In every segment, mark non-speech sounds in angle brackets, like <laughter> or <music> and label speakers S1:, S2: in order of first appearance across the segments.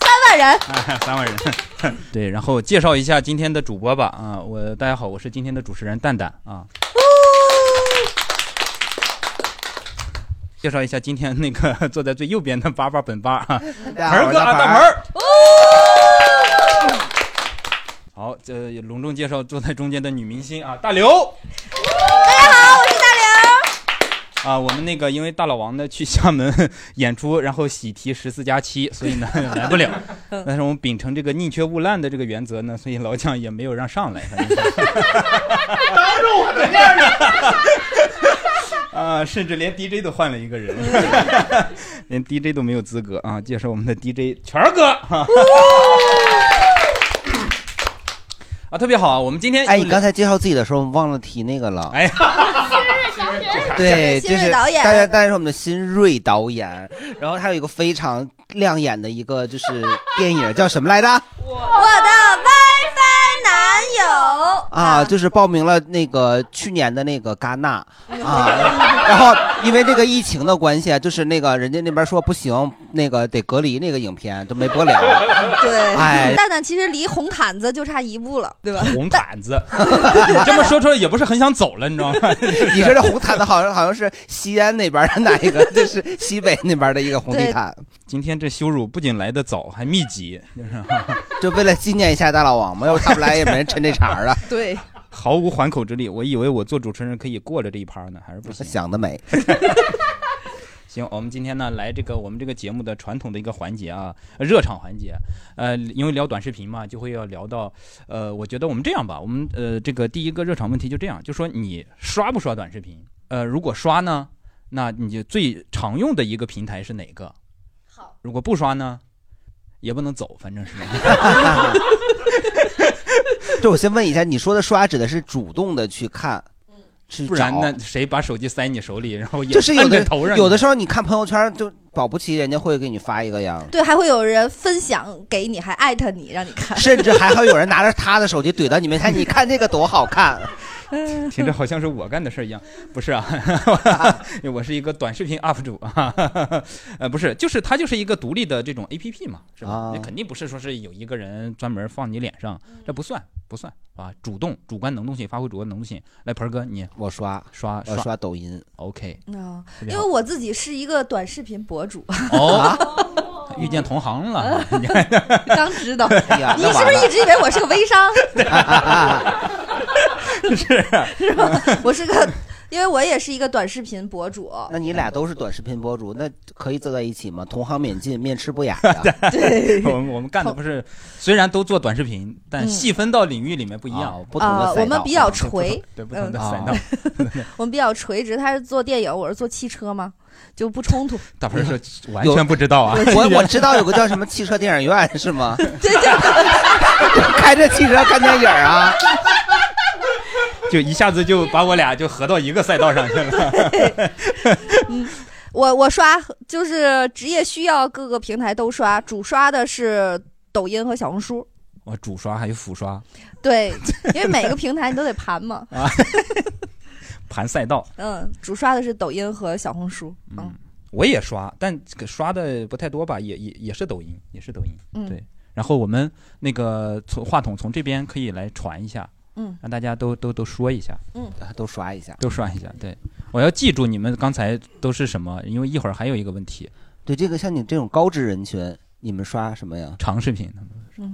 S1: 三万人，
S2: <laughs> 哎三万人。 <laughs> 对，然后介绍一下今天的主播吧。啊，我大家好，我是今天的主持人蛋蛋啊。介绍一下今天那个坐在最右边的八八本八啊，
S3: 大
S2: 盆儿哥啊，大盆
S3: 儿，
S2: 儿。
S3: 哦
S2: 好，这隆重介绍坐在中间的女明星啊，大刘。大家好，我是大刘。啊，我们那个因为大老王呢去厦门演出，然后喜提十四加七，所以 <laughs> 呢来不了。但是我们秉承这个宁缺毋滥的这个原则呢，所以老蒋也没有让上来。当着我的面呢。啊，甚至连 DJ 都换了一个人，嗯 <laughs> 连 DJ 都没有资格啊！介绍我们的 DJ 全儿哥
S3: <laughs>
S2: 哈啊，特别好啊！我们今天
S3: 哎，你刚才介绍自己的时候忘了提那个了。
S2: <laughs> 哎呀，
S3: <laughs> 对，
S1: 新
S3: 就
S1: 锐
S3: 是
S1: 导演
S3: 大家，大家是我们的新锐导演，然后他有一个非常亮眼的一个就是电影叫什么
S1: <laughs>
S3: 来着？啊
S1: 我的 WiFi 男友
S3: 啊，就是报名了那个去年的那个戛纳
S1: <laughs>
S3: 啊，然后因为这个疫情的关系啊，就是那个人家那边说不行，那个得隔离，那个影片都没播了。
S1: <laughs> 对，
S3: 哎
S1: 蛋蛋其实离红毯子就差一步了，对吧？
S2: 红毯子，你这么说出来也不是很想走了，你知道吗？
S3: 你说这红毯子好像好像是西安那边的哪一个， <laughs> 就是西北那边的一个红地毯，
S2: 今天这羞辱不仅来得早，还密集，就是
S3: 就为了纪念一下大老王嘛，要不他不来也没人抻这茬
S2: <laughs>
S3: 儿了。啊
S1: 对，
S2: 毫无还口之力。我以为我做主持人可以过了这一趴呢，还是不行。
S3: 想得美，
S2: <laughs> 行，我们今天呢来这个我们这个节目的传统的一个环节啊，热场环节。呃，因为聊短视频嘛，就会要聊到，呃，我觉得我们这样吧，我们呃这个第一个热场问题就这样，就说你刷不刷短视频？呃，如果刷呢，那你就最常用的一个平台是哪个？
S1: 好，，
S2: 如果不刷呢，也不能走，反正是。
S3: <laughs> 这我先问一下，你说的刷指的是主动的去看，去
S2: 不然
S3: 找
S2: 呢， <laughs> 谁把手机塞你手里，然后也
S3: 就是有
S2: 摁
S3: 的
S2: 在头上？
S3: 有的时候你看朋友圈就保不齐人家会给你发一个呀
S1: 对，还会有人分享给你，还艾特你，让你看。
S3: 甚至
S1: <laughs>
S3: 还会有人拿着他的手机怼到你面前，你看这个多好看，啊
S1: 嗯
S2: 听着好像是我干的事儿一样，不是啊， <laughs> 我是一个短视频 UP 主啊，呃，不是，就是它就是一个独立的这种 APP 嘛，是吧
S3: 啊？
S2: 那肯定不是说是有一个人专门放你脸上，这不算不算啊，主动主观能动性发挥主观能动性。来，盆儿哥，你
S3: 我刷。
S2: 刷
S3: 我
S2: 刷
S3: 刷抖音，
S2: OK，
S1: 嗯，
S2: 特别
S1: 因为
S2: 好
S1: 我自己是一个短视频博主， <laughs>
S3: 啊
S2: 哦，遇见同行了，你看
S1: 刚知道。
S3: <laughs> 哎
S1: 呃
S3: 呀，
S1: 你
S3: 那
S1: 是
S3: 完
S1: 不是
S3: 了
S1: 一直以为我是个微
S3: <laughs>
S1: 商？
S2: 是
S1: 我是个，因为我也是一个短视频博主。
S3: <laughs> 那你俩都是短视频博主，那可以坐在一起吗？同行免进，面吃不雅呀。
S1: 对
S2: <laughs> 我们我们干的不是， <laughs> 虽然都做短视频，但
S1: 嗯
S2: 细分到领域里面不一样。
S3: 啊，不同的
S1: 啊、
S3: 赛道。
S1: 我们比
S3: <laughs>
S1: 较垂，
S2: 对不同的
S3: 嗯
S2: 赛道。
S1: 我们比较垂直。他是做电影，我是做汽车嘛，就不冲突。
S2: 大盆儿说完全不知道啊，
S3: <laughs> 我我知道有个叫什么汽车电影院是
S2: <laughs>
S3: 吗？
S1: 对对
S3: 开着汽车看电影啊。
S2: <laughs> 就一下子就把我俩就合到一个赛道上去了。 <laughs>
S1: 我我刷就是职业需要，各个平台都刷，主刷的是抖音和小红书。
S2: 我主刷还有辅刷， <laughs>
S1: 对，因为每个平台你都得盘嘛。
S2: 盘赛道。
S1: 嗯，主刷的是抖音和小红书。嗯
S2: 我也刷，但这个刷的不太多吧，也也也是抖音，也是抖音。
S1: 嗯，
S2: 对然后我们那个从话筒从这边可以来传一下，
S1: 嗯，
S2: 让大家都都都说一下，
S3: 都刷一下。
S2: 都刷一下。对，我要记住你们刚才都是什么，因为一会儿还有一个问题，
S3: 对这个像你这种高知人群，你们刷什么呀？
S2: 长视频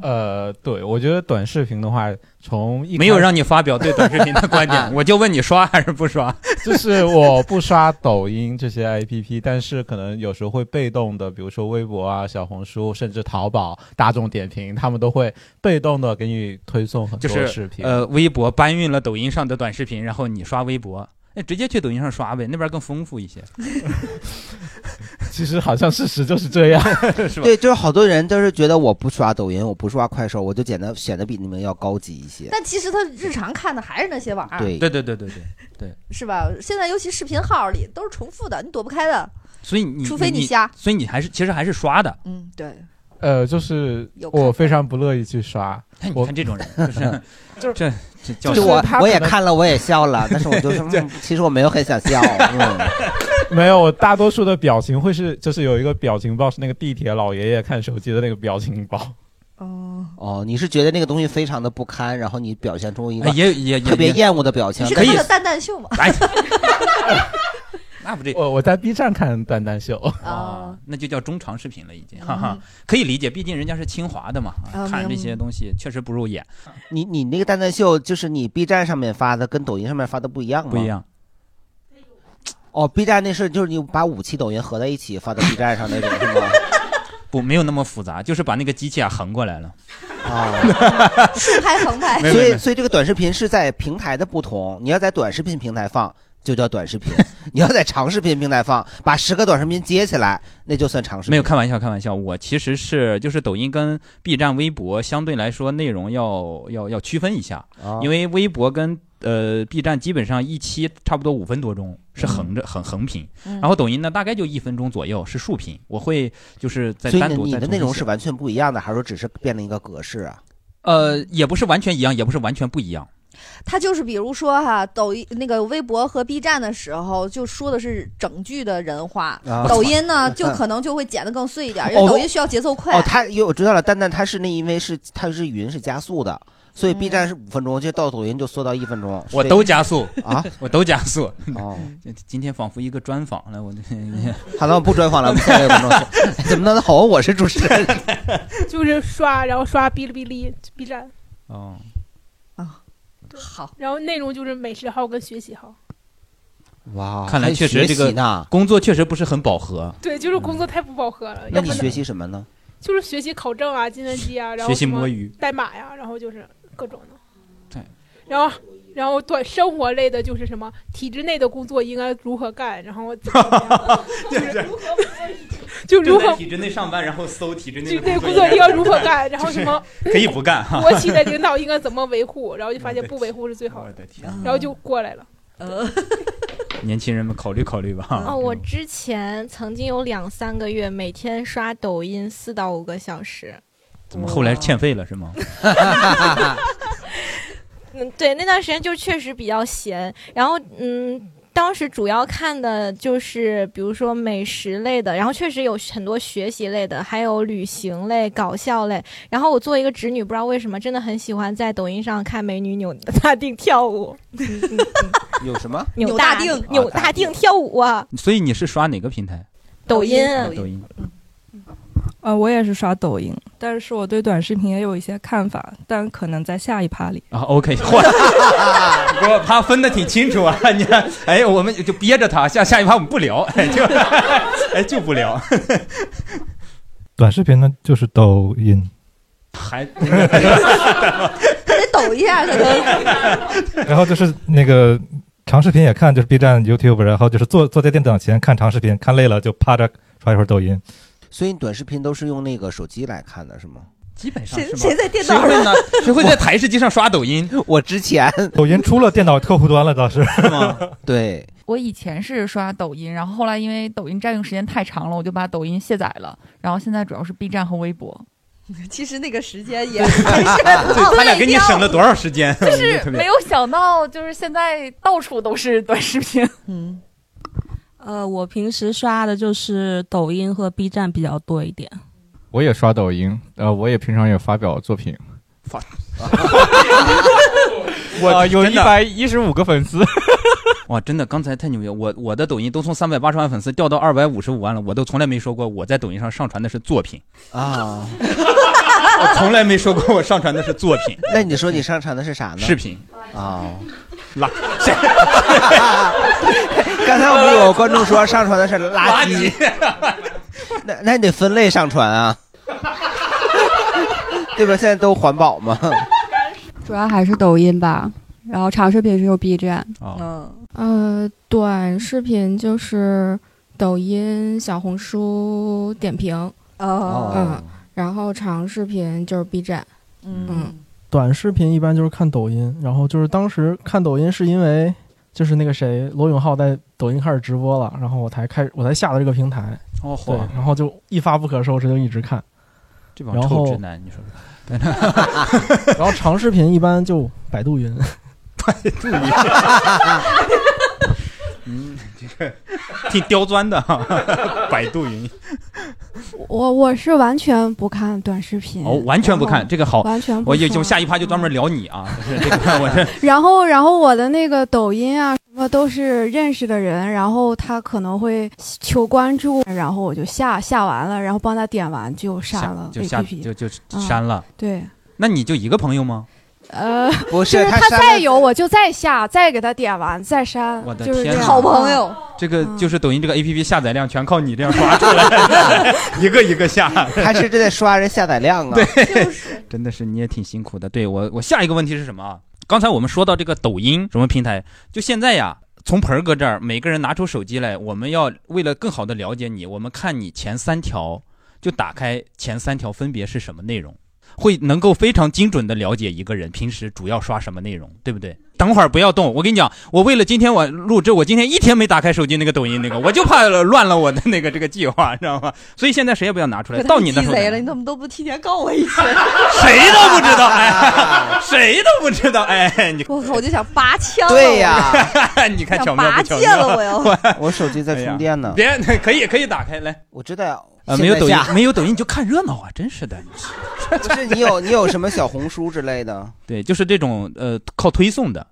S4: 呃，对，我觉得短视频的话，从一
S2: 没有
S4: 开
S2: 让你发表对短视频的
S4: <laughs>
S2: 观点，我就问你刷还是不刷？
S4: 就是我不刷抖音这些 APP，但是可能有时候会被动的，比如说微博啊、小红书，甚至淘宝、大众点评，他们都会被动的给你推送很
S2: 就
S4: 多
S2: 是
S4: 视频。
S2: 呃，微博搬运了抖音上的短视频，然哎
S4: <laughs>
S2: 后你刷微博，那直接去抖音上刷呗，那边更丰富一些。
S4: 其实好像事实就是这
S2: <laughs>
S4: 样， <laughs>
S2: 是吧？
S3: 对，就是好多人就是觉得我不刷抖音，我不刷快手，我就显得显得比你们要高级一些。
S1: 但其实他日常看的还是那些玩意儿，
S3: 对
S2: 啊对对对对对，
S1: 是吧？现在尤其视频号里都是重复的，你躲不开的，
S2: 所以你
S1: 除非
S2: 你
S1: 你，瞎。
S2: 所以你还是其实还是刷的。
S1: 嗯，对，
S4: 呃，就是
S1: 有看
S4: 我非常不乐意去刷，
S2: 哎你
S4: 我
S2: 看这
S4: <laughs>
S2: 种人，
S3: <laughs>
S2: 就是这这这叫
S4: 就
S3: 就是我
S4: 他
S3: 我
S4: 可
S3: 也
S4: 能
S3: 看了，我也
S4: <laughs>
S3: 笑了，但是我就是，嗯其实我没有很想笑。嗯，
S4: 没有，我大多数的表情会是，就是有一个表情包是那个地铁老爷爷看手机的那个表情包，
S2: <laughs>
S1: 哦，
S3: 哦，你是觉得那个东西非常的不堪，然后你表现出一
S2: 哎
S3: 个
S2: 也也也
S3: 特别
S2: 也
S3: 厌恶的表情
S1: 你是，
S2: 可以
S1: 看的《蛋蛋秀》吗？
S2: 哎， <laughs> 那不这
S4: 我我在 B 站看蛋蛋秀，
S2: 啊，那就叫中长视频了，已经，哈哈
S1: 哦嗯，
S2: 可以理解，毕竟人家是清华的嘛，
S1: 啊
S2: 看这
S1: 明
S2: 些东西确实不入眼，
S3: 你你那个蛋蛋秀就是你 B 站上面发的跟抖音上面发的不一样吗？
S2: 不一。样。
S3: 哦，B 站那是就是你把五期抖音合在一起发到 B 站上那种是吗？
S2: <laughs> 不，没有那么复杂，就是把那个机器啊横过来了。
S3: 啊，
S1: 竖拍横拍，
S2: <laughs> 没有
S3: 所
S2: 没
S3: 以
S2: 有
S3: 所以这个短视频是在平台的不同，你要在短视频平台放就叫短
S2: <laughs>
S3: 视频，你要在长视频平台放，把十个短视频接起来，那就算长视频。
S2: 没有开玩笑，开玩笑，我其实是就是抖音跟 B 站、微博相对来说内容要要要区分一下，
S3: 啊，
S2: 因为微博跟呃 B 站基本上一期差不多五分多钟是横
S3: 嗯
S2: 着横横屏，
S1: 然
S2: 然后抖音呢大概就一分钟左右是竖屏，我会就是在
S3: 所以
S2: 单
S3: 你
S2: 独
S3: 你
S2: 再
S3: 的
S2: 重
S3: 内
S2: 新
S3: 容
S2: 写
S3: 是完全不一样的，还是说只是变了一个格式啊？
S2: 呃也不是完全一样，也不是完全不一样，
S1: 他就是比如说哈，抖音那个微博和 B 站的时候，就说的是整句的人话。
S3: 啊
S1: 抖音
S2: <laughs>
S1: 呢，就可能就会剪得更碎一点，因
S3: 哦
S1: 为抖音需要节奏快
S3: 哦，。他因为我知道了，蛋蛋他是那因为是他是语音是加速的，所以 B
S1: 嗯
S3: 站是五分钟，就到抖音就缩到一分钟。
S2: 我
S3: 所以
S2: 都加速，
S3: 啊
S2: <laughs> 我都加速。
S3: 哦，
S2: 这 <laughs> 今天仿佛一个专访了，我 <laughs> 这
S3: <laughs> 好了，我不专访了，我们下一位观众 <laughs> 是怎么能好？我是主持人，
S5: 就是刷，然后刷哔哩哔哩、B 站，
S6: 嗯
S2: 哦，
S1: 好，
S5: 然后内容就是美食号跟学习号。
S3: 哇，
S2: 看来
S3: 还
S2: 确实
S3: 学
S2: 这个
S3: 习呢。
S2: 工作确实不是很饱和，
S5: 对，就是工作太不饱和
S2: 嗯
S5: 了，
S3: 那
S5: 要
S3: 你
S5: 不
S3: 学习什么呢？
S5: 就是学习考证啊、计算机啊，然后
S2: 学习
S5: 什么
S2: 摸鱼。
S5: 代码呀、然后就是各种的。
S2: 对，
S5: 然后然后短生活类的就是什么体制内的工作应该如何干，然
S2: <laughs>
S5: 后怎么怎么样，就如何
S2: 体制内上班，然后搜体制
S5: 就对工作要如何
S2: <laughs>
S5: 干，然后什么
S2: 可以不
S5: <laughs>
S2: 干哈。
S5: 国企的领导应该怎么维护，然后就发
S2: <laughs>
S5: 现不维护是最好的，
S2: 的天，啊
S5: 然后就过来了。
S1: 呃，
S2: <laughs> 年轻人们考虑考
S5: <laughs>
S2: 虑吧。
S7: 哦，我之前曾经有两三个月每天刷抖音四到五个小时。
S2: 怎么后来欠费了是吗？
S7: 嗯，对，那段时间就确实比较闲，然后嗯。当时主要看的就是，比如说美食类的，然后确实有很多学习类的，还有旅行类、搞笑类。然后我作为一个直女，不知道为什么真的很喜欢在抖音上看美女扭大腚跳舞，嗯嗯嗯
S3: <laughs> 有什么？
S7: 扭
S1: 扭大
S7: 大
S1: 腚
S7: 扭哦大腚跳舞啊！
S2: <laughs> 所以你是刷哪个平台？
S7: 抖音
S2: 啊抖音。
S8: 呃，我也是刷抖音，但是我对短视频也有一些看法，但可能在下一趴里。
S2: 啊，OK，嚯， <laughs> 给我啪分的挺清楚啊！你看，哎，我们就憋着他，下下一趴我们不聊，哎就 <laughs> 哎就不聊，
S9: 短视频呢，就是抖
S3: <laughs>
S9: 音，
S2: 还
S1: 他得抖一下才能。
S3: <laughs>
S9: 然后就是那个长视频也看，就是 B 站、YouTube，然后就是坐坐在电脑前看长视频，看累了就趴着刷一会儿抖音。
S3: 所以你短视频都是用那个手机来看的是吗？
S2: 基本上
S1: 谁
S2: 是吗？
S1: 谁在电
S2: 谁
S1: 脑上
S2: 会呢？谁会在台式机上刷抖音？
S3: 我之前
S9: 抖音出了电脑客户端了，倒
S3: <laughs>
S9: 是。
S2: 是吗？
S3: 对，
S10: 我以前是刷抖音，然后后来因为抖音占用时间太长了，我就把抖音卸载了。然后现在主要是 B 站和微博，
S1: 其实那个时间也还是很浪
S2: 他俩
S1: 费
S2: 给你
S1: 掉。
S2: 省了多少时间？就
S10: <laughs> 就是没有想到，就是现在到处都是短视频。
S1: 嗯，
S8: 呃，我平时刷的就是抖音和 B 站比较多一点。
S6: 我也刷抖音，呃，我也平常也发表作品。
S2: <laughs> 发，
S6: 我、
S2: 啊
S6: 有
S2: 真
S6: 一
S2: 的
S6: 百一十五个粉丝，
S2: 哇，真的，刚才太牛逼了！我我的抖音都从三百八十万粉丝掉到二百五十五万了，我都从来没说过我在抖音上上传的是作品，
S3: 啊，
S2: 我从来没说过我上传的是作品、
S3: 那你说你上传的是啥呢？
S2: 视频。
S3: 啊，
S2: 垃
S3: 圾。 <laughs> 刚才我们有观众说上传的是垃圾，那那你得分类上传啊，对吧？现在都环保嘛。
S10: 主要还是抖音吧，然后长视频是用 B 站。
S2: 哦，
S1: 嗯，
S10: 呃，短视频就是
S11: 抖音、小红书点评，
S1: 哦
S11: 嗯，然后长视频就是 B 站，嗯
S12: 短视频一般就是看抖音，然后就是当时看抖音是因为就是那个谁罗永浩在抖音开始直播了，然后我才开始我才下的这个平台，
S2: 哦
S12: 对
S2: 嚯，
S12: 然后就一发不可收拾，就一直看。
S2: 这帮
S12: 然
S2: 臭
S12: 后
S2: 直男， <laughs> 你说说。
S12: <laughs> 然后长视频一般就百度云，百度云
S2: 嗯，这个挺刁钻的哈，百度云
S13: 我我是完全不看短视频，
S2: 哦，完全不
S13: 然
S2: 看
S13: 后
S2: 这个好，
S13: 嗯完全不嗯
S2: 我也
S13: 刷
S2: 就下一趴就专门聊你啊，就是这个我
S13: <laughs>
S2: 这
S13: 然后，然后我的那个抖音啊，什么都是认识的人，然后他可能会求关注，然后我就下下完了，然后帮他点完就
S2: 下
S13: 删了 APP，
S2: 就下就就
S13: 嗯
S2: 删了。
S13: 对，
S2: 那你就一个朋友吗？
S13: 呃，就
S3: 不
S13: 是
S3: 他
S13: 他
S3: 删
S13: 再
S3: 了
S13: 有我就再下，再给他点完再删
S2: 我，的
S13: 就是这
S2: 天啊
S13: 样。嗯
S2: 呐好朋
S13: 友，
S2: 这个就是抖音这个 A P P 下载量全靠你这样刷出
S13: <laughs>
S2: 来，一个一个下， <laughs>
S3: 还是这得刷人下载量啊？对，
S2: 真的是你也挺辛苦的。对我，我下一个问题是什么啊？刚才我们说到这个抖音什么平台，就现在呀，从盆儿哥这儿，每个人拿出手机来，我们要为了更好的了解你，我们看你前三条，就打开前三条分别是什么内容，会能够非常精准的了解一个人平时主要刷什么内容，对不对？等会儿不要动，我跟你讲，我为了今天我录制，我今天一天没打开手机那个抖音那个，我就怕乱了我的那个这个计划，你知道吗？所以现在谁也不要拿出来，
S1: 可
S2: 到
S1: 太
S2: 你那
S1: 鸡
S2: 时候
S1: 贼
S2: 再
S1: 了，你怎么都不提前告我一声？
S2: <laughs> 谁都不知道， <laughs> 哎，谁都不知道，哎，你
S1: 我靠，我就想拔枪了。
S3: 对呀
S1: 我
S2: <laughs> 你看巧妙
S1: 想拔
S2: 不巧妙？
S1: 剑了我要
S2: <laughs>
S3: 我手机在充电呢。
S2: 哎别，可以可以打开来。
S3: 我知道，
S2: 啊，没有抖音
S3: 现在下，
S2: 没有抖音你就看热闹啊，真是的。
S3: 不是你有你有什么小红书之类的？
S2: 对，就是这种呃靠推送的。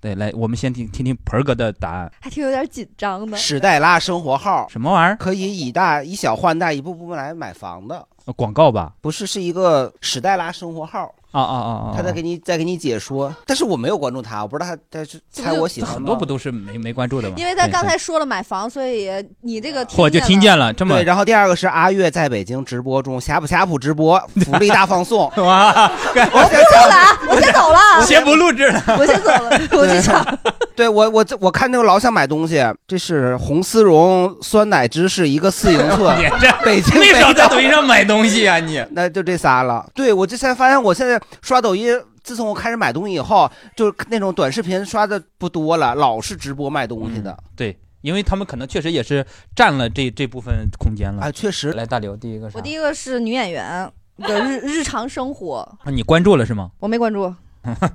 S2: 对，来，我们先听听听盆儿哥的答案。
S1: 还挺有点紧张的。
S3: 史黛拉生活号
S2: 什么玩意儿？
S3: 可以以大以小换大，一步步来买房的。
S2: 呃广告吧？
S3: 不是，是一个史黛拉生活号，
S2: 啊啊啊啊！
S3: 他在给你在给你解说，但是我没有关注他，我不知道他他是猜我喜欢
S2: 很
S3: 吗
S2: 多不都是没没关注的吗？
S1: 因为他刚
S2: 对
S1: 才说了买房，所以你这个
S2: 嚯就听见了这么
S3: 对。然后第二个是阿月在北京直播中，呷哺呷哺直播福利大放送，
S2: <laughs> 哇！
S3: 我
S1: 不录了啊，我先走了，
S2: 哦先不录制了，
S1: 我先走了，
S2: <laughs>
S1: 我去唱。
S3: 对我我这我看那个老想买东西，这是红丝绒酸奶芝士一个四
S2: <laughs>
S3: 英寸
S2: 你这，
S3: 北京
S2: 没少
S3: 北
S2: 在
S3: 京
S2: 抖音上买东西啊你。
S3: 那就这仨了。对我这才发现，我现在刷抖音，自从我开始买东西以后，就是那种短视频刷的不多了，老是直播卖东西的。
S2: 对，因为他们可能确实也是占了这这部分空间了
S3: 啊，确实。
S2: 来，大刘第一个啥
S1: 我？第一个是女演员的日日常生活，
S2: 啊，你关注了是吗？
S1: 我没关注。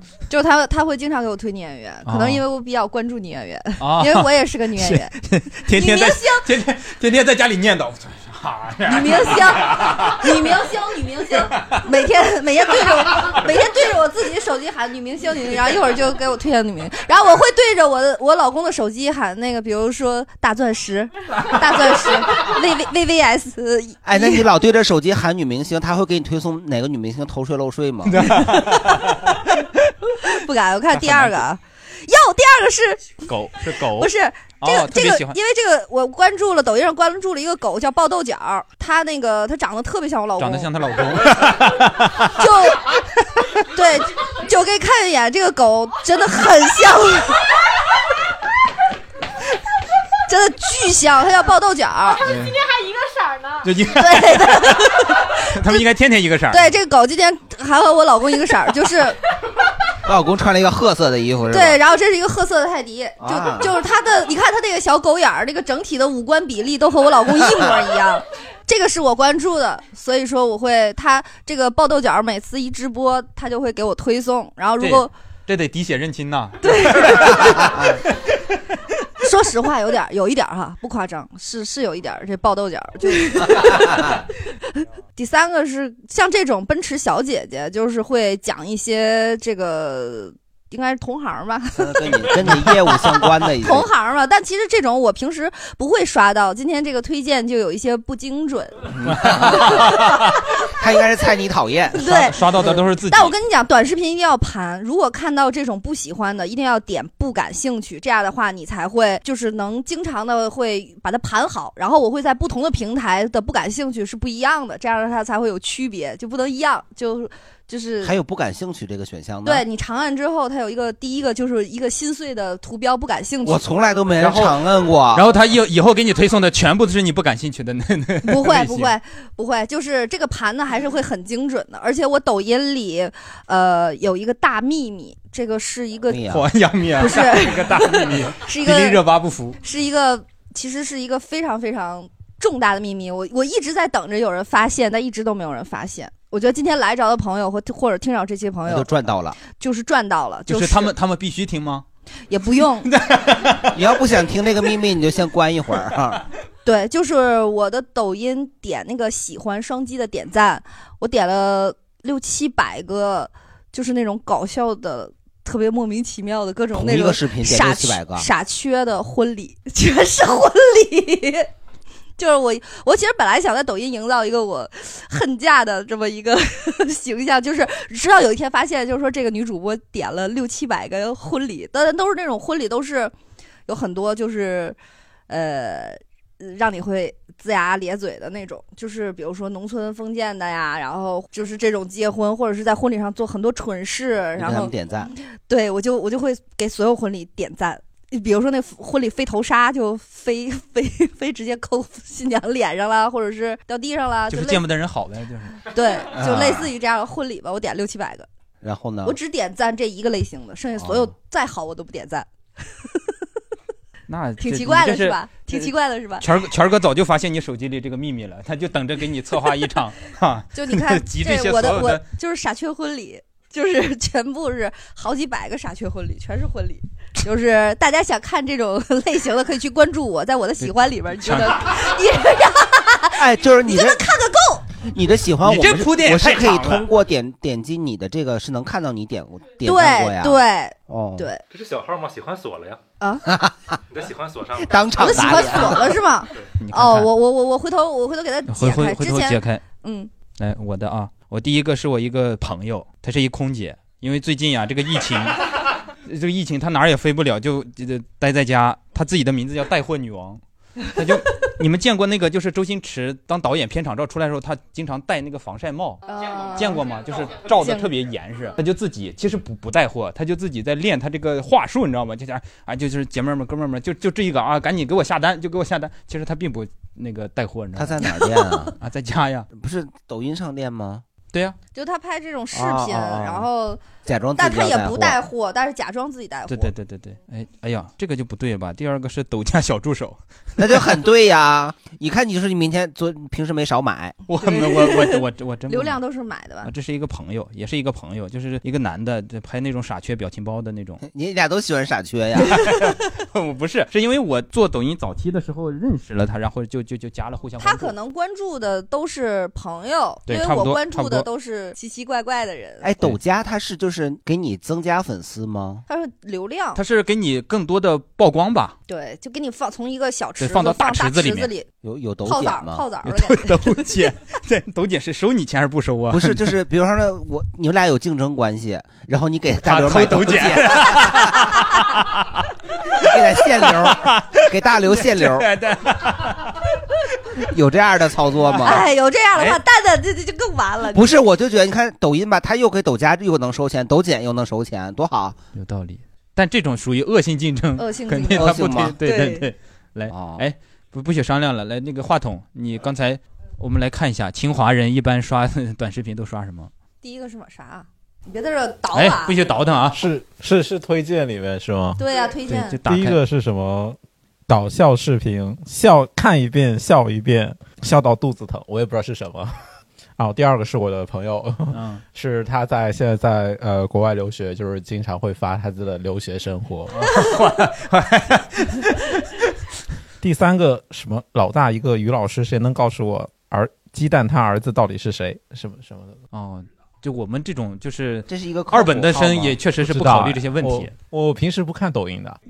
S1: <laughs> 就他他会经常给我推女演员，可
S2: 哦
S1: 能因为我比较关注女演员，
S2: 啊，
S1: 因为我也是个女演员。
S2: 是， <laughs> 天天在
S1: 女明星
S2: 天天天天在家里念叨，啥呀？
S1: 女明星，女明星，女明星，每天每天对着我，每天对着我自己手机喊女明星，女明星，然后一会儿就给我推荐女明星，然后我会对着我的我老公的手机喊那个，比如说大钻石，大钻石，V V V V S，
S3: 哎，那你老对着手机喊女明星，他会给你推送哪个女明星偷税漏税吗？
S1: 不敢，我看第二个啊，哟，第二个是
S2: <laughs> 狗是狗
S1: 不是这个、
S2: 哦、特
S1: 这
S2: 别
S1: 个，
S2: 喜欢
S1: 因为这个我关注了抖音上关注了一个狗叫爆豆角儿，它那个它长得特别像我老公，
S2: 长得像她老公，
S1: 就对，就给看一眼，这个狗真的很像我，真的巨像，它叫爆豆角
S2: <laughs>
S1: 儿。
S2: 今
S5: 天还一个色儿呢。
S8: <laughs>
S2: 就应该
S1: 对
S2: 他们应该天天一个色儿。
S1: 对，这个狗今天还和我老公一个色儿，就是
S3: 我老公穿了一个褐色的衣服，是吧？
S1: 对，然后这是一个褐色的泰迪，就、
S3: 啊
S1: 就是它的，你看它这个小狗眼儿，这个整体的五官比例都和我老公一模一
S3: <laughs>
S1: 样。这个是我关注的，所以说我会他这个爆豆角儿每次一直播，他就会给我推送。然后 <laughs> 如果
S2: 这这得滴血认亲呐，对，
S1: 说实话有点儿有一点儿哈，不夸张，是是有一点儿这爆豆角
S3: <laughs>
S1: 儿。就是第三个是像这种奔驰小姐姐，就是会讲一些这个应该是同行儿吧，
S3: 跟你跟你业务相关的已经
S1: 同行儿嘛，但其实这种我平时不会刷到，今天这个推荐就有一些不精准。
S3: 他应该是猜你讨厌，
S1: 对
S2: 刷到的都是自己。
S1: 但我跟你讲，短视频一定要盘，如果看到这种不喜欢的，一定要点不感兴趣，这样的话你才会就是能经常的会把它盘好。然后我会在不同的平台的不感兴趣是不一样的，这样的它才会有区别，就不能一样。就就是
S3: 还有不感兴趣这个选项呢？
S1: 对你长按之后，它有一个第一个就是一个心碎的图标，不感兴趣。
S3: 我从来都没人
S2: 然后
S3: 长按过。
S2: 然后他以以后给你推送的全部都是你不感兴趣的那 <laughs> 那
S1: 不
S2: 类
S1: 会
S2: 型
S1: 不
S3: 哎
S1: 会不会，就是这个盘呢还是会很精准
S2: <laughs>
S1: 的。而且我抖音里，呃，有一个大秘密，这个是一个
S2: 黄杨幂啊，
S1: 不是
S2: <laughs> 一个大秘密，
S1: <laughs> 是一个
S2: 迪丽热巴不服。
S1: 是一个其实是一个非常非常重大的秘密。我我一直在等着有人发现，但一直都没有人发现。我觉得今天来着的朋友或或者听着这期的朋
S3: 都
S1: 友，
S3: 赚到了，
S1: 就是赚到了，
S2: 就是是他们，他们必须听吗？
S1: 也不用。
S3: <laughs> 你要不想听这个秘密，你就先关一会儿哈。
S1: 对，就是我的抖音点那个喜欢双击的点赞，我点了六七百个，就是那种搞笑的。特别莫名其妙的各种
S3: 同
S1: 那
S3: 一
S1: 种
S3: 个视频点
S1: 傻
S3: 600-700个
S1: 傻缺的婚礼， <laughs> 全是婚礼。就是我，我其实本来想在抖音营造一个我恨嫁的这么一个 <laughs> 形象，就是直到有一天发现，就是说这个女主播点了六七百个婚礼，当然都是那种婚礼，都是有很多就是呃，让你会龇牙咧嘴的那种，就是比如说农村封建的呀，然后就是这种结婚或者是在婚礼上做很多蠢事，
S3: 给
S1: <laughs> 然
S3: 他
S1: 后
S3: 们点赞，
S1: 对我就我就会给所有婚礼点赞。比如说那婚礼飞头纱，就飞 <laughs> 飞飞直接扣新娘脸上啦，或者是掉地上啦，
S2: 就是
S1: 啊类
S2: 见不得人好呗，就是。
S1: 对，
S3: 啊
S1: 就类似于这样的婚礼吧。我点六七百个，
S3: 然后呢
S1: 我？只点赞这一个类型的，剩下所
S3: 哦
S1: 有再好我都不点赞，
S2: 那
S1: 挺
S2: 这
S1: 奇怪
S2: 你
S1: 的
S2: 这是
S1: 是吧？挺奇怪的是吧？
S2: 权儿哥，权儿哥早就发现你手机里这个秘密了，他就等着给你策划一场哈。
S1: <laughs> 就你
S2: <laughs>
S1: 看，
S2: 集这些
S1: 我
S2: 所有
S1: 我
S3: <laughs>
S2: 的，
S1: 就是傻缺婚礼， <laughs> 就是全部是好几百个傻缺婚礼，全是婚礼。就是大家想看这种类型的，可以去关注我，在我的喜欢里边，你就能，你
S3: 哎，就是你
S1: 就
S3: 这
S1: 能看个够。
S3: 你的喜欢我
S2: 你
S3: 们
S2: 这
S3: 是，
S2: 铺垫也
S3: 我是
S2: 太
S3: 可以
S2: 长了
S3: 通过点点击你的这个是能看到你点过点赞过
S1: 对
S3: 呀。
S1: 对
S3: 哦，
S1: 对
S9: 这是小号吗？喜欢锁了呀？
S1: 啊，
S9: 你的喜欢锁上了
S3: 当场
S1: 我的喜
S3: 打
S1: 欢
S3: 脸
S1: 锁了是吗？哦，我我我我回头我回头给他
S2: 回
S1: 解
S2: 回
S1: 开，
S2: 回
S1: 之
S2: 头
S1: 前
S2: 解开。
S1: 嗯，
S2: 来我的啊，我第一个是我一个朋友，她是一空姐，因为最近呀、这个
S1: <laughs>
S2: 疫情，这个疫情她哪儿也飞不了，就就就待在家。她自己的名字叫带货女王，她
S1: <laughs>
S2: 就你们见过那个就是周星驰当导演片场照出来的时候，她经常戴那个防晒帽，
S1: 哦
S2: 见过吗？就是照的特别严实，他就自己其实不不带货，他就自己在练他这个话术，你知道吗？就想啊，就是姐妹儿们、哥们儿们，就就这一个啊，赶紧给我下单，就给我下单。其实他并不那个带货，你知道
S3: 他
S2: 吗？
S3: 在哪儿练啊？
S2: <laughs> 啊，在家呀。
S3: 不是抖音上练吗？
S2: 对呀、
S1: 就他拍这种视
S3: 啊
S1: 频，
S3: 啊啊
S1: 然后
S3: 假装自
S1: 但
S3: 己
S1: 他
S3: 要
S1: 也
S3: 带
S1: 不
S3: 货
S1: 带货，但是假装自己带货。
S2: 对对对对对，哎哎呀，这个就不对吧？第二个是抖加小助手，
S3: 那就很对呀。一看你就是你明天昨平时没少买。
S2: 我我我我我真
S1: 流量都是买的吧
S2: 啊，？这是一个朋友，也是一个朋友，就是一个男的，这拍那种傻缺表情包的那种。
S3: <laughs> 你俩都喜欢傻缺呀？
S2: <laughs> 我不是，是因为我做抖音早期的时候认识了他，然后就就就加了互相关
S1: 他
S2: 注。
S1: 可能关注的都是朋友，
S2: 对
S1: 因为
S2: 差不
S1: 我
S2: 多
S1: 关
S2: 差
S1: 注
S2: 不
S1: 的
S2: 多
S1: 都是奇奇怪怪的人。
S3: 哎，抖加他是就是给你增加粉丝吗？
S1: 他是流量，
S2: 他是给你更多的曝光吧？
S1: 对，就给你放从一个小池
S2: 对，
S1: 子
S2: 到
S1: 大
S2: 大池
S1: 子
S2: 里面。
S3: 有有抖
S1: 泡
S3: 姐
S1: 澡儿
S3: 吗？
S1: 泡澡
S2: <laughs>
S1: 儿的感觉。
S2: 抖抖姐，对，
S3: <laughs>
S2: 抖姐是收你钱还是不收啊？
S3: 不是，就是比如说呢，我你们俩有竞争关系，然后你给大
S2: 他
S3: 刘
S2: 抠
S3: 买
S2: 抖
S3: 抖
S2: 姐
S3: 姐，你给他限流，
S2: <laughs>
S3: 给大刘限流，
S2: 对对
S3: 有这样的操作吗？
S1: 哎，有这样的话，
S3: 哎
S1: 蛋蛋这这就更完了。
S3: <laughs> 不是，我就觉得你看抖音吧，他又给抖加又能收钱，抖减又能收钱，多好。
S2: 有道理，但这种属于恶性竞争，
S1: 恶性竞争
S2: 肯定他不
S3: 恶性哦
S2: 推
S3: 吗，
S2: 对对
S1: 对
S2: 对。来，哎，不不许商量了，来那个话筒，你刚才我们来看一下，清华人一般刷 <laughs> 短视频都刷什么？
S1: 第一个是么啥？啊你别在这儿倒
S2: 哎，
S1: 啊
S2: 不！许倒腾啊！
S4: 是是是推荐里面是吗？
S1: 对呀，推荐
S4: 对第一个是什么？搞笑视频，笑看一遍笑一遍，笑到肚子疼，我也不知道是什么。 <laughs> 啊，第二个是我的朋友，
S2: 嗯，
S4: <laughs> 是他在现在在呃国外留学，就是经常会发他自己的留学生活。 <laughs> 第三个什么老大一个于老师，谁能告诉我儿鸡蛋他儿子到底是谁？什么什么的？
S2: 哦，就我们这种就是
S3: 这是一个
S2: 二本的生也确实是不考虑这些问题。
S4: 我。我平时不看抖音的，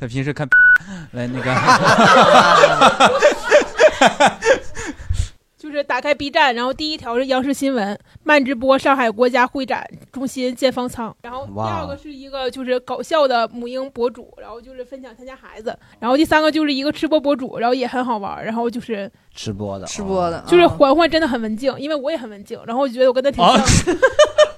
S2: 他平时看 <laughs>，
S1: <laughs>
S2: 来那个
S5: 就就是打开 B 站，然后第一条是央视新闻慢直播上海国家会展中心建方舱，然后第二个是一个就是搞笑的母婴博主，然后就是分享他家孩子，然后第三个就是一个吃播博主，然后也很好玩，然后就是
S3: 吃播的，
S1: 吃播的，
S5: 就是环环真的很文静，因为我也很文静，然后我觉得我跟他挺
S2: 嗯啊
S5: 像，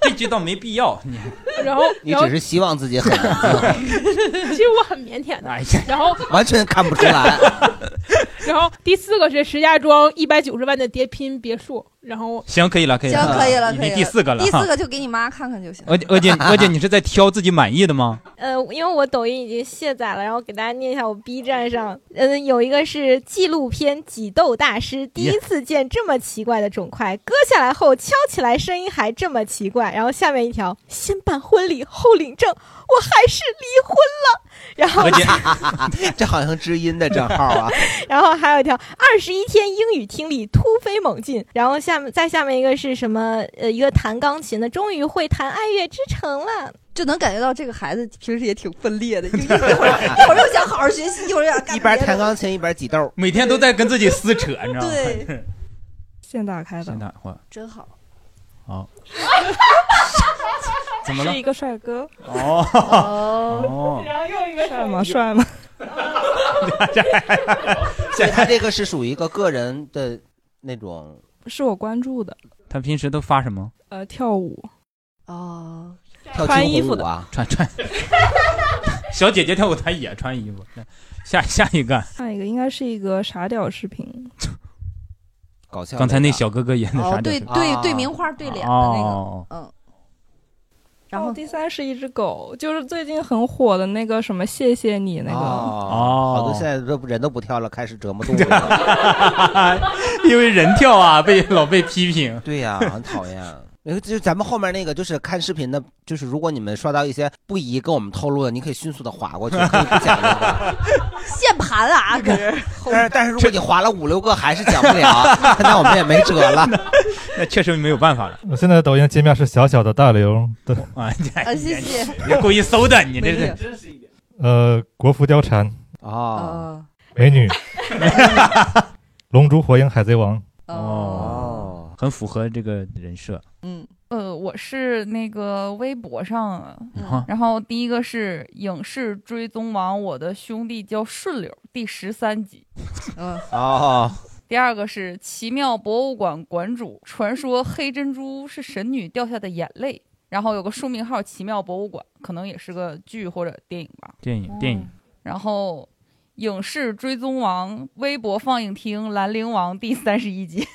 S2: 这句倒没必要， <laughs> 你
S5: 然后
S3: 你
S5: 然后
S3: 只是希望自己很，
S5: <laughs> 其实我很腼腆
S2: 哎
S5: 的，然后
S3: 哦 <laughs> 完全看不出来。
S5: 然后第四个是石家庄一百九十万的叠拼别墅，然后
S2: <laughs> 行，可以了，可以
S1: 行
S2: 了，，
S1: 可以了，
S2: 已
S1: 可以了。
S2: 经第四个了，
S1: 第
S2: 哈
S1: 四个就给你妈看看就行。
S2: 娥姐娥姐，娥姐，你是在挑自己满意的吗？
S7: 呃，因为我抖音已经卸载了，然后给大家念一下我 B 站上，呃，有一个是纪录片《挤痘大师》，第一次见这么奇怪的肿块，割下来后敲起来声音还这么奇怪。然后下面一条，先办婚礼后领证，我还是离婚了。然后
S3: 我姐， <laughs> 这好像知音的账号
S1: <laughs>
S3: 啊，
S7: 然后还有一条二十一天英语听力突飞猛进，然后下面再下面一个是什么？呃，一个弹钢琴的终于会弹《爱乐之城》了，
S1: 就能感觉到这个孩子平时也挺分裂的，一会儿一会儿一会儿又想好好学习，一会儿又想干
S3: 一边
S1: 别的
S3: 弹钢琴一边挤痘，
S2: 每天都在跟自己撕扯，你知道吗？
S1: 对，
S8: 现打开
S2: 现
S8: 的，
S2: 在我
S1: 真好。
S2: 好，怎么了
S8: 是一个帅哥。
S2: 哦哦
S5: 然后又一个
S8: 帅吗？帅吗？
S3: <laughs>
S8: <laughs>
S3: 所以他这个是属于一个个人的那种，
S8: 是我关注的，
S2: 他平时都发什么？
S8: 呃，跳舞，
S1: 哦，
S3: 跳
S8: 穿
S3: 青
S8: 衣
S3: 红
S8: 服
S3: 舞
S8: 的
S3: 啊，
S2: 穿穿， <laughs> 小姐姐跳舞，她也穿衣服。下下一个，
S8: 下一个应该是一个傻屌视
S2: <laughs>
S8: 频，
S3: 搞笑。啊
S2: 刚才那小哥哥演的啥
S1: 哦
S2: 叫，
S1: 对对对，名画对脸的那
S2: 啊哦
S1: 个，嗯，
S8: 然后第三是一只狗，就是最近很火的那个什么谢谢你那个，
S3: 哦，好多现在都不人都不跳了，开始折磨动物了。
S2: <laughs>
S3: <laughs>
S2: 因为人跳啊，被老被批评。
S3: 对呀、很讨厌。啊然后就是咱们后面那个，就是看视频的，就是如果你们刷到一些不宜跟我们透露的，你可以迅速的划过去，
S14: <laughs>
S3: 可以不讲那个。
S1: 键盘啊，可
S3: <laughs>
S1: 是
S3: 但是但是如果你划了五六个还是讲不了，啊 <laughs> 那我们也没辙了。
S2: <laughs> 那确实没有办法了。
S9: 我现在抖音界面是小小的大刘的，
S2: 啊，
S1: 啊，谢谢。
S2: 你故意搜的，你这是
S9: 呃，国服貂蝉，
S3: 哦，
S9: 美女，龙珠、火影、海贼王，
S2: 哦，很符合这个人 <laughs> 设。
S1: 嗯，
S10: <laughs> 呃，我是那个微博上，
S2: 嗯
S10: 然后第一个是影视追踪王，我的兄弟叫顺溜，第十三 <laughs> 集。
S1: 嗯，
S3: 哦，
S10: 第二个是奇妙博物馆馆主，传说黑珍珠是神女掉下的眼泪，然后有个书名号奇妙博物馆，可能也是个剧或者电影吧。
S2: 电影
S1: 嗯
S2: 电影，
S10: 然后影视追踪王微博放映厅兰陵王第三十一集。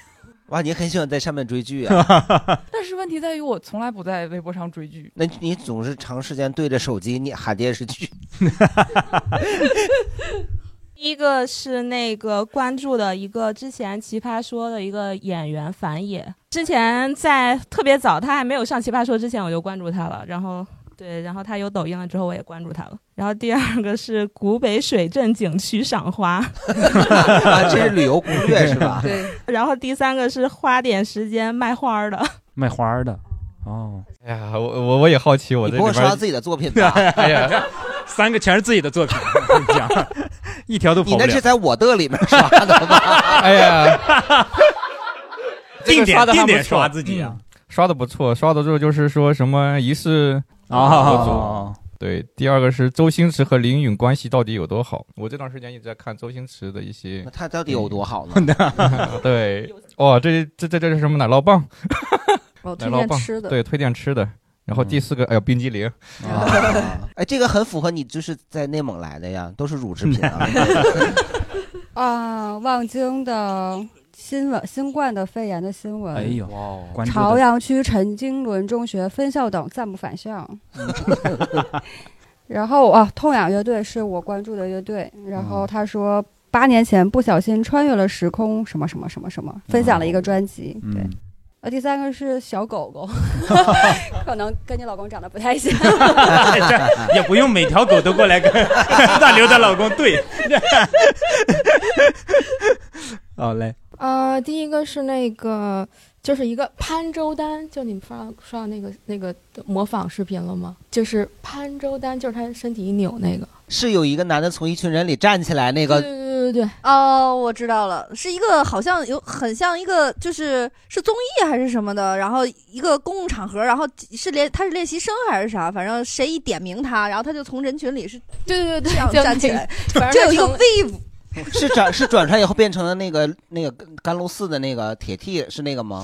S3: 哇，你很喜欢在上面追剧啊？
S10: <laughs> 但是问题在于，我从来不在微博上追剧。
S3: 那你总是长时间对着手机，你喊电视剧，
S15: 第一个是那个关注的一个之前《奇葩说》的一个演员樊野，之前在特别早，他还没有上《奇葩说》之前我就关注他了，然后对，然后他有抖音了之后我也关注他了。然后第二个是古北水镇景区赏花，
S3: 啊，这是旅游攻略是吧？
S1: 对。
S15: 然后第三个是花点时间卖花儿的，
S2: 卖花儿的。哦，
S6: 哎呀，我我我也好奇，我
S3: 你
S6: 这
S3: 不
S6: 里
S3: 会
S6: 边
S3: 刷到自己的作品
S2: <laughs>
S3: 吧
S6: 哎呀，
S2: 三个全是自己的作品，我跟你讲，一条都跑
S3: 你
S2: 不了。
S3: 那是在我的里面刷的 <laughs> 吧？
S6: 哎呀，这
S2: <laughs> 定
S6: 个
S2: 点
S6: 刷的还
S2: 定
S6: 不
S2: 点
S6: 错
S2: 刷自己啊。
S6: <laughs> 刷的不错，刷的之后就是说什么仪式
S2: 啊
S6: 不足对，第二个是周星驰和林允关系到底有多
S2: <laughs>
S6: 好？我这段时间一直在看周星驰的一些，
S3: 他到底有多好
S4: <laughs>
S3: 呢？
S6: 对，哦，这这这这是什么奶酪棒？
S1: 我哦推
S6: <laughs> 奶酪
S1: 荐
S6: 棒
S1: 吃，的，
S6: 对，推荐吃的。然后第四个，哎呦，冰激凌， <laughs>
S3: 啊，哎，这个很符合你，就是在内蒙来的呀，都是乳制品啊。
S16: <laughs> 啊，望京的新闻，新冠的肺炎的新闻。
S2: 哎呦，关注的
S16: 朝阳区陈经纶中学分校等暂不返校。
S2: <laughs>
S16: 然后啊，痛仰乐队是我关注的乐队。然
S2: 嗯
S16: 后他说，八年前不小心穿越了时空，什么什么什么什么，分
S2: 嗯
S16: 享了一个专辑。对。呃，第三个是小
S2: <laughs>
S16: 狗狗，可能跟你老公长得不太像。
S6: 嗯
S2: <laughs> 这也不用每条狗都过来跟 <laughs> 大刘的老公
S6: <laughs>
S2: 对。好嘞，
S14: <laughs> 呃，第一个是那个，就是一个潘周丹，就你们刷到刷到那个那个模仿视频了吗？就是 <laughs> 潘周丹，就是他身体一扭那个。
S10: <laughs>
S3: 是有一个男的从一群人里站起来，
S14: 对
S3: 那个
S14: 对对对对对，
S1: 哦，我知道了，是一个好像有很像一个就是是综艺还是什么的，然后一个公共场合，然后是练他是练习生还是啥，反正谁一点名他，然后他就从人群里是
S14: <laughs> 对对对
S1: 这样
S14: 就
S1: 站起
S14: 那
S1: 来
S14: 个 <laughs> 反，
S1: 这有
S14: 正
S1: 一个
S14: 成
S1: wave，
S14: <laughs>
S3: 是转是转出来以后变成了那个那个甘露寺的那个铁剃是那个
S1: <laughs>
S3: 吗？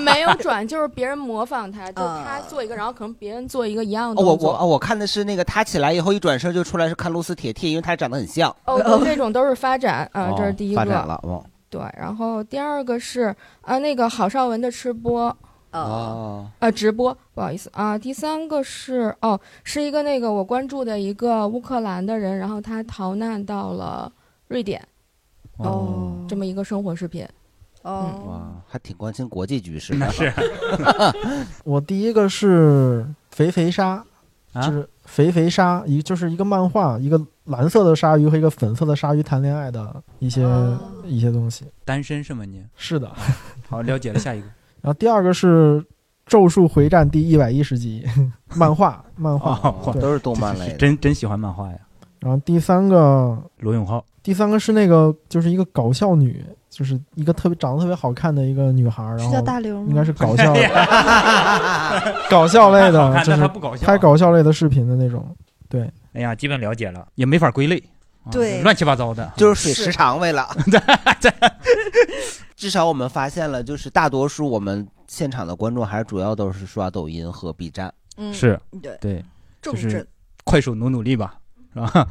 S14: 没有转，就是别人模仿他，就是
S10: 嗯
S14: 他做一个，然后可能别人做一个一样的
S3: 哦，我
S14: 动
S3: 我
S14: 作。
S3: 哦我看的是那个他起来以后一转身就出来是看露丝铁剃，因为他长得很像。
S14: 哦，对这种都是发展啊，
S3: 呃哦
S14: 这是第一个。
S3: 发展了，哦
S14: 对，然后第二个是啊，那个郝邵文的吃播，
S3: 哦，
S14: 呃，直播，不好意思啊。第三个是哦，是一个那个我关注的一个乌克兰的人，然后他逃难到了瑞典，
S3: 哦，
S14: 这么一个生活视频。
S1: 哦，
S3: 哇，还挺关心国际局势的。
S2: 那是啊
S12: 我第一个是肥肥鲨，
S2: 啊
S12: 就是肥肥鲨，一就是一个漫画，一个蓝色的鲨鱼和一个粉色的鲨鱼谈恋爱的一些、
S1: 哦
S12: 一些东西。
S2: 单身是吗你？
S12: 是的。
S2: <laughs> 好，了解了。下一个，
S12: 然后第二个是《咒术回战》第一百一十集， <laughs> 漫画，漫画、
S2: 哦
S12: 对
S3: 都是动漫类的
S2: 真真喜欢漫画呀。
S12: 然后第三个，
S2: 罗永浩，
S12: 第三个是那个，就是一个搞笑女，就是一个特别长得特别好看的一个女孩儿，然
S1: 是叫
S12: 后
S1: 大刘吗
S12: 应该是搞笑
S2: <laughs> 哎呀
S12: 搞笑类
S2: 她好
S12: 的，
S2: <laughs> 看
S12: 就是
S2: 但她不搞笑
S12: 拍搞笑类的视频的那种。对，
S2: 哎呀，基本了解了，也没法归类，啊
S3: 对
S2: 乱七八糟的，
S3: 嗯就是水时长位了。 <laughs> 至少我们发现了，就是大多数我们现场的观众还是主要都是刷抖音和 B 站。
S1: 嗯
S2: 是，
S1: 对
S2: 对，
S1: 重
S2: 就是
S1: 症
S2: 快手努努力吧，是吧？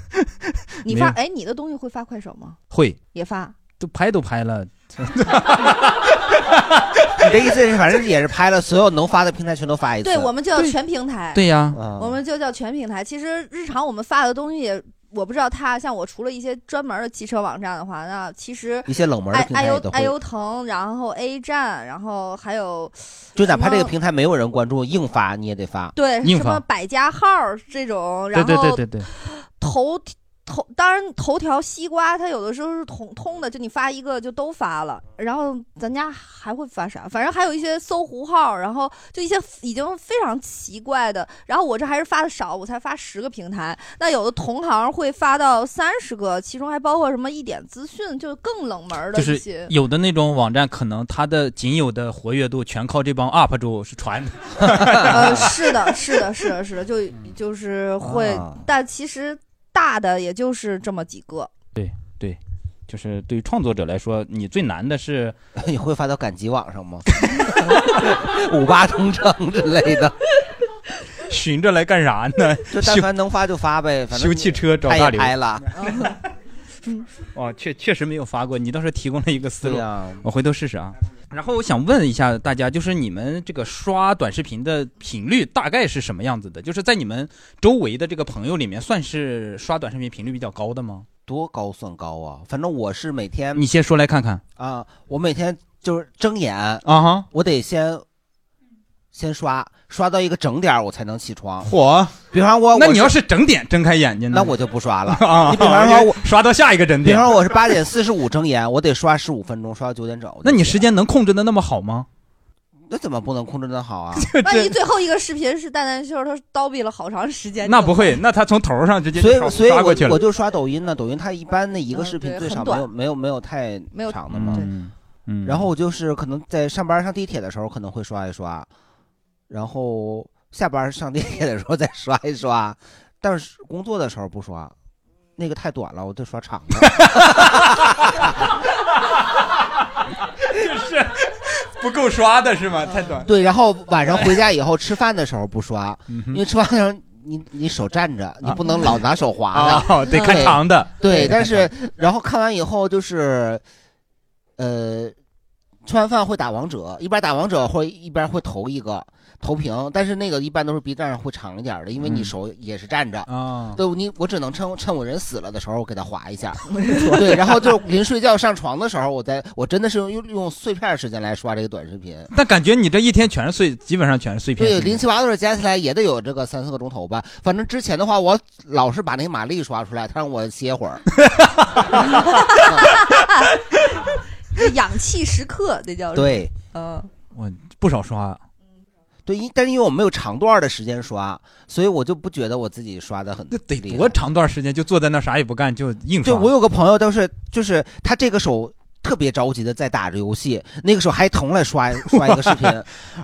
S2: <laughs>
S1: 你
S2: 没
S1: 发
S2: 有
S1: 哎，你的东西会发快手吗？
S2: 会
S1: 也发，
S2: 都拍都拍
S3: <laughs>
S2: 了，
S3: 你的意思是，反正也是拍了，所有能发的平台全都发一次。
S1: 对，我们就叫全平台。
S2: 对呀
S3: 啊
S1: 我们就叫全平台。其实日常我们发的东西也，我不知道他像我除了一些专门的汽车网站的话，那其实
S3: 一些冷门的
S1: 爱
S3: 平台
S1: 爱
S3: 也
S1: 优
S3: 都会
S1: 爱哎优腾，然后 A 站，然后还有
S3: 就哪怕
S1: 什
S3: 这
S1: 么
S3: 个平台没有人关注，硬发你也得发。
S1: 对什么百家号儿这种，然后
S3: 对。
S1: 头头，当然头条西瓜，它有的时候是通通的，就你发一个就都发了。然后咱家还会发啥？反正还有一些搜狐号，然后就一些已经非常奇怪的。然后我这还是发的少，我才发十个平台。那有的同行会发到三十个，其中还包括什么一点资讯，就更冷门的
S2: 就
S1: 一
S2: 是
S1: 些。
S2: 有的那种网站，可能它的仅有的活跃度全靠这帮 UP 主是
S3: <laughs>
S2: 传的。
S1: 呃，是的，是的，是的，是的，就就是会，
S2: 嗯啊
S1: 但其实大的也就是这么几
S2: <laughs>
S1: 个。
S2: 对对，就是对于创作者来说，你最难的是
S3: <laughs> 你会发到赶集网上
S2: <laughs>
S3: 吗？ <laughs> 五八同城之类的，
S2: <laughs> 寻着来干啥呢？
S3: <laughs> 就但凡能发就发呗，反正
S2: 修汽车找
S3: 他
S2: 大
S3: 也
S2: 刘
S3: 拍了。
S2: <laughs> 哦，确确实没有发过，你倒是提供了一个思路，
S3: 对呀
S2: 我回头试试啊。然后我想问一下大家，就是你们这个刷短视频的频率大概是什么样子的？就是在你们周围的这个朋友里面，算是刷短视频频率比较高的吗？
S3: 多高算高啊？反正我是每天
S2: 你先说来看看。
S3: 啊，我每天就是睁眼啊
S2: 哈，
S3: 我得先先刷刷到一个整点儿我才能起床。
S2: 火，
S3: 比方我
S2: 那
S3: 我
S2: 你
S3: 是
S2: 要是整点睁开眼睛呢，那我
S3: 就不刷了
S2: <laughs> 啊。
S3: 你比方说我
S2: 刷到下一个整
S3: 比
S2: 点，
S3: 方说我是八点四十五睁眼，我得刷十五分钟，刷到九点整。
S2: 那你时间能控制的那么好
S3: <laughs>
S2: 吗？
S3: 那怎么不能控制的好啊？
S1: 万一最后一个视频是蛋蛋秀，他叨逼了好长时间。
S2: 那不会，那他从头上直接
S3: 所
S2: 就
S3: 以
S2: 刷
S3: 所以
S2: 刷过去
S3: 我
S2: 了。
S3: 我就刷抖音呢，抖音它一般那一个视频
S1: 嗯对
S3: 最少
S1: 很
S3: 没有
S1: 短
S3: 没有没有太
S1: 没有
S3: 长的嘛。
S2: 嗯嗯
S3: 然后我就是可能在上班上地铁的时候可能会刷一刷，然后下班上地铁的时候再刷一刷，但是工作的时候不刷，那个太短了，我得刷长的。 <laughs>
S2: 就是不够刷的是吗？太短。
S3: 对，然后晚上回家以后吃饭的时候不刷，
S2: 嗯哼
S3: 因为吃饭的时候你你手站着，你不能老拿手滑
S2: 啊
S3: 的，
S2: 哦得看长的
S3: 对，
S2: 对
S3: 但是然后看完以后就是，呃，吃完饭会打王者，一边打王者会一边会投一个投屏，但是那个一般都是 B 站上会长一点的，因为你
S2: 嗯
S3: 手也是站着
S2: 啊
S3: 对，你我只能趁趁我人死了的时候我给他划
S2: <laughs>
S3: 一下，对，然后就临睡觉上床的时候，我再我真的是用用用碎片时间来刷这个短视频。
S2: 但感觉你这一天全是碎，基本上全是碎片
S3: 对，
S2: 性的。
S3: 零七八碎加起来也得有这个三四个钟头吧。反正之前的话，我老是把那个玛丽刷出来，他让我歇会儿。
S1: 这氧气时刻，那叫什么
S3: 对，
S1: 嗯、
S2: 我不少刷，
S3: 对，因但是因为我没有长段的时间刷，所以我就不觉得我自己刷的很
S2: 得多长段时间就坐在那啥也不干就硬
S3: 对
S2: 刷。
S3: 我有个朋友，都是就是他这个手特别着急的在打着游戏，那个手还同来
S2: <laughs>
S3: 刷刷一个视频，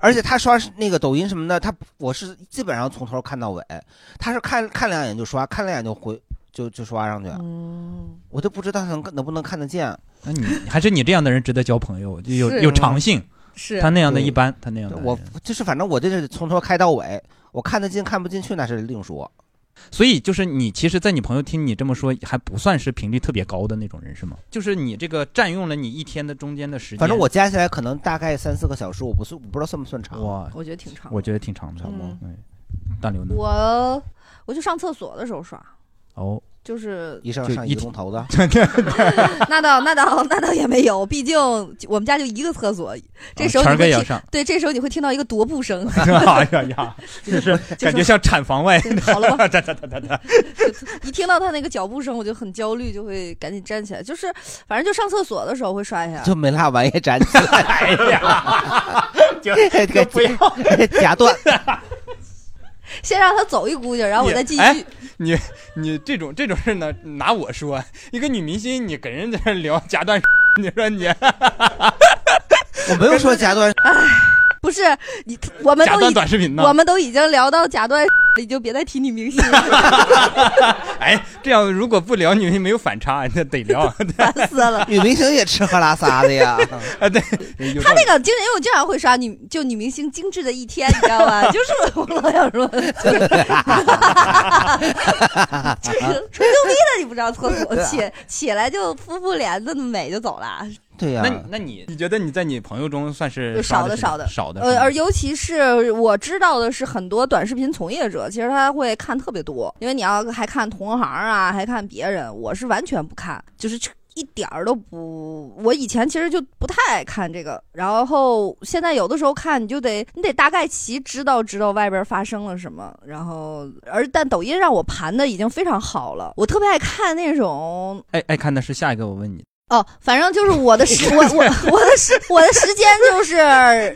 S3: 而且他刷那个抖音什么的，他我是基本上从头看到尾，他是看看两眼就刷，看两眼就回就就刷上去，我都不知道他能能不能看得见。
S2: 那你还是你这样的人值得交朋友，就有
S3: 是
S2: 有长性。
S3: 是
S2: 他那样的一般，他那样的
S3: 我就是反正我这是从头开到尾，我看得进看不进去那是另说。
S2: 所以就是你，其实，在你朋友听你这么说，还不算是频率特别高的那种人，是吗？就是你这个占用了你一天的中间的时间。
S3: 反正我加起来可能大概三四个小时，我不是我不知道算不算长。
S2: 哇，
S1: 我觉得挺长
S2: 我觉得挺长的，
S1: 嗯
S2: 嗯，大刘呢？
S1: 我我就上厕所的时候刷，
S2: 哦，
S1: 就是
S3: 一上
S2: 就
S3: 上
S2: 一
S3: 一个钟
S2: 天
S3: 头的，
S1: 那倒那倒那倒也没有，毕竟我们家就一个厕所，这时候
S2: 啊
S1: 你
S2: 全儿哥
S1: 会
S2: 也要
S1: 听
S2: 上
S1: 对，这时候你会听到一个踱步声，
S2: <laughs> <laughs> 哎呀
S3: <laughs>
S2: 呀，就是感觉像产房外的，
S1: 好了吧
S2: 哒哒哒哒哒。
S1: <laughs> 一听到他那个脚步声，我就很焦虑，就会赶紧站起来。就是反正就上厕所的时候会刷一下，
S3: 就没拉完也粘起来。哎呀，就不要夹断。
S1: 先让他走一估计，然后我再继续。
S2: 哎你你这种这种事呢，拿我说，一个女明星，你跟人在这聊夹断， <laughs> 你说你，
S3: 我没有说夹断，
S1: 不是你，我们
S2: 假
S1: 都
S2: 断
S1: 已
S2: 短视频呢
S1: 我们都已经聊到假断，你就别再提女明星了，
S2: 哎，这样如果不聊，你没有反差，那得聊。
S1: 烦死了。
S3: 女明星也吃喝拉撒的呀。
S2: 啊，对，
S1: 他那个经，因为我经常会刷女，就女明星精致的一天，你知道吧？ <laughs> 就是我老想说， <laughs> 就是
S2: <laughs>
S1: 吹牛逼的，你不知道厕所起起来就敷敷帘子，美就走了。
S3: 对呀、
S2: 那你那你你觉得你在你朋友中算是
S1: 少
S2: 刷
S1: 的
S2: 是
S1: 少的
S2: 少的嗯是
S1: 呃，
S2: 吗，
S1: 而尤其是我知道的是，很多短视频从业者其实他会看特别多，因为你要还看同行啊，还看别人，我是完全不看，就是这一点儿都不。我以前其实就不太爱看这个，然后现在有的时候看，你就得你得大概其知道知道外边发生了什么，然后而但抖音让我盘的已经非常好了，我特别爱看那种
S2: 哎爱爱看的是下一个，我问 <laughs> 你，
S1: 哦，反正就是我的时，我我我的时我的时间就是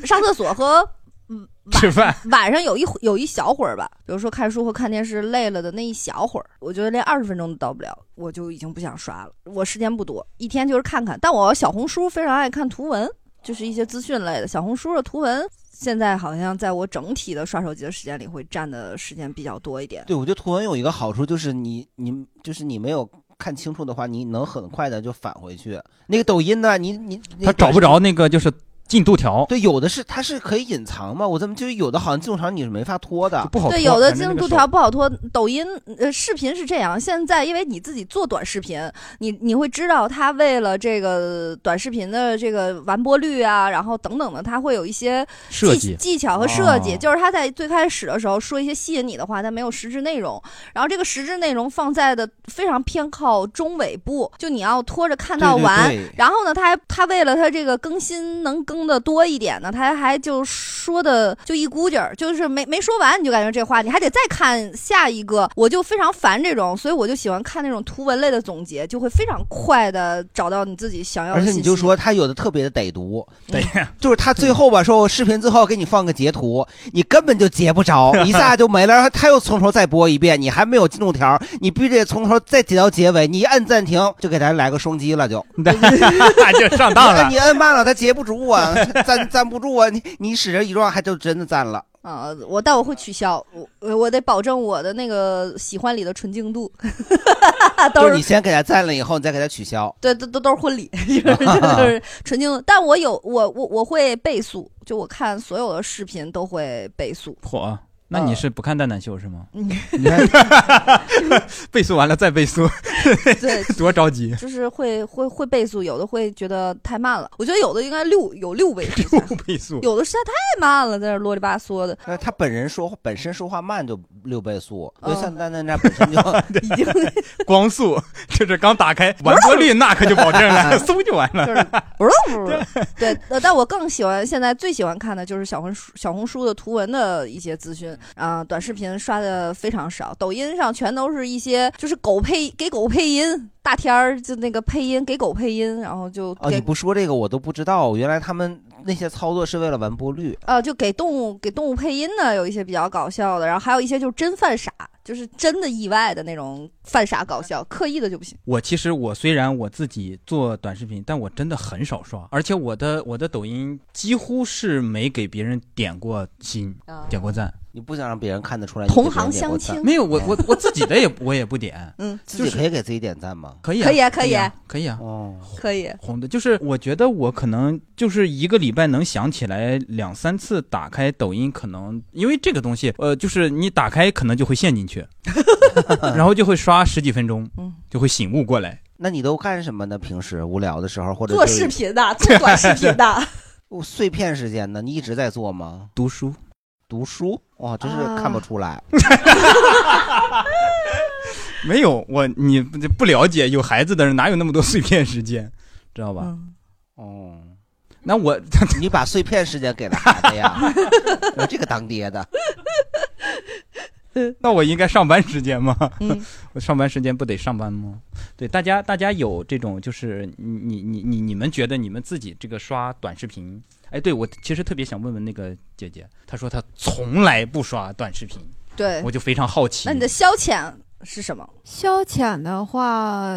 S1: 上厕所和嗯
S2: 吃饭。
S1: 晚上有一会有一小会儿吧，比如说看书或看电视累了的那一小会儿，我觉得连二十分钟都到不了，我就已经不想刷了。我时间不多，一天就是看看。但我小红书非常爱看图文，就是一些资讯类的。小红书的图文现在好像在我整体的刷手机的时间里会占的时间比较多一点。
S3: 对，我觉得图文有一个好处就是你你就是你没有看清楚的话，你能很快的就返回去。那个抖音呢，你你
S2: 他找不着那个就是进度条，
S3: 对，有的是它是可以隐藏嘛，我怎么就有的好像进度条你是没法拖的，
S2: 不
S1: 对，有的进度条不好拖。抖音呃，视频是这样，现在因为你自己做短视频，你你会知道它为了这个短视频的这个完播率啊，然后等等的，它会有一些
S2: 设
S1: 技
S2: 计
S1: 技巧和设计。
S2: 哦
S1: 就是它在最开始的时候说一些吸引你的话，但没有实质内容，然后这个实质内容放在的非常偏靠中尾部，就你要拖着看到
S17: 对对
S1: 完。
S17: 对
S1: 然后呢，他还他为了他这个更新能更的多一点呢，他还就说的就一股劲儿，就是没没说完，你就感觉这话你还得再看下一个，我就非常烦这种，所以我就喜欢看那种图文类的总结，就会非常快的找到你自己想要的
S3: 而
S1: 信
S3: 且
S1: 息。
S3: 你就说他有的特别的歹毒，
S2: <laughs> 对，
S3: 就是他最后吧，说我视频最后给你放个截图，你根本就截不着，一下就没了，然后他又从头再播一遍，你还没有进度条，你必须得从头再截到结尾，你一按暂停就给他来个双击了就， <laughs>
S2: 就上当了
S3: 你摁慢了，他截不住啊， <laughs> 站站不住啊，你你使劲一撞，还就真的站了。
S1: 啊、我但我会取消，我呃我得保证我的那个喜欢里的纯净 <laughs> 度，
S3: 就是你先给他赞了以后，你再给他取消。
S1: 对，都都都是婚礼， <laughs> 就是就是纯净度。但我有我我我会倍速，就我看所有的视频都会倍速。
S2: 嚯啊！那你是不看蛋蛋秀是 <laughs> 吗？
S1: <laughs> 嗯，
S2: 背诵完了再背诵，
S1: 对，
S2: 多着急。
S1: 就是会会会倍速，有的会觉得太慢了。我觉得有的应该六有六倍速，
S2: 不倍速
S1: 有的实在太慢了，在这啰里吧嗦的。
S3: 那他本人说话本身说话慢就六倍速，
S1: 哦
S3: 就像丹丹那本身
S2: <laughs>
S3: 就
S2: 光速就是刚打开完播率，那可就保证 <laughs>
S3: 哎
S2: 了，嗖就完了。
S1: 不是不是，对，呃但我更喜欢现在最喜欢看的就是小红书小红书的图文的一些资讯啊、短视频刷的非常少，抖音上全都是一些就是狗配给狗配音，大天儿就那个配音给狗配音，然后就
S3: 哦，
S1: 给
S3: 你不说这个我都不知道，原来他们那些操作是为了完播率，
S1: 呃，就给动物给动物配音的有一些比较搞笑的，然后还有一些就是真犯傻，就是真的意外的那种犯傻搞笑，刻意的就不行。
S2: 我其实我虽然我自己做短视频，但我真的很少刷，而且我的我的抖音几乎是没给别人点过心、点过赞。
S3: 你不想让别人看得出来。
S1: 啊同行相亲
S2: 没有我我我自己的也我也不 <laughs> 点，
S1: 嗯
S3: 自哎己可以给自己点赞吗？
S2: 可以啊
S1: 可以啊
S2: 可
S1: 可以
S2: 啊
S1: 啊
S2: 可以啊，
S1: 可以，
S2: 红的，就是我觉得我可能就是一个礼拜能想起来两三次打开抖音，可能因为这个东西，呃，就是你打开可能就会陷进
S1: <laughs>
S2: 去，然后就会刷十几分钟，
S1: 嗯
S2: 就会醒悟过来。
S3: 那你都干什么呢？平时无聊的时候，或者
S1: 做
S3: 就是
S1: <laughs> 视频的，做短视频的。
S3: <laughs> 我碎片时间呢？你一直在做吗？
S2: 读书，
S3: 读书，哇，真是
S1: 啊
S3: 看不出来。
S2: <laughs> 没有我，你不不了解，有孩子的人哪有那么多碎片时间，知道吧？
S1: 嗯
S3: 哦，
S2: 那我
S3: <laughs> 你把碎片时间给了孩
S1: <laughs>
S3: 子呀？我这个当爹的，
S2: 那我应该上班时间吗？
S3: 嗯
S2: <laughs> 我上班时间不得上班吗？对，大家大家有这种就是你你你你你们觉得你们自己这个刷短视频？哎，对我其实特别想问问那个姐姐，她说她从来不刷短视频，
S1: 对，
S2: 我就非常好奇
S1: 那。你的消遣是什么？
S11: 消遣的话，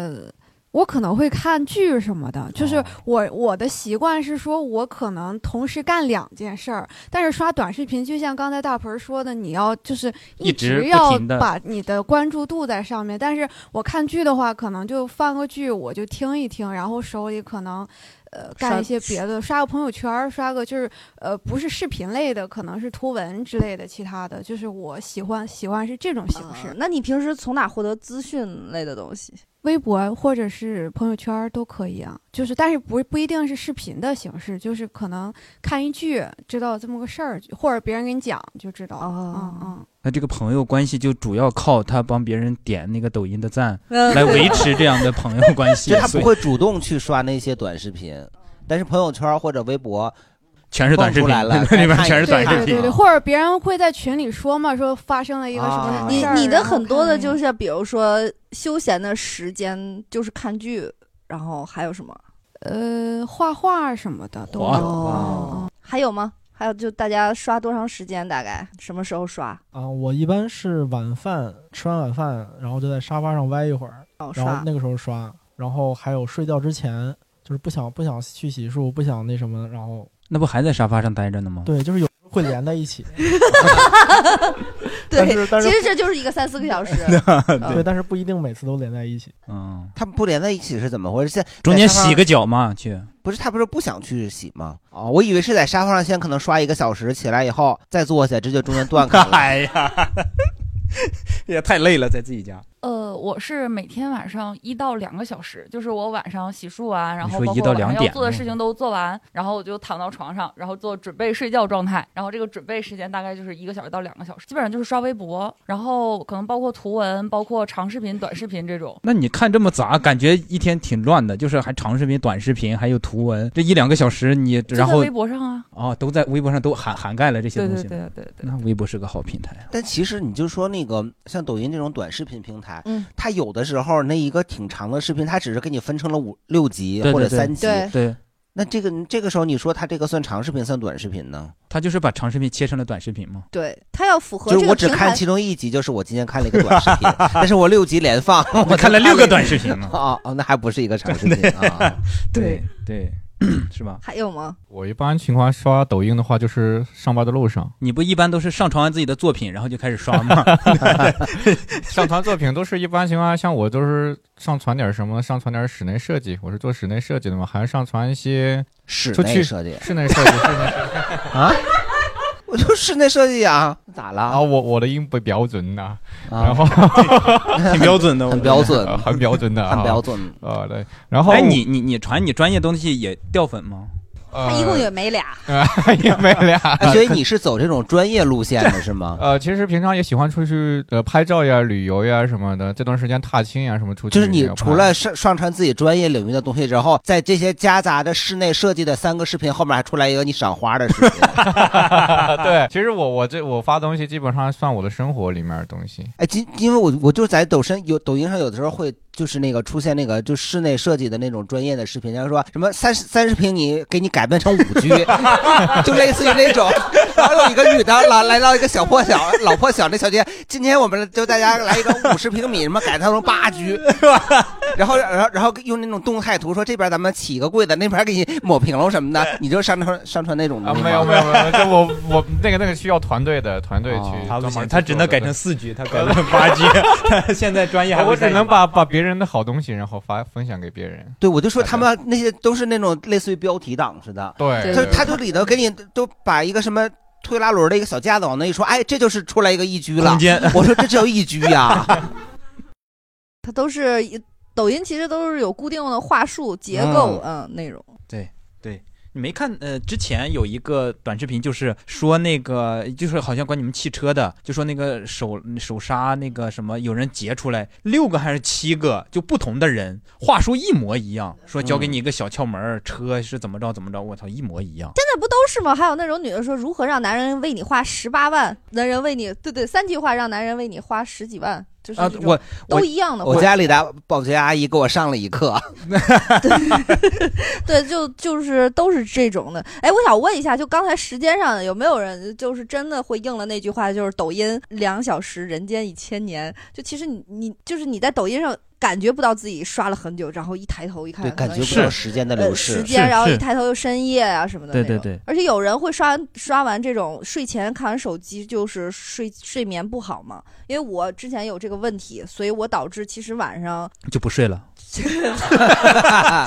S11: 我可能会看剧什么
S2: 哦
S11: 的。就是我我的习惯是说，我可能同时干两件事儿。但是刷短视频，就像刚才大鹏说的，你要就是
S2: 一直
S11: 直
S2: 不
S11: 要
S2: 停地
S11: 把你的关注度在上面。但是我看剧的话，可能就放个剧，我就听一听，然后手里可能。呃，
S1: 刷
S11: 干一些别的，刷个朋友圈儿，刷个就是呃，不是视频类的，可能是图文之类的，其他的就是我喜欢喜欢是这种形式。
S1: 嗯那你平时从哪获得资讯类的东西？
S11: 微博或者是朋友圈儿都可以啊，就是但是不不一定是视频的形式，就是可能看一句知道这么个事儿，或者别人给你讲就知道。哦、嗯嗯，
S2: 那这个朋友关系就主要靠她帮别人点那个抖音的赞
S11: 嗯
S2: 来维持这样的朋友关系啊
S3: 就，他
S2: 所
S3: 不
S2: 以
S3: 会主动去刷那些短视频，但是朋友圈或者微博
S2: 全是短视
S3: 蹦出
S2: 频
S3: 来
S2: <laughs>
S3: 了，
S2: 里面全是
S3: 该看
S2: 短
S3: 一
S2: 视
S3: 看
S2: 频
S11: 对对，或者别人会在群里说嘛，说发生了一个什么什么
S1: 你
S11: 事儿、
S1: 你的
S11: 然后
S1: 很多的
S11: 看
S1: 就是，比如说休闲的时间就是看剧，然后还有什么？
S11: 呃画画什么的都有。啊
S1: 哇还有吗？还有就大家刷多长时间？大概什么时候刷？
S12: 啊，我一般是晚饭吃完晚饭，然后就在沙发上歪一会儿，
S1: 哦
S12: 然
S1: 刷
S12: 后那个时候刷，然后还有睡觉之前，就是不想不想去洗漱，不想那什么，然后
S2: 那不还在沙发上待着呢吗？
S12: 对，就是有时候会连在
S1: <laughs>
S12: 一起。
S1: 对
S12: 但是，但是
S1: 其实这就是一个三四个
S12: <laughs>
S1: 小时。
S12: 对，但是不一定每次都连在一起。
S2: 嗯，
S3: 他们不连在一起是怎么回事？现在
S2: 中间
S3: 在沙发
S2: 洗个脚嘛去。
S3: 不是他不是不想去洗吗？哦，我以为是在沙发上先可能刷一个小时，起来以后再坐下，这就中间断开了。
S2: <laughs> 哎呀，也太累了，在自己家。
S10: 呃，我是每天晚上一到两个小时，就是我晚上洗漱啊，然后
S2: 说
S10: 包
S2: 一
S10: 括
S2: 到
S10: 晚上
S2: 两
S10: 要
S2: 点
S10: 做的事情都做完，然后我就躺到床上，然后做准备睡觉状态，然后这个准备时间大概就是一个小时到两个小时，基本上就是刷微博，然后可能包括图文，包括长视频、短视频这
S2: <laughs>
S10: 种。
S2: 那你看这么杂，感觉一天挺乱的，就是还长视频、短视频，还有图文，这一两个小时你，
S10: 就
S2: 然
S10: 在
S2: 后
S10: 微博上啊，
S2: 哦，都在微博上都涵涵盖了这些
S10: 对
S2: 东
S10: 对
S2: 西。
S10: 对对对对。
S2: 那微博是个好平台啊。
S3: 但其实你就说那个像抖音这种短视频平台，
S2: 嗯
S3: 它有的时候那一个挺长的视频，它只是给你分成了五六集
S2: 对
S3: 或者
S2: 对对
S3: 三集，
S2: 对对
S3: 那这个这个时候你说它这个算长视频算短视频呢？
S2: 它就是把长视频切成了短视频嘛。
S1: 对，它要符合
S3: 就
S1: 这
S3: 是
S1: 个
S3: 我只
S1: 平
S3: 看
S1: 台
S3: 其。中一集，就是我今天看了一个短视
S1: <laughs>
S3: 频，但是我六集连
S2: <laughs>
S3: 放，我
S2: 看了六个短视频呢
S3: <laughs> 哦哦，那还不是一个长视频啊？
S2: <laughs> 对对，是吧？
S1: 还有吗？
S6: 我一般情况刷抖音的话，就是上班的路
S3: <laughs>
S6: 上，
S2: <clears throat> 你不一般都是上传完自己的作品，然后就开始刷吗？ <laughs>
S6: 上传作品都是一般情况下，像我都是上传点什么，上传点室内设计，我是做室内设计的嘛，还上传一些
S3: 室
S6: 出
S3: 内
S6: 去
S3: 设计
S6: 室内设计，室内设计
S3: <laughs> 啊。我就室内设计啊，咋了？
S6: 啊，我我的音不标准呐、
S3: 啊 <laughs>
S6: 然后
S2: 挺
S6: <laughs>
S2: 标准的我
S6: 很
S2: 觉得
S6: 标准，很标准
S3: <laughs>
S6: 的啊，
S2: 很标准
S6: 啊，对。然后
S2: 哎，你你你传你专业东西也掉粉吗？
S1: 它一共也没
S2: <laughs>
S1: 俩。
S6: 呃 <laughs>
S2: 啊
S6: 也没俩
S3: <laughs> 哎所以你是走这种专业路线的是
S2: <laughs>
S3: 吗？
S6: 呃，其实平常也喜欢出去呃拍照呀、旅游呀什么的。这段时间踏青呀什么出去，
S3: 就是你
S2: 啊
S6: 要拍
S3: 除了上上传自己专业领域的东西之后，在这些夹杂着室内设计的三个视频后面还出来一个你赏花的视频。
S6: <laughs> 对，其实我我这我发东西基本上算我的生活里面的东西。
S3: 哎，今因为我我就在抖身有抖音上有的时候会就是那个出现那个就室内设计的那种专业的视频，然后说什么三十三十平你给你改变成五居， <laughs> 就类似于那种。然后有一个女的来来到一个小破小老破小那小街，今天我们就大家来一个五十平米，什么改它成
S6: <laughs>
S3: 八居，是吧？然后然后然后用那种动态图说这边咱们起一个柜子，那边给你抹平了什么的，你就上传上传那种的
S6: 啊，
S3: 吗
S6: 没有没有没有，这我我那个那个需要团队的团队去
S2: 哦他
S6: 专
S2: 不
S6: 门去做的、
S2: 行他只能改成四 G 他
S6: <laughs>
S2: 改不成八 G 他现在专业还不
S6: 我
S2: 在
S6: 只
S2: 一
S6: 能
S2: 块
S6: 把把别人的好东西，然后发分享给别人。
S3: 对，我就说他们那些都是那种类似于标题党似的，
S6: 对
S3: 他
S6: 对
S3: 他就里头给你都把一个什么。推拉轮的一个小架子往那一说，哎，这就是出来一个一居了
S2: 空间。
S3: 我说这叫一居呀、
S1: 它都是抖音，其实都是有固定的话术、结构，嗯，内容。
S2: <laughs> 对对，你没看呃，之前有一个短视频，就是说那个，就是好像关你们汽车的，就说那个手手刹那个什么，有人截出来六个还是七个，就不同的人话术一模一样，说教给你一个小窍门儿，车是怎么着怎么着，我操，一模一样。
S1: 现在不都是吗？还有那种女的说，如何让男人为你花十八万，男人为你，对对，三句话让男人为你花十几万， <laughs> 就是
S3: 啊
S1: 这，种
S3: 我
S1: 都一样的话。
S3: 我家里的保洁阿姨给我上了一课，
S1: 对，就就是都是这种的。哎，我想问一下，就刚才时间上有没有人就是真的会应了那句话，就是抖音两小时，人间一千年。就其实你你就是你在抖音上感觉不到自己刷了很久，然后一抬头一看，
S3: 对，感
S1: 可
S3: 觉
S1: 能
S3: 不
S1: 是
S3: 到时间的
S1: 呃
S3: 流逝。
S1: 时间，然后一抬头又深夜啊什么的那
S3: 对
S1: 种。
S3: 对对
S1: 而且有人会刷完刷完这种睡前看完手机，就是睡睡眠不好嘛。因为我之前有这个问题，所以我导致其实晚
S3: <laughs>
S1: 上
S2: 就不
S6: <laughs>
S2: 睡了，
S1: <laughs>
S2: 哎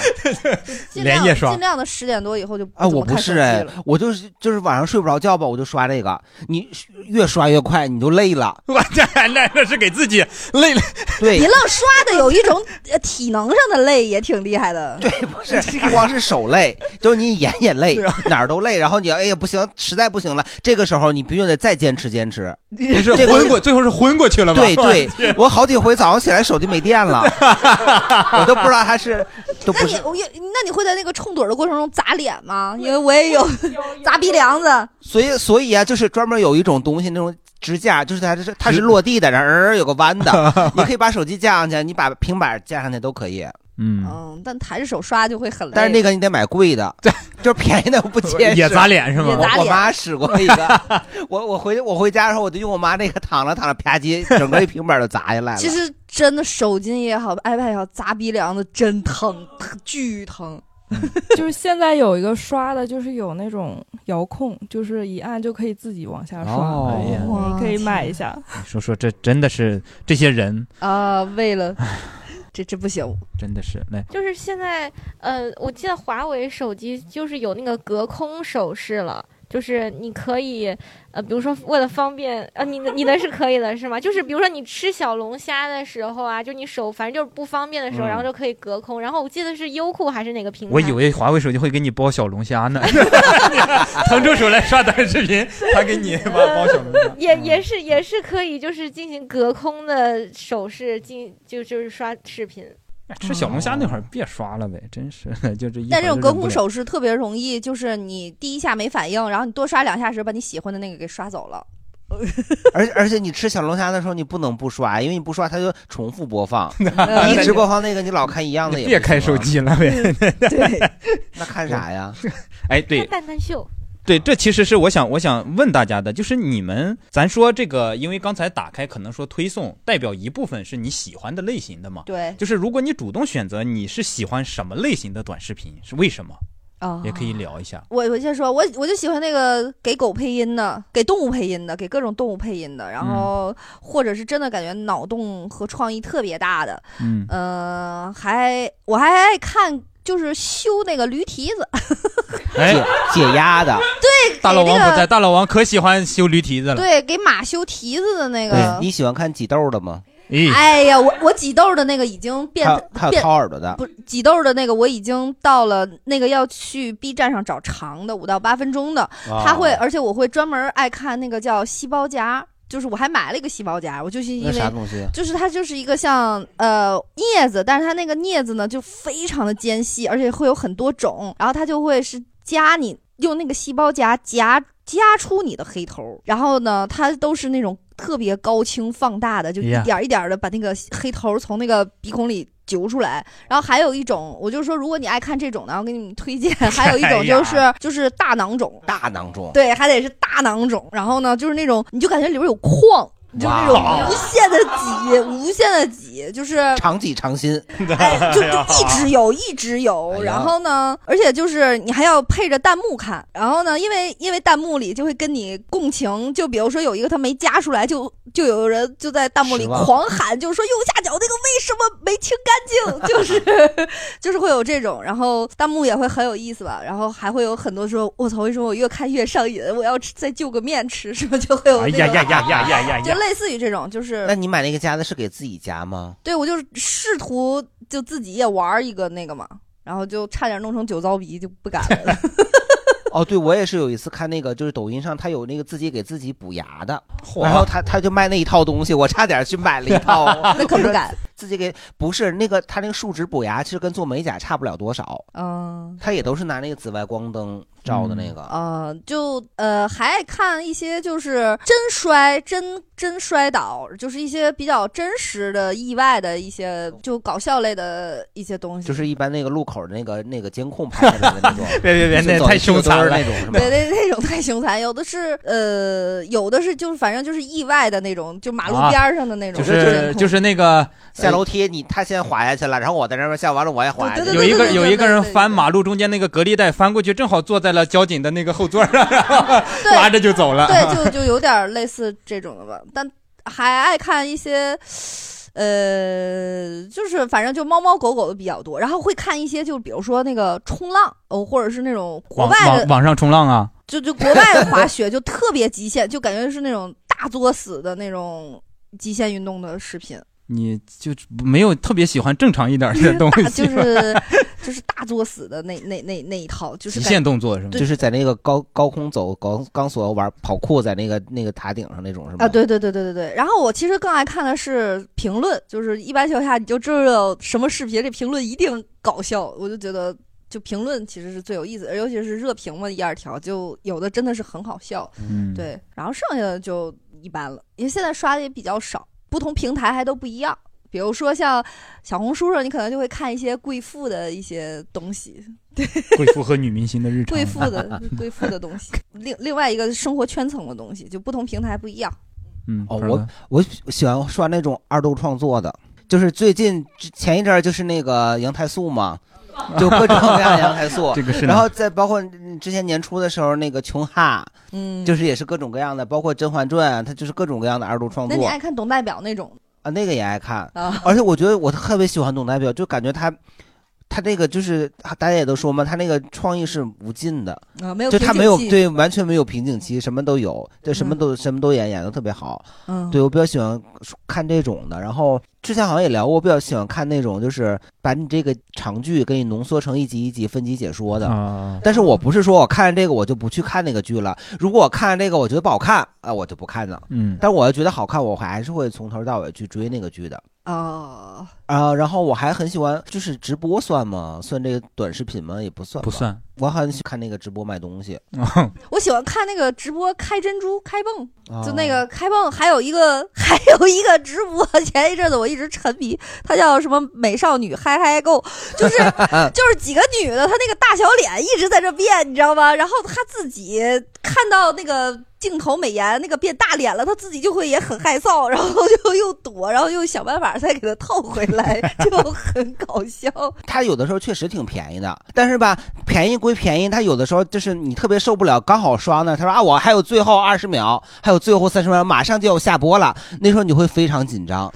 S1: 尽量
S3: 连夜刷
S1: 尽量的十点多以后就不
S3: 啊，
S1: 怎
S3: 我
S1: 么看
S3: 不
S1: 手
S3: 是
S1: 机
S3: 哎
S1: 了。，
S3: 我就是就是晚上睡不着觉吧，我就刷这个，你越刷越快，你就累了。
S2: <laughs> 我这那那是给自己累了。
S3: 对，
S1: 你愣刷的有一种呃体能上的累，也挺厉害的。
S3: 对，
S2: <laughs>
S3: 不是不光是手累，就是你眼也累，
S2: 啊
S3: 哪儿都累。然后你哎呀不行，实在不行了，这个时候你必须得再坚持坚
S2: <laughs>
S3: 持。
S2: 也是
S3: 这个
S2: 昏过，最后是昏过去了吗？ <laughs>
S3: 对对，我好几回早上起来手机没电了，我都不知道它是都
S1: 那
S3: 不
S1: 你
S3: 是。嗯
S1: 我也那你会在那个冲盹儿的过程中砸脸吗？因为我也有砸鼻梁子。
S3: 所以所以啊，就是专门有一种东西，那种支架，就是它是它是落地的，然后呃有个弯
S2: <laughs>
S3: 的，你可以把手机架上去，你把平板架上去都可以。
S2: 嗯
S1: 嗯，但抬着手刷就会很累。
S3: 但是那个你得买贵的，就是便宜的我
S2: <laughs>
S3: 不接
S2: 哎也砸脸是吗也砸脸
S3: 我妈使过一个，我我回我回家的时候我就用我妈那个躺着躺着啪叽，整个一平板就砸下来了。
S1: 其实真的手机也好，iPad 也好，砸鼻梁子真
S15: <laughs>
S1: 疼，疼巨疼。
S8: 就是现在有一个刷的，就是有那种遥控，就是一按就可以自己往下刷，
S2: 哦哎呀
S8: 你可以买一
S3: <laughs>
S8: 下。
S2: 你说说这真的是这些人
S1: <laughs> 啊、为 <laughs> 了这这不行，
S2: 真的是来
S7: 就是现在，呃，我记得华为手机就是有那个隔空手势了，就是你可以，呃，比如说为了方便，呃，你的你的是可以的，是吗？就是比如说你吃小龙虾的时候啊，就你手反正就是不方便的时候，
S2: 嗯
S7: 然后就可以隔空。然后我记得是优酷还是哪个平台？
S2: 我以为华为手机会给你包小龙虾
S1: <laughs>
S2: 呢，腾出手来刷短视频，他给你包包小龙虾。
S7: <laughs> 也
S1: 嗯
S7: 也是也是可以，就是进行隔空的手势进，就就是刷视
S1: <laughs>
S7: 频。
S2: 吃小龙虾那会儿别刷了呗，真是 <laughs> 的，就这一会
S1: 嗯但
S2: 儿就忍不了。
S1: 这种隔空手势特别容易，就是你第一下没反应，然后你多刷两下时，把你喜欢的那个给刷走了。
S3: <laughs> 而而且你吃小龙虾的时候你不能不刷，因为你不刷它就重复
S1: <laughs>
S3: 播
S2: <laughs>
S3: 放，你
S1: 呃
S2: 嗯
S3: 一直播放那个你老看一样的也不啊
S2: 别开手机了呗。
S1: 嗯
S2: <laughs>
S3: <laughs> 那
S1: <laughs>
S3: 看啥呀？
S2: 哎，对，
S7: 蛋蛋秀，
S2: 对，这其实是我想我想问大家的，就是你们，咱说这个，因为刚才打开可能说推送代表一部分是你喜欢的类型的嘛，
S1: 对
S2: 就是如果你主动选择你是喜欢什么类型的短视频，是为什么，
S1: 啊，
S2: 也可以聊一下。
S1: 我我先说，我我就喜欢那个给狗配音的，给动物配音的，给各种动物配音的，然
S2: 嗯
S1: 后或者是真的感觉脑洞和创意特别大的，
S2: 嗯
S1: 呃，还我还爱看就是修那个驴蹄
S2: <laughs>
S1: 子，
S2: 哎，
S3: 解压的，
S1: 对，
S2: 大
S1: 给
S2: 老王
S1: 那
S2: 不在，
S1: 个
S2: 大老王可喜欢修驴蹄子了。
S1: 对给马修蹄子的那
S3: 对，
S1: 个，
S3: 你喜欢看挤痘的吗？
S2: 咦
S1: 哎呀，我我挤痘的那个已经变
S3: 还有还有
S1: 变
S3: 掏耳朵的
S1: 不，挤痘的那个我已经到了那个要去 B 站上找长的五到八分钟的，
S3: 哦
S1: 他会，而且我会专门爱看那个叫细胞夹。就是我还买了一个细胞夹，我就是因为
S3: 那啥东西啊
S1: 就是它就是一个像呃镊子，但是它那个镊子呢就非常的尖细，而且会有很多种，然后它就会是夹你用那个细胞夹夹夹出你的黑头，然后呢它都是那种特别高清放大的，就一
S2: 呀
S1: 点儿一点的把那个黑头从那个鼻孔里揪出来。然后还有一种，我就说，如果你爱看这种的，我给你们推荐。还有一种就
S3: <laughs> 哎
S1: 是
S3: 呀
S1: 就是大囊肿，
S3: 大囊中，
S1: 对，还得是大囊肿。然后呢，就是那种你就感觉里边有矿，就是那种
S3: 哇啊
S1: 无限的挤，无限的挤，就是
S3: 常挤
S1: <laughs>
S3: 常新，哎
S1: 就哎就一直有，一直有。然后呢，而且就是你还要配着弹幕看。然后呢，因为因为弹幕里就会跟你共情，就比如说有一个他没加出来，就就有人就在弹幕里
S17: 失望
S1: 狂喊，就是说右下角那个为什么没清干净，就是就是 <laughs> 会有这种。然后弹幕也会很有意思吧。然后还会有很多说，我操，为什么我越看越上瘾？我要吃再就个面吃，什么就会有
S3: 哎
S1: 那种。
S3: 呀呀呀呀呀呀呀
S1: 就类似于这种，就是
S3: 那你买那个夹子是给自己夹吗？
S1: 对，我就是试图就自己也玩儿一个那个嘛，然后就差点弄成酒糟鼻，就不敢了。，
S3: 哦，对，我也是有一次看那个，就是抖音上他有那个自己给自己补牙的，
S2: 嚯，
S3: 然后他他就卖那一套东西，我差点去买了一套
S1: <laughs> 那可不敢。
S3: 自己给不是那个他那个树脂补牙，其实跟做美甲差不了多少，
S1: 嗯，
S3: 他也都是拿那个紫外光灯照的那个。
S1: 呃，就呃还爱看一些就是真摔、真真摔倒，就是一些比较真实的意外的一些就搞笑类的一些东西。
S3: 就是一般那个路口的那个那个监控拍下来的那
S1: <laughs>
S3: 种
S2: 别别别那
S3: 走
S2: 太
S3: 一个
S2: 凶残
S3: 都是
S2: 了
S3: 那种是吗？
S1: 对对，那种太凶残，有的是呃，有的是就是反正就是意外的那种，就马
S3: 啊
S1: 路边儿上的那种，
S2: 啊就是就是那个
S3: 下楼梯，你他先滑下去了，然后我在那边下完了我也滑下去，
S2: 有一个有一个人翻马路中间那个隔离带翻过去，正好坐在了交警的那个后座上，然后 <laughs> 拉着就走了。
S1: <laughs> 对，
S2: <laughs>
S1: 就就有点类似这种的吧，但还爱看一些。呃，就是反正就猫猫狗狗的比较多，然后会看一些，就比如说那个冲浪，哦，或者是那种国
S2: 网
S1: 外的
S2: 网网上冲浪啊，
S1: 就就国外的滑雪就特别极限，就感觉是那种大作死的那种极限运动的视频，
S2: 你就没有特别喜欢正常一点的东
S1: 大
S2: 西
S1: <laughs> 就
S2: 吧，
S1: 是就是大作死的那那那那一套，就是感对
S3: 就是在那个高高空走钢钢索玩跑酷，在那个那个塔顶上那种是吗？
S1: 啊，对对对对对对。然后我其实更爱看的是评论，就是一般情况下你就知道什么视频这评论一定搞笑，我就觉得就评论其实是最有意思的，尤其是热评嘛，一二条就有的真的是很好笑，
S17: 嗯
S1: 对。然后剩下的就一般了，因为现在刷的也比较少，不同平台还都不一样。比如说像小红书上，你可能就会看一些贵妇的一些东西，
S2: 贵妇和女明星的日常。
S1: 贵妇
S2: <laughs>
S3: <laughs>
S1: 的贵妇的东西，另另外一个生活圈层的东西，就不同平台不一样。
S2: 嗯，，
S3: 哦，我我喜欢刷那种二度创作的，就是最近之前一阵儿就是那个杨太素嘛，就各种各样的杨太素
S2: <laughs> 这个是呢
S3: 然后再包括嗯之前年初的时候那个琼哈，
S1: 嗯
S3: 就是也是各种各样的，包括《甄嬛传》，啊它就是各种各样的二度创
S1: 那
S3: 作
S1: 你爱看董代表那种
S3: 啊，那个也爱看，
S1: 啊？
S3: <laughs> 而且我觉得我特别喜欢董代表，就感觉他。他那个就是大家也都说嘛，他那个创意是无尽的，
S1: 啊没有
S3: 就他
S1: 瓶颈
S3: 没有
S1: 期
S3: 对完全没有瓶颈期，什么都有，对什么
S1: 嗯
S3: 都、什么都演，演的特别好。
S1: 嗯
S3: 对我比较喜欢看这种的。然后之前好像也聊过，我比较喜欢看那种就是把你这个长剧给你浓缩成一集一集分集解说的。
S2: 啊
S3: 但是我不是说我看这个我就不去看那个剧了，如果我看这个我觉得不好看啊，我就不看了。
S2: 嗯
S3: 但我要觉得好看，我还是会从头到尾去追那个剧的。
S1: 哦，
S3: 啊，然后我还很喜欢，就是直播算吗？算这个短视频吗？也不算，
S2: 不算。
S3: 我好像去看那个直播卖东西，
S1: 我喜欢看那个直播开珍珠、开泵，
S3: 哦
S1: 就那个开泵，还有一个 <laughs> 还有一个直播，前一阵子我一直沉迷，它叫什么美少女嗨嗨
S3: <laughs>
S1: 购，就是
S2: 哎
S1: 就是几个女的，她那个大小脸一直在这变，你知道吗？然后她自己看到那个镜头美颜那个变大脸了，她自己就会也很害臊，然后就又躲，然后又想办法再给它套回来，就很搞笑。
S3: 它有的时候确实挺便宜的，但是吧，便宜归便宜，它有的时候就是你特别受不了，刚好刷呢，他说啊，我还有最后二十秒，还有最后三十秒，马上就要下播了，那时候你会非常紧张，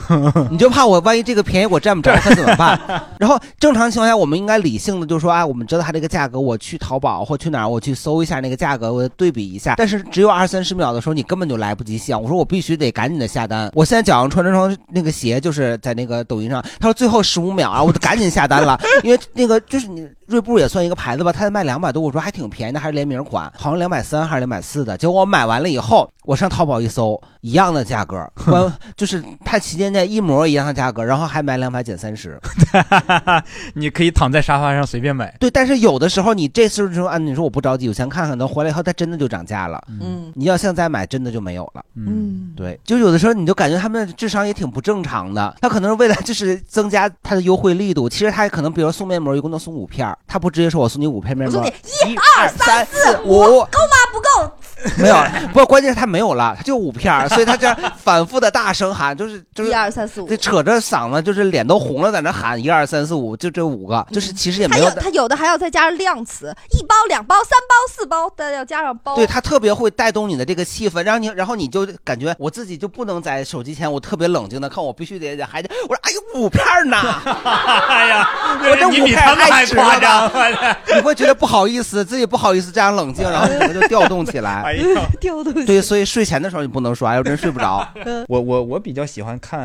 S3: 你就怕我万一这个便宜我占不着，可怎么办？然后正常情况下，我们应该理性的就说啊，我们知道它这个价格，我去淘宝或去哪儿，我去搜一下那个价格，我对比一下。但是只有二三十秒的时候，你根本就来不及想，我说我必须得赶紧的下单。我现在脚上穿这双那 <laughs> 个鞋，就是在那个抖音上，他说最后十五秒啊，我就赶紧下单了，因为那个就是你。锐步也算一个牌子吧，它卖两百多，我说还挺便宜的，还是联名款，好像两百三还是两百四的。结果我买完了以后，我上淘宝一搜，一样的价格，关就是它旗舰店一模一样的价格，然后还买两百减三十。
S2: <laughs> 你可以躺在沙发上随便买。
S3: 对，但是有的时候你这次说啊，你说我不着急，有钱看看，等回来以后它真的就涨价了。
S1: 嗯，
S3: 你要现在买，真的就没有了。
S2: 嗯，
S3: 对，就有的时候你就感觉他们智商也挺不正常的，他可能是为了就是增加它的优惠力度，其实他可能比如送面膜一共能送五片儿，他不直接说我送你五片面
S1: 我
S3: 膜
S1: 送你，一二三四
S3: 五
S1: 够吗？不够。
S3: <laughs> 没有，不，关键是他没有了，他就五片儿，所以他这样反复的大声喊，就是就是
S1: 一二三四五
S3: 得扯着嗓子，就是脸都红了，在那喊一二三四五，就这五个，就是其实也
S1: 他
S3: 没
S1: 有
S3: 的
S1: 他有的还要再加上量词，一包、两包、三包、四包，但要加上包。
S3: 对他特别会带动你的这个气氛，让你，然后你就感觉我自己就不能在手机前，我特别冷静的看，我必须得得还得，我说哎呦五片儿呢，
S2: <laughs> 哎呀，
S3: 我这
S2: 你
S3: 五
S2: 比
S3: 片
S2: 他
S3: 儿
S2: 们还
S3: 太值了
S2: 夸张，
S3: 吧， <laughs> 你会觉得不好意思，自己不好意思这样冷静，然后整个就调动起来，
S2: <laughs> 哎呦
S8: <laughs>
S1: 调
S3: <laughs>
S1: 动
S3: 对，所以睡前的时候你不能刷，要真睡不着。
S2: 我我我比较喜欢看，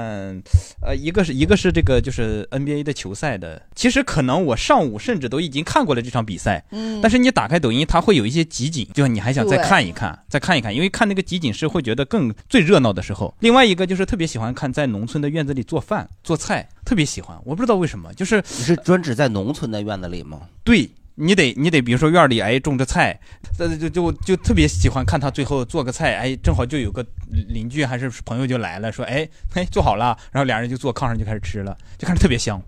S2: 呃，一个是一个是这个就是 NBA 的球赛的，其实可能我上午甚至都已经看过了这场比赛，
S1: 嗯
S2: 但是你打开抖音，它会有一些集锦，就你还想再
S1: 对
S2: 看一看，再看一看，因为看那个集锦是会觉得更最热闹的时候。另外一个就是特别喜欢看在农村的院子里做饭做菜，特别喜欢，我不知道为什么，就是
S3: 你是专指在农村的院子里吗？
S2: 对。你得你得，比如说院里哎种着菜，呃就就就特别喜欢看他最后做个菜，哎正好就有个邻居还是朋友就来了，说哎哎做好了，然后俩人就坐炕上就开始吃了，就看着特别香。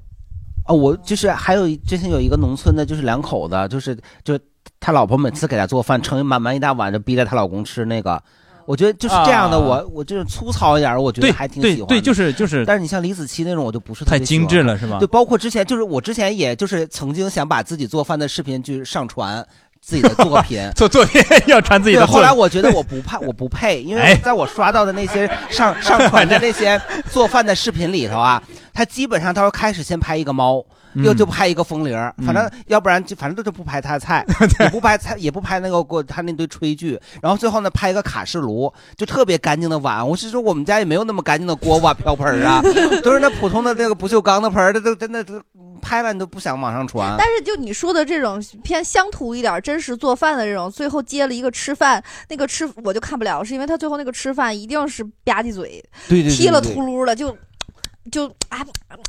S3: 哦，我就是还有一之前有一个农村的，就是两口子，就是就他老婆每次给他做饭，盛一满满一大碗，就逼着他老公吃那个。我觉得就是这样的，
S2: 啊
S3: 我我就是粗糙一点儿，我觉得
S2: 对
S3: 还挺
S2: 对
S3: 喜欢的。
S2: 对就是就是
S3: 但是你像李子柒那种，我就不是特
S2: 太
S3: 别喜
S2: 精
S3: 欢
S2: 致了是吧，
S3: 对，包括之前就是我之前也就是曾经想把自己做饭的视频去上传自己的作品
S2: <laughs> 做作品要传自己
S3: 对，
S2: 的作品。
S3: 后
S2: 哎
S3: 来我觉得我不怕，我不配，因为在我刷到的那些上
S2: <laughs>
S3: 上传的那些做饭的视频里头啊，他基本上他会开始先拍一个猫，
S2: 嗯
S3: 又就拍一个风铃儿，
S2: 嗯
S3: 反正要不然就反正就不拍他的菜，也不拍菜，也不拍那个过他那堆炊具，然后最后呢拍一个卡式炉，就特别干净的碗。我是说我们家也没有那么干净的锅碗瓢盆儿啊， <laughs> 都是那普通的那个不锈钢的盆儿，这都真的都拍完都不想往上传。
S1: 但是就你说的这种偏乡土一点、真实做饭的这种，最后接了一个吃饭，那个吃我就看不了，是因为他最后那个吃饭一定是吧唧嘴，
S3: 对对对
S1: 踢了
S3: 对对
S1: 秃噜了就就啊，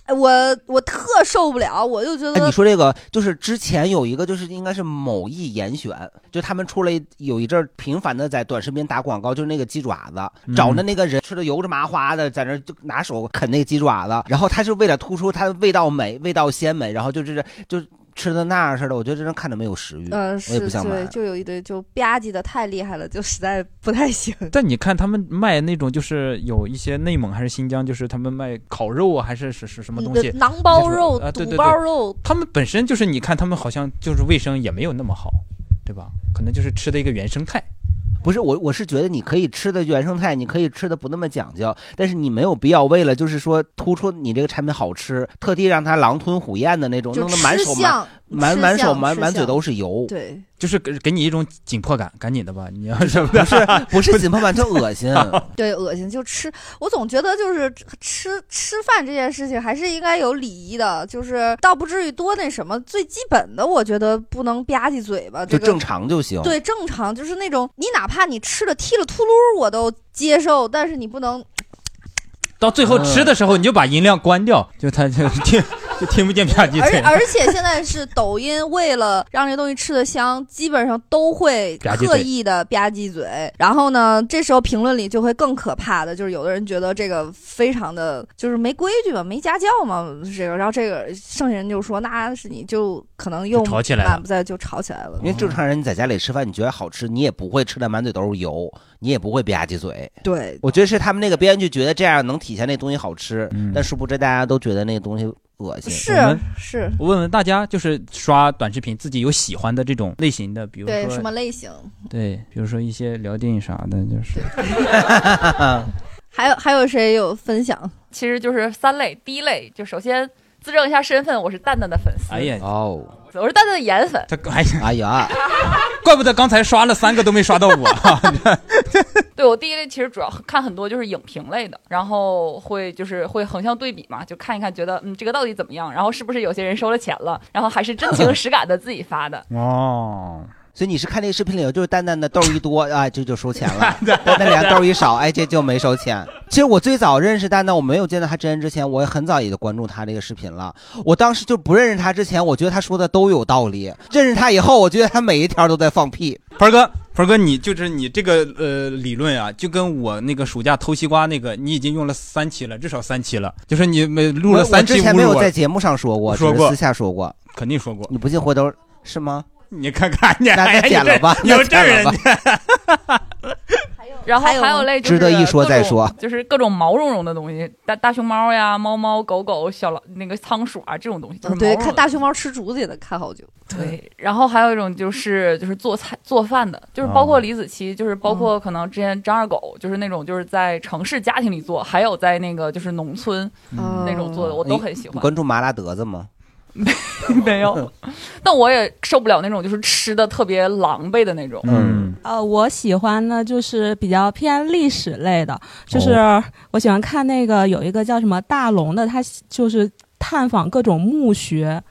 S1: 我我特受不了，我就觉
S3: 哎，
S1: 得
S3: 你说这个就是之前有一个，就是应该是某艺严选，就他们出了一有一阵儿频繁的在短视频打广告，就是那个鸡爪子，
S2: 嗯
S3: 找的那个人吃的油着麻花的，在那儿就拿手啃那个鸡爪子，然后他是为了突出它的味道美、味道鲜美，然后就是就吃的那样似的，我觉得真的看着没有食欲，
S1: 呃
S3: 我也不
S1: 是
S3: 想买
S1: 对，。就有一堆就吧唧的太厉害了，就实在不太行。
S2: <laughs> 但你看他们卖那种，就是有一些内蒙还是新疆，就是他们卖烤肉啊，还是是是什么东西，
S1: 囊包肉、
S2: 啊对对
S1: 肚
S2: 对
S1: 包肉，
S2: 他们本身就是你看他们好像就是卫生也没有那么好，对吧？可能就是吃的一个原生态。
S3: 不是我，我是觉得你可以吃的原生态，你可以吃的不那么讲究，但是你没有必要为了就是说突出你这个产品好吃，特地让它狼吞虎咽的那种，
S1: 就
S3: 弄得满
S1: 吃
S3: 手
S1: 相
S3: 满满
S1: 吃
S3: 满手
S1: 相
S3: 满
S1: 吃
S3: 满嘴
S1: 相
S3: 都是油。
S1: 对，
S2: 就是给给你一种紧迫感，赶紧的吧，你要什么
S3: 不是不是紧迫感，就 <laughs> 恶心。啊
S1: 对，恶心就吃。我总觉得就是吃吃饭这件事情还是应该有礼仪的，就是倒不至于多那什么。最基本的，我觉得不能吧唧嘴巴，
S3: 就
S1: 这个
S3: 正常就行
S1: 对，正常就是那种你哪怕你吃了踢了秃噜，我都接受，但是你不能
S2: <laughs> 到最后吃的时候，你就把音量关掉，就
S3: <laughs>
S2: 他就听就听不见吧唧
S1: 而
S2: 嘴。
S1: 而且现在是抖音为了让这东西吃的香，基本上都会
S2: 吧唧嘴
S1: 刻意的吧唧嘴。然后呢，这时候评论里就会更可怕的，就是有的人觉得这个非常的就是没规矩嘛，没家教嘛，这个。然后这个剩下人就说，那是你就可能又
S3: 就吵起来了
S1: 满不在就吵起来了。
S3: 因为正常人你在家里吃饭，你觉得好吃，你也不会吃的满嘴都是油，你也不会吧唧嘴。
S1: 对，
S3: 我觉得是他们那个编剧觉得这样能体现那东西好吃，但殊不知大家都觉得那个东西恶心。
S1: 是 <laughs> 是，
S2: 嗯我问问大家，就是刷短视频自己有喜欢的这种类型的，比如
S1: 对
S2: 说
S1: 什么类型？
S2: 对，比如说一些聊电影啥的，
S3: <laughs>
S2: 就是。
S1: 还有还有谁有分享？
S10: 其实就是三类，第一类就首先自证一下身份，我是蛋蛋的粉丝。
S2: 哎呀，
S3: 哦，
S17: 子，我是蛋蛋的颜粉。
S2: 他哎呀，
S3: <laughs> 哎呀，
S2: 怪不得刚才刷了三个都没刷
S3: <laughs>
S2: 到我。
S17: 对我第一类其实主要看很多就是影评类的，然后会就是会横向对比嘛，就看一看觉得嗯这个到底怎么样，然后是不是有些人收了钱了，然后还是真情实感的自己发
S1: <laughs>
S17: 的。
S2: 哦，
S3: 所以你是看那个视频里，就是蛋蛋的豆儿一 <laughs> 多，哎，这就收钱了；蛋蛋俩豆儿一少，哎，这就没收钱。其实我最早认识蛋蛋，我没有见到他真人之前，我很早也就关注他这个视频了。我当时就不认识他之前，我觉得他说的都有道理；认识他以后，我觉得他每一条都在放屁。
S2: 盆儿哥，盆儿哥，你就是你这个呃理论啊，就跟我那个暑假偷西瓜那个，你已经用了三期了，至少三期了，就是你每录了
S3: 我
S2: 三
S3: 我
S2: 期
S3: 之前没
S2: 侮
S3: 有
S2: 辱我
S3: 在节目上说过，
S2: 说
S3: 只
S2: 过
S3: 是私下说过，
S2: 肯定说过。
S3: 你不信回头是吗？
S2: 你看看你，
S3: 那
S2: 哎呀
S3: 再剪
S2: 你这
S3: 了吧，
S2: 有
S3: 那
S2: 这
S3: 剪了
S2: 人
S3: 吧
S2: <laughs>
S17: 然后还有类就是
S3: 值得一说再说
S17: 各种就是各种毛茸茸的东西，大大熊猫呀、猫猫、狗狗、小老那个仓鼠啊这种东西，就是毛
S1: 哦对，
S17: 茸茸
S1: 看
S17: 的
S1: 大熊猫吃竹子也能看好久。
S17: 对，然后还有一种就是就是做菜做饭的，就是包
S3: 哦
S17: 括李子柒，就是包括可能之前张二狗，就是那种就是在城市家庭里做，还有在那个就是农村
S3: 嗯
S17: 那种做的，我都很喜
S3: 你 <laughs>
S17: 欢。哦
S3: 关注麻辣德子吗？
S17: 没
S3: <laughs>
S17: 有，但我也受不了那种就是吃的特别狼狈的那种。
S3: 嗯，
S15: 呃，我喜欢呢，就是比较偏历史类的，就是
S2: 哦
S15: 我喜欢看那个有一个叫什么大龙的，他就是探访各种墓穴，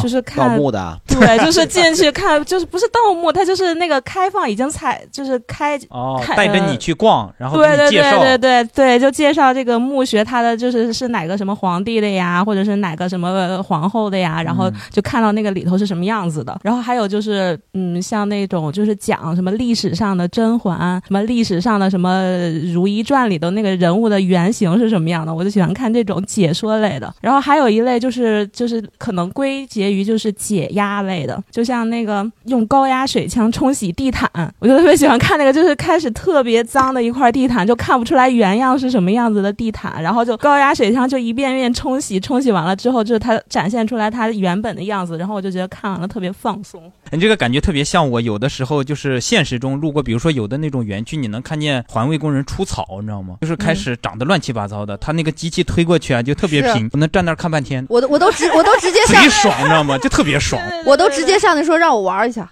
S15: 就是
S3: 盗
S15: 看
S3: 墓的啊，
S15: <laughs> 对，就是进去看，就是不是盗墓，它就是那个开放已经采，就是开
S2: 哦，
S15: 开
S2: 带着你
S15: 呃
S2: 去逛，然后给
S15: 对对
S2: 你介
S15: 对
S2: 绍。
S15: 对对对，就介绍这个墓穴，它的就是是哪个什么皇帝的呀，或者是哪个什么呃皇后的呀，然后
S2: 嗯
S15: 就看到那个里头是什么样子的。然后还有就是，嗯，像那种就是讲什么历史上的甄嬛，什么历史上的什么《如懿传》里头那个人物的原型是什么样的，我就喜欢看这种解说类的。然后还有一类就是就是可能归结于就是解压类的，就像那个用高压水枪冲洗地毯，我就特别喜欢看那个，就是开始特别脏的一块地毯，就看不出来原样是什么样子的地毯，然后就高压水枪就一遍遍冲洗，冲洗完了之后，就是它展现出来它原本的样子，然后我就觉得看完了特别放松。
S2: 你这个感觉特别像我，有的时候就是现实中路过，比如说有的那种园区，你能看见环卫工人除草，你知道吗？就是开始长得乱七八糟的，他那个机器推过去啊，就特别
S1: 嗯是
S2: 平，我能站那儿看半天，
S1: 我都我都直我都直
S2: <laughs>
S1: 接
S2: 贼
S1: 上，
S2: 爽，你知道吗？就特
S1: <laughs>
S2: 别爽。
S1: 我都直接上去说让我玩一下。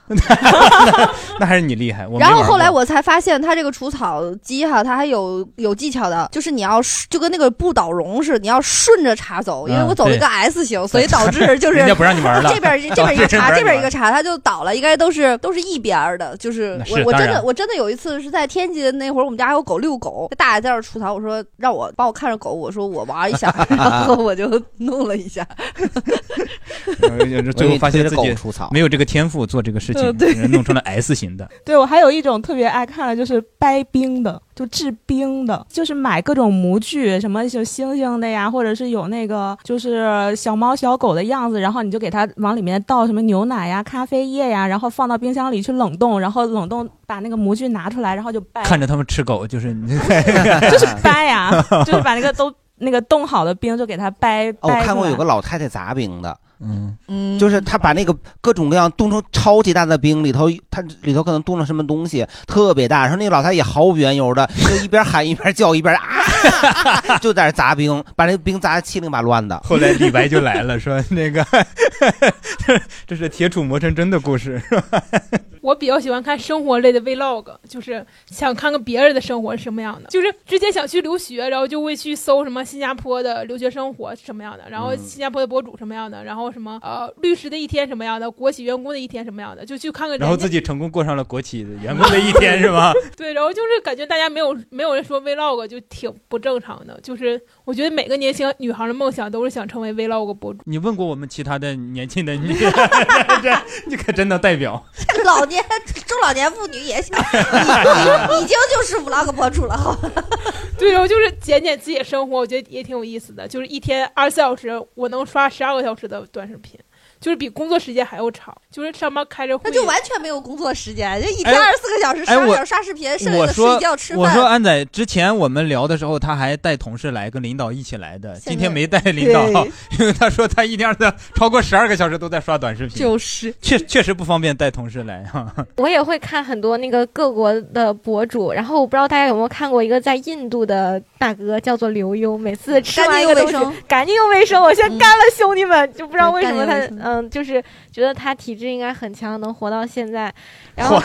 S2: 那还是你厉害。我没
S1: 然后
S2: 玩
S1: 后来
S2: 过
S1: 我才发现，它这个除草机哈，它还有有技巧的，就是你要就跟那个不倒绒似的，你要顺着插走，因为
S2: 嗯
S1: 我走了一个
S2: 对
S1: S 型，所以导
S2: <laughs>
S1: 致就是
S2: 人家不让你玩了
S1: 这边
S2: <laughs>
S1: 这边一个插，
S2: 导致人不让你玩
S1: 这边一个插，它就倒了，应该都是都是一边儿的，就是
S2: 那是
S1: 我我
S2: 当
S1: 真
S2: 然
S1: 的我真的有一次是在天津那会儿，我们家还有狗遛狗，大爷在那儿除草，我说让我帮我看着狗，我说我玩一下， <laughs> 然后我就弄了一下， <laughs>
S2: 呃最后发现自
S3: 我以为你推着狗
S2: 己
S3: 除草
S2: 没有这个天赋做这个事
S15: 呃
S1: 嗯
S2: 情，
S15: 对
S2: 弄成了 S 型的。
S15: 对我还有一种特别爱看的，就是掰冰的，就制冰的，就是买各种模具，什么就星星的呀，或者是有那个就是小猫小狗的样子，然后你就给它往里面倒什么牛奶呀、咖啡液呀，然后放到冰箱里去冷冻，然后冷冻把那个模具拿出来，然后就
S1: 哎
S15: 掰，
S2: 看着他们吃狗，就是哎你
S15: 就是掰呀，就是把那个都那个冻好的冰就给它掰。
S3: 哦我
S15: 掰
S3: 看
S15: 出
S3: 过
S15: 来
S3: 有个老太太砸冰的，
S2: 嗯
S1: 嗯，
S3: 就是她把那个各种各样冻成超级大的冰，里头她里头可能冻了什么东西，特别大。然后那个老太太也毫无缘由的，就一边喊一边叫，一边啊啊， <laughs> 啊就在那砸冰，把那冰砸得七零八乱的。
S2: 后来李白
S3: <laughs>
S2: 就来了，说那个这是铁杵磨成针的故事。
S1: <laughs>
S5: 我比较喜欢看生活类的 vlog，就是想看看别人的生活是什么样的。就是之前想去留学，然后就会去搜什么新加坡的留学生活是什么样的，然后
S18: 嗯
S5: 新加坡的博主什么样的，然后什么呃律师的一天什么样的，国企员工的一天什么样的，就去看看人家。
S2: 然
S5: <laughs>
S2: 后自己成功过上了国企员工的一天，是吗？
S5: 对，然后就是感觉大家没有没有人说 vlog 就挺不正常的，就是我觉得每个年轻女孩的梦想都是想成为 vlog 博主。
S2: 你问过我们其他的年轻的 <laughs> 你，你可真能代
S1: <laughs>
S2: 表。
S1: 老年中老年妇女也
S2: <laughs>
S1: 想，已已已经就是 vlog 博主了，好吧？
S5: 对，然后就是剪剪自己的生活，我觉得也挺有意思的。就是一天二十四小时，我能刷十二个小时的短视频，就是比工作时间还要长。就是上班开着会，
S1: 那就完全没有工作时间，就一
S2: 哎
S1: 天二十四个小时，十
S2: 哎
S1: 二
S2: 我
S1: 小时刷视频，剩下
S2: 我
S1: 的
S2: 说
S1: 睡觉吃
S2: 我说
S1: 饭。
S2: 安仔，之前我们聊的时候，他还带同事来，跟领导一起来的。
S1: 在
S2: 今天没带领导， <laughs> 因为他说他一天的超过十二个小时都在刷短视频，
S1: 是
S2: 确确实不方便带同事来哈。
S7: 我也会看很多那个各国的博主，然后我不知道大家有没有看过一个在印度的大哥叫做刘墉，每次吃
S1: 干
S7: 完
S1: 净
S7: 一
S1: 又
S7: 个
S1: 卫
S7: 东西
S1: 生
S7: 赶紧用卫生，我先干了兄弟们，就不知道为什么他
S1: 干净又卫生
S7: 嗯、嗯，就是觉得他体质应该很强，能活到现在。然后，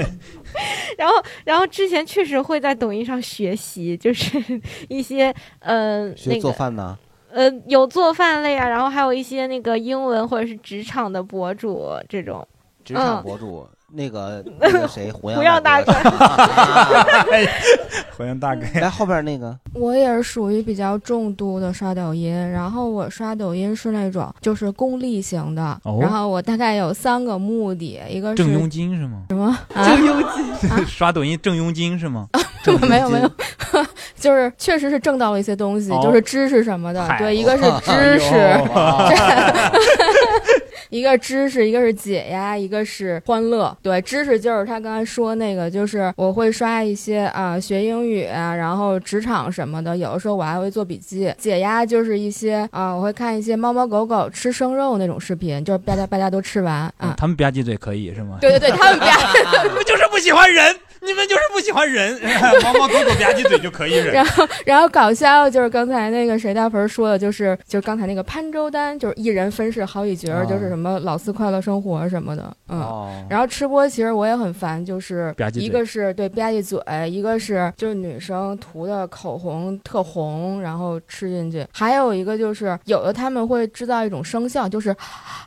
S7: <laughs> 然后，然后之前确实会在抖音上学习，就是一些嗯、呃，那
S3: 学
S7: 个
S3: 做饭呢？
S7: 呃，有做饭类啊，然后还有一些那个英文或者是职场的博主这种。
S3: 职场
S7: 嗯
S3: 博主那个那个谁胡
S7: 胡杨
S3: 杨
S7: 大
S3: 哥，
S2: <laughs> 胡杨大哥，
S3: 来后边那个
S14: 我也是属于比较重度的刷抖音，然后我刷抖音是那种就是功利型的，
S2: 哦
S14: 然后我大概有三个目的，一个是
S2: 挣佣金是吗？
S14: 什么？啊、 <laughs>
S1: 啊
S2: <laughs> 刷抖音挣佣金是吗？
S14: 没有没有， <laughs> 就是确实是挣到了一些东西，
S2: 哦
S14: 就是知识什么的。
S2: 嗨哎
S14: 对，一个是知识， <laughs> 一个知识，一个是解压，一个是欢乐。对，知识就是他刚才说那个，就是我会刷一些啊、呃学英语啊，然后职场什么的，有的时候我还会做笔记。解压就是一些啊、我会看一些猫猫狗狗吃生肉那种视频，就是吧嗒吧嗒都吃完啊。
S2: 嗯他们吧唧嘴可以是吗？
S14: 对对对，他们吧
S2: 你们就是不喜欢人，你们就是不喜欢人， <laughs> 猫猫狗狗吧唧嘴就可以
S14: 然
S2: 忍。
S14: 后， <laughs> 然后搞笑就是刚才那个谁大鹏说的，就是就是刚才那个潘周丹，就是一人分饰好几角，
S2: 啊
S14: 就是什么老四快乐生活什么的，嗯。
S2: 哦
S14: 然后吃播其实我也很烦，就是
S2: 吧唧嘴
S14: 一个是对吧唧嘴，一个是就是女生涂的口红特红，然后吃进去，还有一个就是有的他们会制造一种声效，就是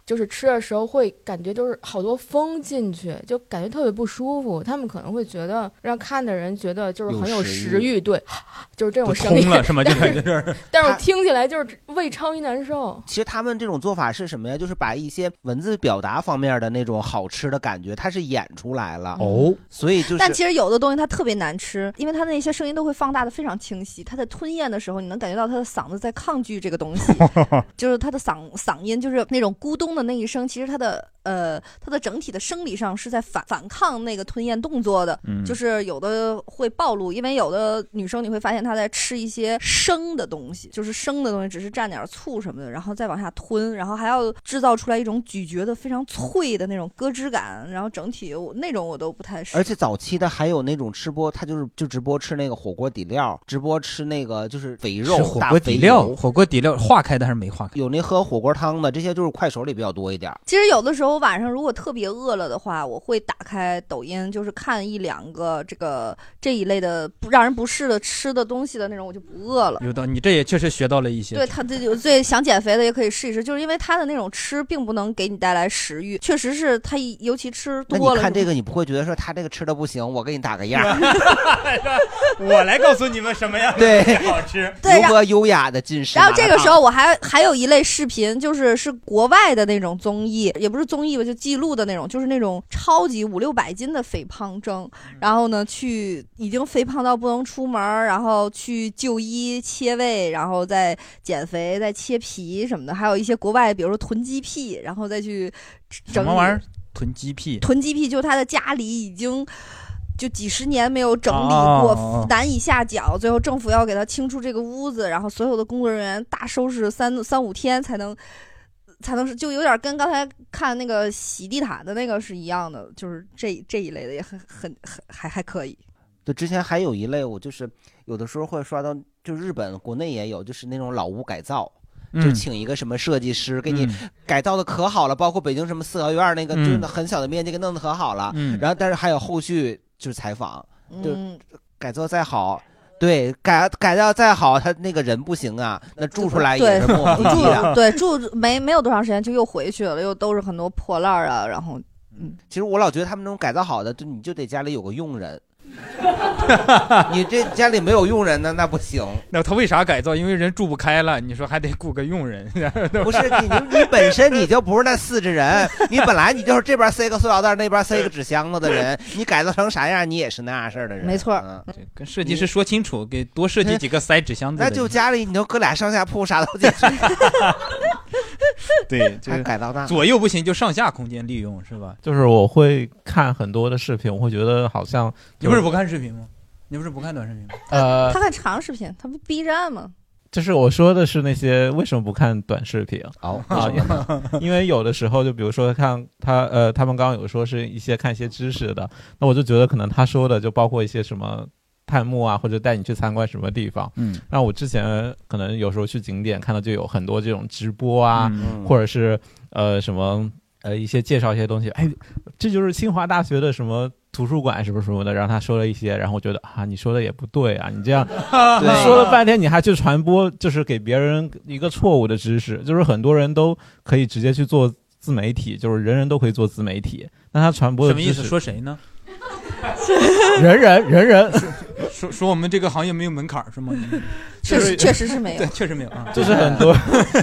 S14: 就是吃的时候会感觉就是好多风进去，就感觉特别不舒服。他们可能会觉得让看的人觉得就是很有
S2: 有食
S14: 食
S2: 欲
S14: 欲，对， <laughs> 就是这种
S2: 就
S14: 声音
S2: 通了
S14: <laughs>
S2: 是吗？就感觉这
S14: 但是我听起来就是胃超级难受。
S3: 其实他们这种做法是什么呀？就是把一些文字表达方面的那种好吃的感觉，它是演出来了
S2: 哦，
S3: 所以就是。
S1: 但其实有的东西它特别难吃，因为它那些声音都会放大的非常清晰。它在吞咽的时候，你能感觉到它的嗓子在抗拒这个东
S3: <laughs>
S1: 西，就是它的嗓嗓音，就是那种咕咚的那一声，其实它的呃它的整体的生理上是在反反抗那个吞咽动作的，
S18: 嗯
S1: 就是有的会暴露，因为有的女生你会发现她在吃一些生的东西，就是生的东西，只是蘸点醋什么的，然后再往下吞，然后还要制造出来一种咀嚼的非常脆的那种咯吱感，然后整体我那种我都不太适
S3: 而且早期的还有那种吃播，他就是就直播吃那个火锅底料，直播吃那个就是肥肉、
S2: 是火
S3: 大
S2: 锅
S3: 肥
S2: 底料，
S3: 油
S2: 火锅底料化开的还是没化开？
S3: 有那喝火锅汤的，这些就是快手里比较多一点儿。
S1: 其实有的时候晚上如果特别饿了的话，我会打开抖音，就是看一两个这个这一类的不让人不适的吃的东西的那种，我就不饿
S3: 嗯
S1: 了。
S2: 有道，你这也确实学到了一些。
S1: 对他，这有最想减肥的也可以试一试，就是因为他的那种吃并不能给你带来食欲，确实是他一尤其吃
S3: 那
S1: 多
S3: 你
S1: 了。
S3: 看这个，你不会觉得说他这个吃的不行，我给你打个样儿。
S2: <laughs> 我来告诉你们什么样的
S3: 对
S2: 东西好吃。
S1: 对
S3: 如
S1: 然
S3: 何优雅的进食
S1: 然
S3: 麻
S1: 后
S3: 辣烫。
S1: 这个时候我还还有一类视频，就是是国外的那种综艺，也不是综艺吧，就记录的那种，就是那种超级五六百斤的肥胖症，
S2: 嗯
S1: 然后呢去已经肥胖到不能出门儿，然后去就医切胃，然后再减肥，再切皮什么的，还有一些国外，比如说囤积癖，然后再去
S2: 什
S1: 整
S2: 么玩意
S1: 理
S2: 儿？囤鸡屁？
S1: 囤积癖就是他的家里已经就几十年没有整理
S2: 哦
S1: 过，
S2: 哦哦
S1: 难以下脚。最后政府要给他清出这个屋子，然后所有的工作人员大收拾三三五天才能。才能是就有点跟刚才看那个洗地毯的那个是一样的，就是这这一类的也很很很还还可以。
S3: 对，之前还有一类，我就是有的时候会刷到，就日本国内也有，就是那种老屋改造。就
S2: 嗯
S3: 请一个什么设计师给你
S2: 嗯
S3: 改造的可好了，包括北京什么四合院儿那个，就
S2: 嗯
S3: 那很小的面积给弄得可好了。
S2: 嗯
S3: 然后，但是还有后续就是采访，就
S1: 嗯
S3: 改造再好，对改改造再好，他那个人不行啊，那住出来也
S1: 对
S3: 是磨磨唧唧的。
S1: 住对 <laughs> 住没没有多长时间就又回去了，又都是很多破烂儿啊，然后
S3: 其实我老觉得他们那种改造好的，就你就得家里有个
S1: <laughs>
S3: 佣人。你这家里没有佣人呢，那不行。
S2: 那他为啥改造？因为人住不开了，你说还得雇个佣人，
S3: <laughs> 不是你你本身你就不是那四肢 <laughs> 人，你本来你就是这边塞个塑料袋，那边塞个纸箱子的人，你改造成啥样，你也是那样事儿的人。
S1: 没错儿
S3: 嗯，
S2: 跟设计师说清楚，给多设计几个塞纸箱子
S3: 那
S2: 的。
S3: 就家里你就搁俩上下铺，啥都进去。 <laughs>
S2: 对，就
S3: 还改造大
S2: 左右不行，就上下空间利用是吧？
S4: 就是我会看很多的视频，我会觉得好像
S2: 你不是不看视频吗？你不是不看短视频吗？
S4: 呃
S1: 他，看长视频，他不 B 站吗？
S4: 就是我说的是那些为什么不看短视频？
S3: 哦
S4: 啊
S3: 为什么，
S4: 因因为有的时候就比如说看他呃，他们刚刚有说是一些看一些知识的，那我就觉得可能他说的就包括一些什么。探墓啊，或者带你去参观什么地方？
S2: 嗯
S4: 那我之前可能有时候去景点看到就有很多这种直播啊，
S2: 嗯
S4: 或者是呃什么呃一些介绍一些东西，哎，这就是清华大学的什么图书馆什么什么的，然后他说了一些，然后我觉得啊你说的也不对啊，你这样
S6: 对
S4: 说 <laughs> 了半天，你还去传播，就是给别人一个错误的知识，就是很多人都可以直接去做自媒体，就是人人都可以做自媒体，那他传播的
S2: 什么意
S4: 知
S2: 思？
S4: 识
S2: 说谁呢？
S4: <laughs> 人人人人
S2: 说说说我们这个行业没有门槛儿是吗？
S1: 确实
S2: 就是
S1: 确实是没有
S2: <laughs> 对，确实没有啊，
S4: <laughs> 就是很多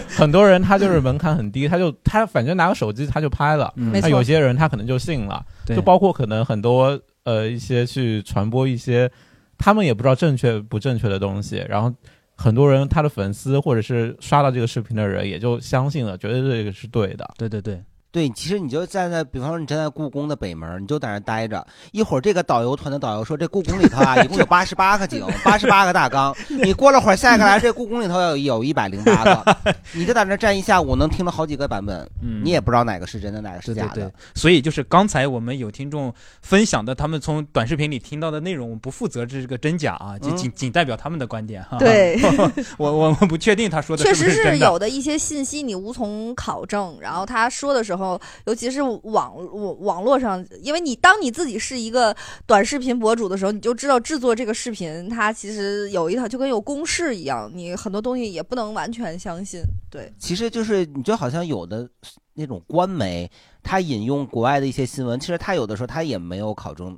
S4: 很多人他就是门槛很低，他就他反正拿个手机他就拍了
S2: 嗯，没
S4: 那
S2: 错
S4: 有些人他可能就信了，
S2: 对
S4: 就包括可能很多呃一些去传播一些他们也不知道正确不正确的东西，然后很多人他的粉丝或者是刷到这个视频的人也就相信了，觉得这个是对的。
S2: 对对对，
S3: 对，其实你就站在，比方说你站在故宫的北门儿，你就在那儿待着。一会儿这个导游团的导游说，这故宫里头 <laughs> 啊，一共有八十八个井，八十八个大 <laughs> 缸。你过了会儿，下一个来，这故宫里头有有一百零八个，你就在那儿站一下午，能听到好几个版本，
S2: 嗯
S3: 你也不知道哪个是真的，哪个是
S2: 对
S3: 假
S2: 对
S3: 的。
S2: 对，所以就是刚才我们有听众分享的，他们从短视频里听到的内容，我们不负责这个真假啊，仅
S1: 嗯
S2: 仅仅代表他们的观点哈。
S1: 对
S2: <laughs> 我我们不确定他说的
S1: 确
S2: 不
S1: 实
S2: 是真
S1: 是有
S2: 的。
S1: 的一些信息你无从考证，然后他说的时候，尤其是网网网络上，因为你当你自己是一个短视频博主的时候，你就知道制作这个视频它其实有一套就跟有公式一样，你很多东西也不能完全相信。对，
S3: 其实就是你就好像有的那种官媒，他引用国外的一些新闻，其实他有的时候他也没有考证。
S1: 呃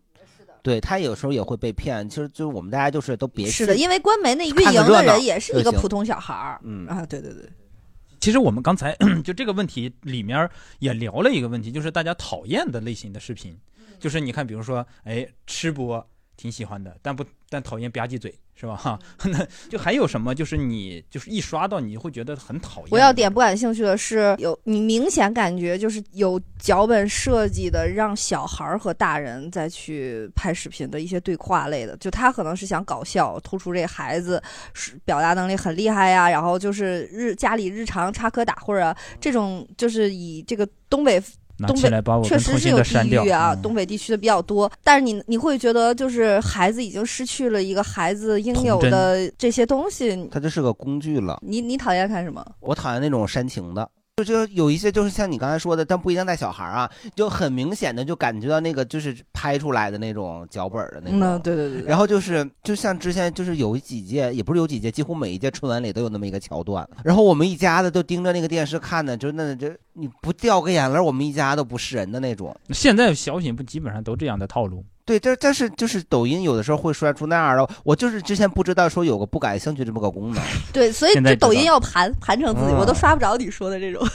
S3: 对他有时候也会被骗，其实就是我们大家就是都别
S1: 是
S3: 信
S1: 的，因为官媒那运
S3: 看个
S1: 营
S3: 热
S1: 的
S3: 闹
S1: 人也是
S3: 就
S1: 一个
S3: 行
S1: 普通小孩儿，
S3: <laughs> 嗯
S1: 啊，对对对。
S2: 其实我们刚才 <clears throat> 就这个问题里面也聊了一个问题，就是大家讨厌的类型的视频，
S1: 嗯
S2: 就是你看，比如说，哎，吃播挺喜欢的，但不但讨厌吧唧嘴。是吧？哈，
S1: 嗯
S2: <laughs> 那就还有什么？就是你就是一刷到你会觉得很讨厌。
S1: 我要点不感兴趣的是，有你明显感觉就是有脚本设计的，让小孩儿和大人再去拍视频的一些对话类的，就他可能是想搞笑，突出这孩子是表达能力很厉害呀，然后就是日家里日常插科打诨啊，这种就是以这个东北。
S2: 拿
S1: 东
S2: 起
S1: 北
S2: 来把我跟
S1: 确实
S2: 同
S1: 是
S2: 性
S1: 有
S2: 的删
S1: 地域
S2: 掉
S1: 啊，东北地区的比较多，但是你你会觉得就是孩子已经失去了一个孩子应
S3: 童
S1: 有
S3: 真
S1: 的这些东西，
S3: 它就是个工具了。
S1: 你你讨厌看什么？
S3: 我讨厌那种煽情的，就就有一些就是像你刚才说的，但不一定带小孩儿啊，就很明显的就感觉到那个就是拍出来的那种脚本儿的那种。
S1: 嗯，对对对对。
S3: 然后就是，就像之前就是有几届，也不是有几届，几乎每一届春晚里都有那么一个桥段。然后我们一家子都盯着那个电视看的，就那就你不掉个眼泪儿，我们一家都不是人的那种。
S2: 现在小品不基本上都这样的套路？
S3: 对，但但是就是抖音有的时候会摔出那样的，我就是之前不知道说有个不感兴趣这么个功能。
S1: 对，所以
S3: 现在
S1: 这
S3: 知道
S1: 抖音要盘盘成自己，
S3: 嗯
S1: 我都刷不着你说的这种。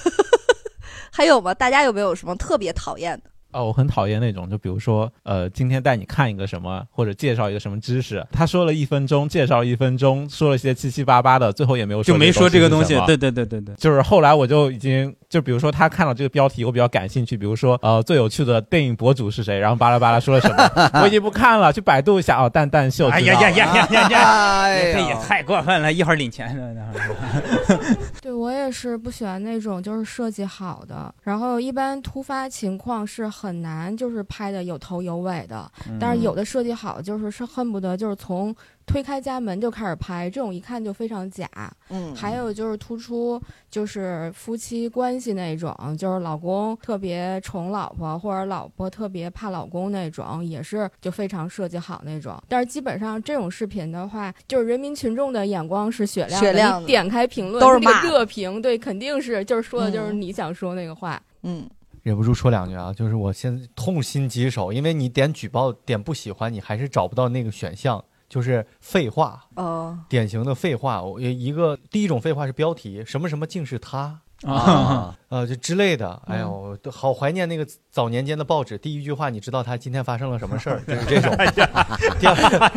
S1: <laughs> 还有吗？大家有没有什么特别讨厌的？
S4: 哦，我很讨厌那种，就比如说，呃，今天带你看一个什么，或者介绍一个什么知识，他说了一分钟，介绍了一分钟，说了些七七八八的，最后也没有
S2: 就没说这
S4: 这
S2: 个
S4: 个
S2: 东
S4: 东
S2: 西
S4: 西是什么
S2: 对对对对对
S4: 就是后来我就已经，就比如说他看到这个标题，我比较感兴趣，比如说，呃，最有趣的电影博主是谁，然后巴拉巴拉说了什
S2: <laughs>
S4: 么，我已经不看了，去百度一下，哦，蛋蛋秀，
S2: 哎
S4: 知
S2: 呀
S4: 道
S2: 呀
S4: 了
S2: 呀呀呀呀！
S3: 哎
S2: 这
S3: 呀
S2: 也太过分了，一会儿领 <laughs> 钱了。
S14: 对我也是不喜欢那种就是设计好的，然后一般突发情况是很难就是拍的有头有尾的，
S1: 嗯
S14: 但是有的设计好就是是恨不得就是从推开家门就开始拍，这种一看就非常假。
S1: 嗯
S14: 还有就是突出就是夫妻关系那种，就是老公特别宠老婆或者老婆特别怕老公那种，也是就非常设计好那种。但是基本上这种视频的话，就是人民群众的眼光是雪亮的，
S1: 雪亮的
S14: 你点开评论
S1: 都是
S14: 那
S1: 骂
S14: 个热评，对，肯定是就是说的就是你想说那个话。
S1: 嗯，
S18: 忍不住说两句啊，就是我现在痛心疾首，因为你点举报、点不喜欢，你还是找不到那个选项，就是废话，
S1: 哦，
S18: 典型的废话。我一个第一种废话是标题，什么什么竟是他
S2: 啊，
S18: 呃，就之类的。哎呦，
S2: 嗯
S18: 我都好怀念那个早年间的报纸，第一句话你知道他今天发生了什么事
S2: <laughs>
S18: 儿，就是这种。 <laughs> 第二，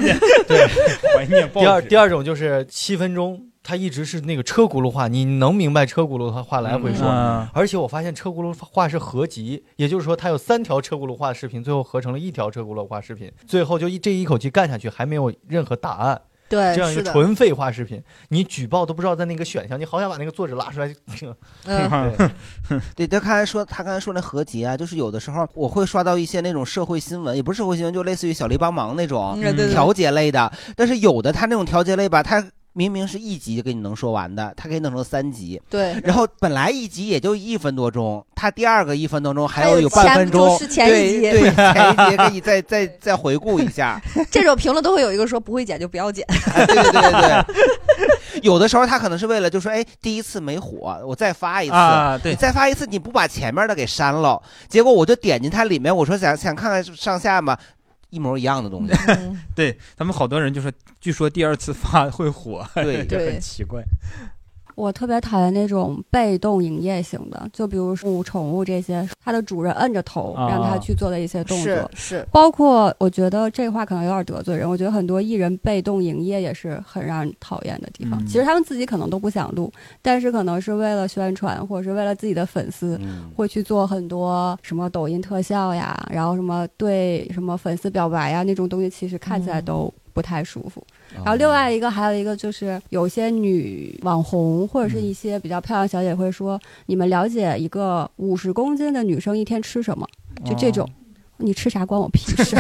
S18: 对，
S2: 哎怀念报
S18: 第
S2: 纸
S18: 二，第二种就是七分钟。他一直是那个车轱辘话，你能明白车轱辘话来回说，
S2: 嗯
S18: 而且我发现车轱辘话是合集，也就是说它有三条车轱辘话视频，最后合成了一条车轱辘话视频，最后就一这一口气干下去，还没有任何答案。
S1: 对
S18: 这样一
S1: 是
S18: 个
S1: 的
S18: 纯废话视频，你举报都不知道在那个选项，你好想把那个作者拉出来。
S12: <laughs>
S3: 嗯
S18: 对，
S3: 对他刚才说，他刚才说那合集啊，就是有的时候我会刷到一些那种社会新闻，也不是社会新闻，就类似于小丽帮忙那种
S1: 嗯对对对
S3: 调解类的。但是有的他那种调解类吧，他明明是一集给你能说完的，他给你弄成三集。
S1: 对
S3: 然后本来一集也就一分多钟，他第二个一分多钟还
S1: 还有
S3: 有半
S1: 前
S3: 分钟，
S1: 就是前一集
S3: 对对，前一集给你再再再回顾一下。
S1: <laughs> 这种评论都会有一个说不会剪就不要剪，
S3: 有的时候他可能是为了就说，哎，第一次没火，我再发一次，
S2: 啊对
S3: 你再发一次，你不把前面的给删了，结果我就点进它里面，我说想想看看上下嘛，一模一样的东西。
S2: 对他们好多人就说，据说第二次发会火， <laughs>
S3: 对
S2: 这
S16: 对
S2: 很奇怪。
S16: 我特别讨厌那种被动营业型的，就比如说宠物这些，它的主人摁着头
S1: 啊
S16: 让它去做的一些动作，
S1: 是是
S16: 包括我觉得这话可能有点得罪人，我觉得很多艺人被动营业也是很让人讨厌的地方。
S1: 嗯
S16: 其实他们自己可能都不想录，但是可能是为了宣传或者是为了自己的粉丝，
S1: 嗯
S16: 会去做很多什么抖音特效呀，然后什么对什么粉丝表白呀那种东西，其实看起
S1: 嗯
S16: 来都不太舒服。
S2: 哦
S1: 哦
S16: 然后另外一个还有一个就是，有些女网红或者是一些比较漂亮小姐会说，你们了解一个五十公斤的女生一天吃什么？就这种，你吃啥关我屁事。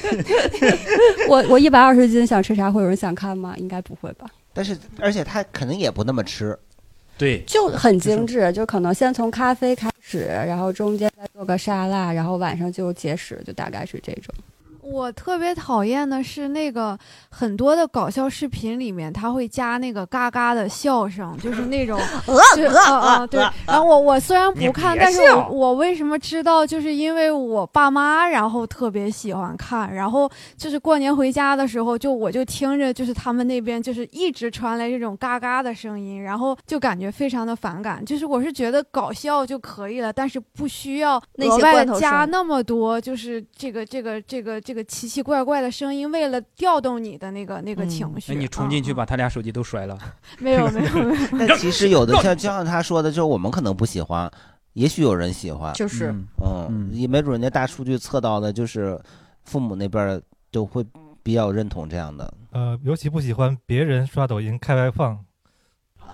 S16: <laughs> 我我一百二十斤想吃啥，会有人想看吗？应该不会吧。
S3: <laughs> 但是而且他肯定也不那么吃，
S2: <laughs> 对，
S16: 就很精致，就可能先从咖啡开始，然后中间再做个沙拉，然后晚上就节食，就大概是这种。
S11: 我特别讨厌的是那个很多的搞笑视频里面，他会加那个嘎嘎的笑声，就是那种
S1: <laughs> 呃
S11: 是
S1: 呃
S11: 啊啊
S1: 呃
S11: 对
S1: 呃。
S11: 然后我我虽然不看，
S1: 你别
S11: 但是我
S1: 笑
S11: 我为什么知道？就是因为我爸妈，然后特别喜欢看，然后就是过年回家的时候，就我就听着，就是他们那边就是一直传来这种嘎嘎的声音，然后就感觉非常的反感。就是我是觉得搞笑就可以了，但是不需要
S1: 那
S11: 额
S1: 些
S11: 外
S1: 罐头
S11: 加
S1: 声
S11: 那么多，就是这个这个这个这个奇奇怪怪的声音，为了调动你的那个那个情绪。
S2: 嗯哎
S11: 啊
S2: 那你冲进去把他俩手机都摔了，
S11: 没有没有没有
S3: 但其实有的像就像他说的，就是我们可能不喜欢，也许有人喜欢，
S1: 就是嗯
S3: 嗯，也没准人家大数据测到的就是父母那边儿就会比较认同这样的。
S9: 呃，尤其不喜欢别人刷抖音开外放，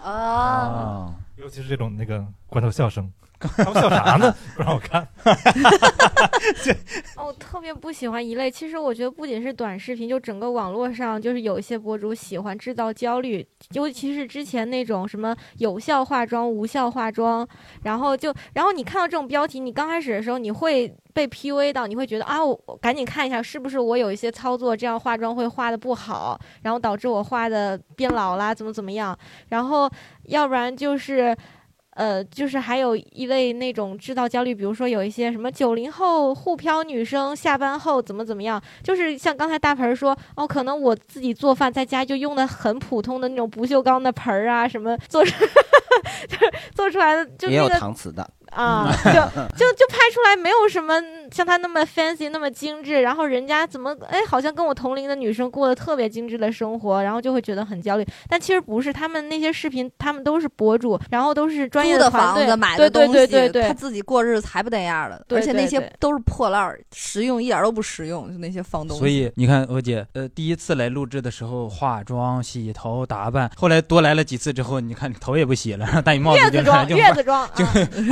S1: 啊，
S9: 尤其是这种那个罐头笑声，他们笑啥
S2: <laughs>
S9: 呢？不让我看。
S7: <laughs> 哦，我特别不喜欢一类。其实我觉得不仅是短视频，就整个网络上，就是有一些博主喜欢制造焦虑，尤其是之前那种什么有效化妆、无效化妆，然后就，然后你看到这种标题，你刚开始的时候你会被 PUA 到，你会觉得啊，我我赶紧看一下是不是我有一些操作，这样化妆会化的不好，然后导致我化的变老啦，怎么怎么样，然后要不然就是。呃，就是还有一类那种制造焦虑，比如说有一些什么九零后沪漂女生下班后怎么怎么样，就是像刚才大盆儿说，哦，可能我自己做饭在家就用的很普通的那种不锈钢的盆儿啊，什么做出 <laughs> 就是做出来的就
S3: 也
S7: 那
S3: 有
S7: 个
S3: 搪瓷的 <laughs>
S7: 啊，就
S3: 嗯
S7: 就就拍出来没有什么像她那么 fancy 那么精致，然后人家怎么哎，好像跟我同龄的女生过得特别精致的生活，然后就会觉得很焦虑。但其实不是，他们那些视频，他们都是博主，然后都是专业
S1: 租的
S7: 团
S1: 房
S7: 队
S1: 子买的
S7: 对
S1: 东西，
S7: 对对对
S1: 他
S7: 对。
S1: 自己过日子才不那样了，
S7: 对
S1: 而且那
S7: 对
S1: 些
S7: 对
S1: 都是破烂儿，实用一点儿都不实用，就那些房东。
S2: 所以你看欧姐，呃，第一次来录制的时候化妆、洗头、打扮，后来多来了几次之后，你看头也不洗了，然后戴帽
S7: 月
S2: 子
S7: 子
S2: 就
S7: 妆，
S2: 来 <laughs> 就
S7: 月子妆，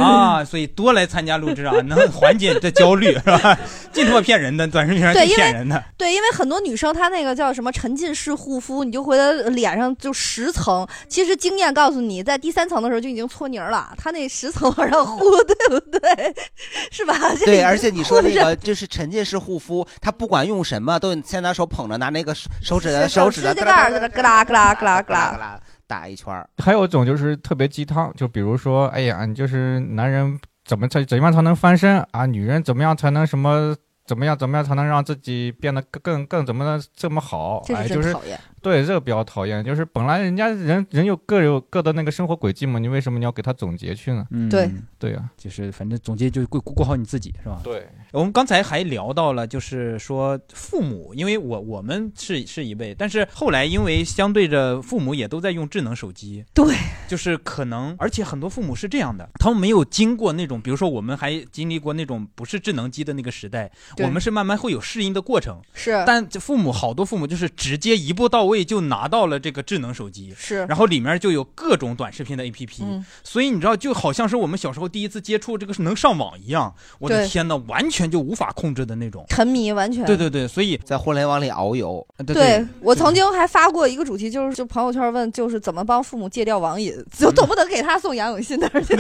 S7: 啊
S2: 啊，所以多来参加录制啊，能缓解这焦虑是吧？ <laughs> 尽他妈骗人的，短视频上
S1: 对
S2: 挺
S1: 因为
S2: 骗人的。
S1: 对，因为很多女生她那个叫什么沉浸式护肤，你就回她脸上就十层。其实经验告诉你，在第三层的时候就已经搓泥儿了，她那十层往上糊， <laughs> 对不对？是吧？就已
S3: 对，
S1: 经
S3: 而且你说
S1: 糊
S3: 那
S1: 上
S3: 个就是沉浸式护肤，他不管用什么，都先拿手捧着，拿
S1: <laughs>
S3: 那个手手指的手指的
S1: 指甲盖儿，咯啦咯啦咯啦咯啦。
S3: 打一圈儿。
S6: 还有一种就是特别鸡汤，就比如说，哎呀，你就是男人怎么才怎么样才能翻身啊？女人怎么样才能什么？怎么样怎么样才能让自己变得更更更怎么的这么好？
S1: 这是
S6: 哎，
S1: 真
S6: 就是
S1: 讨厌
S6: 对这个比较讨厌，就是本来人家人人有各有各的那个生活轨迹嘛，你为什么你要给他总结去呢？
S2: 嗯对
S6: 对啊呀、
S2: 就是反正总结就过过好你自己是吧？
S6: 对。
S2: 我们刚才还聊到了，就是说父母，因为我我们是是一辈，但是后来因为相对着父母也都在用智能手机，
S1: 对，
S2: 就是可能，而且很多父母是这样的，他们没有经过那种，比如说我们还经历过那种不是智能机的那个时代，
S1: 对
S2: 我们是慢慢会有适应的过程，
S1: 是
S2: 但这父母好多父母就是直接一步到位就拿到了这个智能手机，
S1: 是
S2: 然后里面就有各种短视频的 APP，、
S1: 嗯
S2: 所以你知道，就好像是我们小时候第一次接触这个能上网一样，我的
S1: 对
S2: 天呐，完全。全就无法控制的那种。
S1: 沉迷完全。
S2: 对对对，所以
S3: 在互联网里遨游，
S2: 呃对
S1: 我曾经还发过一个主题，就是就朋友圈问，就是怎么帮父母戒掉网瘾，就懂不能给他送杨永信的
S3: <laughs>
S1: 儿子。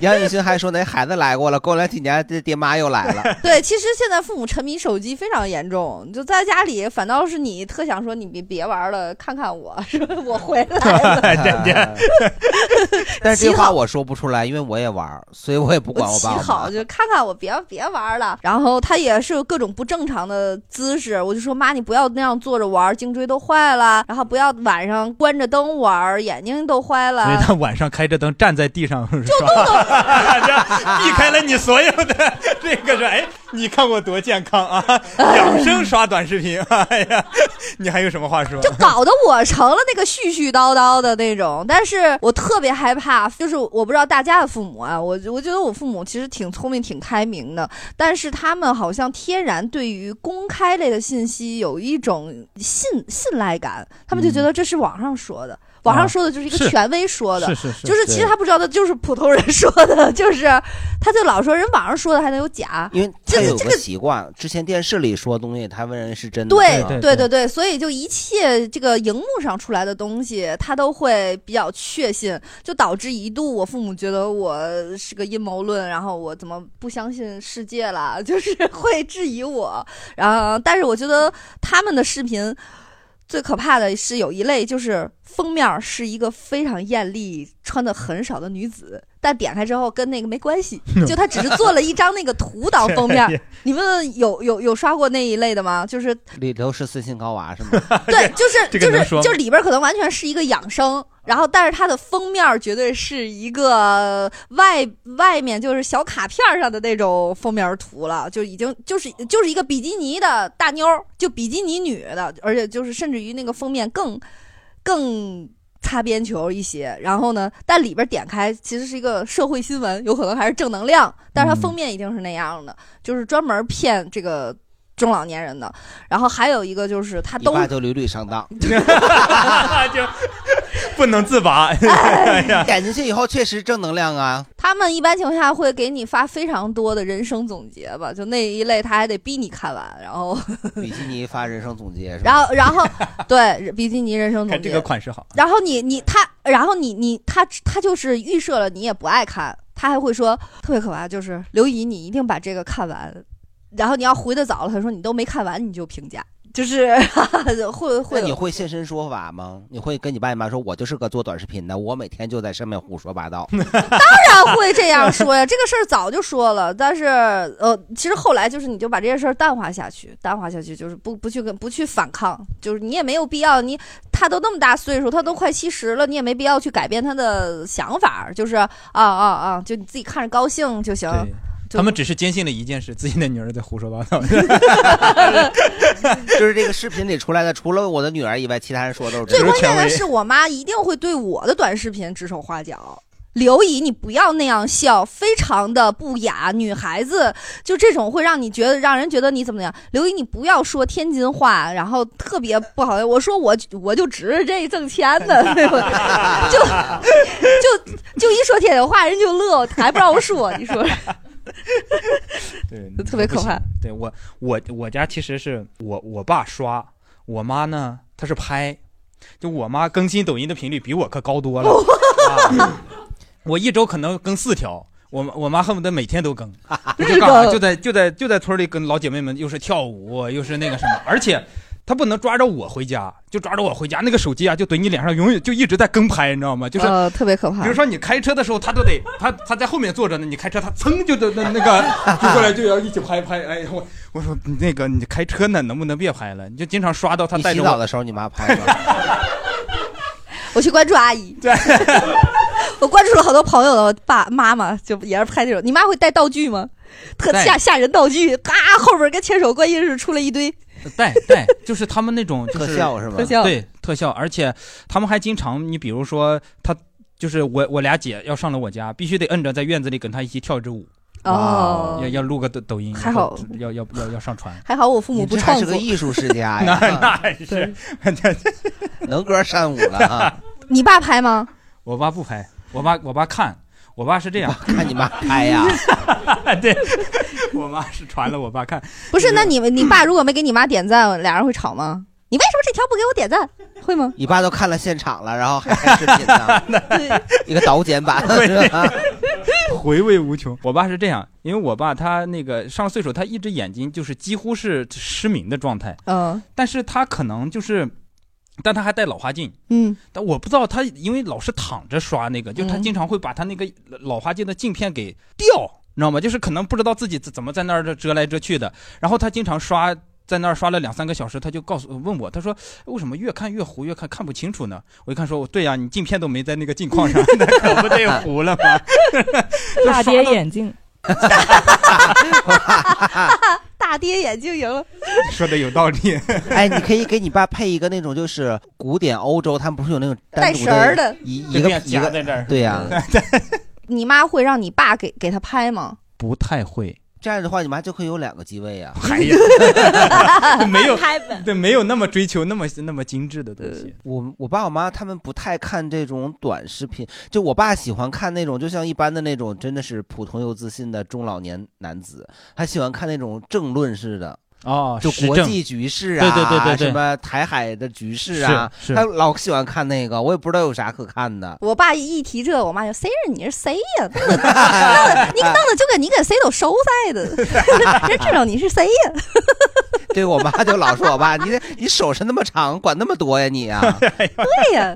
S3: 杨雨欣还说那孩子来过了，过了几年这爹妈又来
S1: <laughs>
S3: 了。
S1: 对，其实现在父母沉迷手机非常严重，就在家里反倒是你特想说你别别玩了，看看我，说我回来了。
S3: 但是这话我说不出来，因为我也玩儿，所以我也不管我
S1: 乞
S3: 爸我妈。
S1: 讨，就看看我，别别玩了。然后他也是有各种不正常的姿势，我就说妈，你不要那样坐着玩，颈椎都坏了，然后不要晚上关着灯玩，眼睛都坏了
S2: 所以。他晚上开着灯站在地上，啊就
S9: 哎
S2: <laughs> 避开了你所有的 <laughs> 这个是哎，你看我多健康 <laughs> 啊！养生刷短视频，哎呀，你还有什么话说？
S1: 搞得我成了那个絮絮叨叨的那种，但是我特别害怕，就是我不知道大家的父母啊，我我觉得我父母其实挺聪明、挺开明的，但是他们好像天然对于公开类的信息有一种信信赖感，他们就觉得这是网上说的。网上说的就是一个
S19: 嗯啊是
S1: 权威说的，
S19: 是是是
S1: 就是其实
S19: 对
S1: 他不知道的就是普通人说的， <laughs> 就是他就老说人网上说的还能有假，
S3: 因为
S1: 这
S3: 他
S1: 个
S3: 有
S1: 这
S3: 个
S1: 个
S3: 习惯，之前电视里说的东西，他问人是真的。
S1: 对
S3: 吧
S1: 对对对，所以就一切这个荧幕上出来的东西，他都会比较确信，就导致一度我父母觉得我是个阴谋论，然后我怎么不相信世界了， <laughs> 就是会质疑我。然后，但是我觉得他们的视频最可怕的是有一类，就是封面是一个非常艳丽、穿的很少的女子，但点开之后跟那个没关 <laughs> 系，就她只是做了一张那个图当封
S3: 这
S1: <laughs> 面。你们有有有刷过那一类的吗？就是
S3: 里头是斯琴高娃是吗？
S1: <laughs> 对，就是
S3: 这个
S1: 就
S3: 能
S1: 是
S3: 说吗
S1: 就里边可能完全是一个养生，然后但是它的封面绝对是一个外外面就是小卡片上的那种封面图了，就已经就是就是一个比基尼的大妞儿，就比基尼女的，而且就是甚至于那个封面更更。擦边球一些，然后呢，但里边点开其实是一个社会新闻，有可能还是正能量，但是它封面一定是那样的，就是专门骗这个中老年人的。然后还有一个就是它
S3: 你
S1: 都
S3: 爸就屡屡
S1: <laughs>
S3: 上
S2: <laughs>
S3: 当，
S2: 不能自拔。 <laughs>
S3: <laughs>
S2: 哎
S3: 点进去以后确实正能量啊。
S1: 他们一般情况下会给你发非常多的人生总结吧，就那一类，他还得逼你看完，然
S2: <laughs>
S1: 后，
S3: <laughs> 比基尼发人生总结是吧？
S1: 然后，然后，对比基尼人生总
S2: 看
S1: 结
S2: 这个款式好，
S1: 然后你你他，然后你你他他就是预设了你也不爱看，他还会说特别可怕，就是刘姨你一定把这个看完，然后你要回的早了，他说你都没看完你就评价， <laughs> 就是会
S3: <laughs> 那
S1: 会
S3: 你
S1: 有
S3: 会现身说法吗？你会跟你爸你妈说，我就是个做短视频的，我每天就在上面胡说八
S2: <laughs>
S3: 道。
S1: 当然会这样说呀，这个事儿早就说了，但是呃，其实后来就是你就把这件事儿淡化下去，淡化下去就是不不去跟不去反抗，就是你也没有必要，你他都那么大岁数，他都快七十了，你也没必要去改变他的想法，就是啊啊啊，就你自己看着高兴就行。就
S2: 他们只是坚信了一件事：自己的女儿在胡说八道。
S3: 就是这个视频里出来的，除了我的女儿以外，其他人说的都是
S1: 最
S3: 真的
S1: 关键的是，我妈一定会对我的短视频指手画脚。刘姨，你不要那样笑，非常的不雅。女孩子就这种会让你觉得，让人觉得你怎么样。刘姨，你不要说天津话，然后特别不好。我说我我就指着这挣钱的， <laughs> 就就就一说天津话，人就乐，还不让我说，你说
S2: 对，
S1: 特别可怕
S2: 我不行。对我，我我家其实是我我爸刷，我妈呢她是拍，就我妈更新抖音的频率比我可高多了。啊我一周可能更四条。我妈我妈恨不得每天
S1: <laughs>
S2: 都更，不知道干
S18: 日
S2: 啥，
S18: 更
S2: 就在就在就在村里跟老姐妹们，又是跳舞，又是那个什么，而且她不能抓着我回家，就抓着我回家，那个手机啊就怼你脸上，永远就一直在跟拍，你知道吗？就是
S1: 呃特别可
S3: 啊
S1: 怕。
S2: 比如说你开车的时候，他都得他他在后面坐着呢，你开车他噌就就那
S3: <laughs>
S2: 那个就过来就要一起拍拍，哎呀我我说你那个你开车呢能不能别拍了？你就经常刷到他
S3: 你
S2: 带
S3: 洗
S2: 着
S3: 澡
S2: 我
S3: 的时候，你妈拍吗？
S2: <laughs>
S1: 我去关注阿姨，
S2: 对，
S1: <laughs> 我关注了好多朋友的爸妈妈，就也是拍这种。你妈会带道具吗？特
S2: 带
S1: 吓吓人道具，嘎后边跟千手观音似的出来一堆。
S2: 呃带带，就是他们那种就是
S3: 特效是吧
S1: 特效
S2: 对特效，而且他们还经常，你比如说他就是我我俩姐要上了我家，必须得摁着在院子里跟他一起跳一支舞。
S1: 哦
S2: 要要录个抖抖音，
S1: 还好
S2: 要要要要上传。
S1: 还好我父母不
S3: 你这还
S1: 创
S3: 是
S1: 作。 <laughs>
S3: 个艺术世家呀，
S2: 那
S1: 哎
S2: 那是
S3: 能歌善舞了啊！
S1: 你爸拍吗？
S2: 我爸不拍，我爸我爸看，我爸是这样，看你妈
S3: 拍呀！
S2: <laughs> 对，我妈是传了我爸看，
S1: 不是，那你们你爸如果没给你妈点赞，俩人会吵吗？你为什么这条不给我点赞？会吗？
S3: <laughs> 你爸都看了现场了，然后还看视
S1: <laughs>
S3: 频呢，一个导剪版。是吧
S2: 回味无穷。我爸是这样，因为我爸他那个上了岁数，他一只眼睛就是几乎是失明的状态，
S1: 嗯，
S2: 但是他可能就是，但他还戴老花镜，
S1: 嗯，
S2: 但我不知道他因为老是躺着刷那个，就
S7: 嗯
S2: 他经常会把他那个老花镜的镜片给掉，你知道吗？就是可能不知道自己怎怎么在那儿折来折去的，然后他经常刷。在那儿刷了两三个小时，他就告诉问我，他说哎为什么越看越糊，越看看不清楚呢？我一看说，哦对呀、啊你镜片都没在那个镜框 <laughs> 上，那可不得糊了吗？
S15: 大
S2: 跌
S15: 跌
S8: <laughs>
S15: 眼镜，
S1: 大跌眼镜赢了。
S2: <laughs> 说的有道理。
S3: 哎，你可以给你爸配一个那种，就是古典欧洲，他们不是有那种单独
S1: 带绳儿的
S3: 一
S2: 就
S3: 一个
S2: 这样
S3: 一
S2: 夹
S3: 个
S2: 在这儿
S3: 对呀、
S1: 你妈会让你爸给给他拍吗？
S2: <laughs> 不太会。
S3: 这样的话，你妈就会有两个机位呀、
S2: 哎呀，啊 <laughs> 没有对，没有那么追求那么那么精致的东西。
S3: 呃我我爸我妈他们不太看这种短视频，就我爸喜欢看那种，就像一般的那种，真的是普通又自信的中老年男子，他喜欢看那种政论式的。
S2: 哦
S3: 就
S2: 时
S3: 国
S2: 政
S3: 际局势
S2: 对
S3: 啊，
S2: 对对对对
S3: 什么台海的局势啊，
S2: 是是
S3: 他老喜欢看那个，我也不知道有啥可看的。
S1: 我爸一提这，我妈就谁让你是谁
S3: <laughs>
S1: 呀？弄的弄的，你弄的就跟你跟谁都熟似的， <laughs> 人知道你是谁呀？
S3: <laughs> 对我妈就老说我爸，你这你手伸那么长，管那么多呀你啊？
S1: 对呀，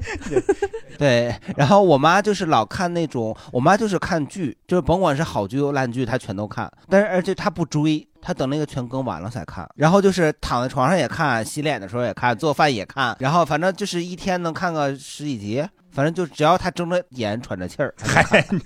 S3: 对，然后我妈就是老看那种，我妈就是看剧，就是甭管是好剧又烂剧，她全都看，但是而且她不追，她等那个全更完了才看。然后就是躺在床上也看，洗脸的时候也看，做饭也看，然后反正就是一天能看个十几集。反正就只要她睁着眼喘着气儿，她就看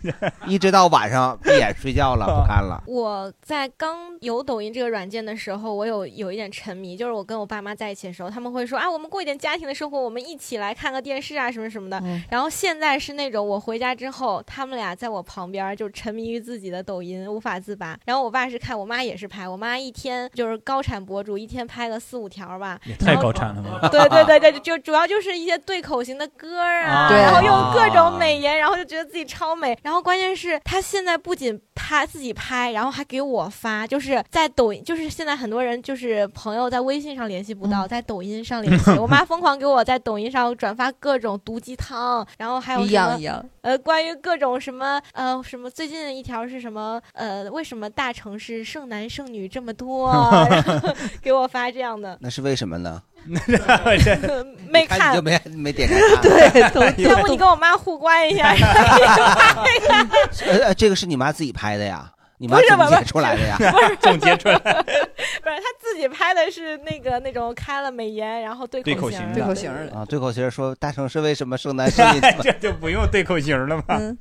S3: 一直到晚上闭眼睡觉了，不看了。
S7: 我在刚有抖音这个软件的时候，我有有一点沉迷，就是我跟我爸妈在一起的时候，他们会说啊，我们过一点家庭的生活，我们一起来看个电视啊，什么什么的。
S1: 嗯
S7: 然后现在是那种我回家之后，他们俩在我旁边就沉迷于自己的抖音，无法自拔。然后我爸是看，我妈也是拍，我妈一天就是高产博主，一天拍个四五条吧，
S2: 也太高产了
S7: <laughs>
S2: 吧！
S7: 对对对对，就主要就是一些对口型的歌儿啊，
S2: 对
S7: 然后用各种美颜，然后就觉得自己超美。然后关键是他现在不仅拍自己拍，然后还给我发，就是在抖音，就是现在很多人就是朋友在微信上联系不到，在抖音上联系。 <laughs> 我妈疯狂给我在抖音上转发各种毒鸡汤，然后还有
S1: 一样
S7: 什么
S1: 一样
S7: 呃，关于各种什么呃什么，最近一条是什么呃，为什么大城市剩男剩女这么多啊？然后给我发这样的。呃
S3: 那是为什
S7: <laughs>
S3: 么呢？
S7: 没
S3: 看你
S7: 看
S3: 就，没没
S2: <laughs>
S3: 点开看。 <laughs> 哎
S7: <laughs>
S3: 对
S7: 要不你跟我妈互关一下？ <laughs>
S3: 呃呃，这个是你妈自己拍的呀？你妈
S7: 不是
S3: 总
S7: 不是
S3: 结出来的呀？
S2: 总结出来。
S7: 不是，他自己拍的是那个那种开了美颜，然后对
S2: 对口
S7: 型
S2: 型
S7: 儿，
S2: 的对口
S1: 型
S3: 啊，对口型儿说大城市为什么生
S2: <laughs>
S3: 男生女这么
S2: 这就不用对口型了嘛。
S3: 嗯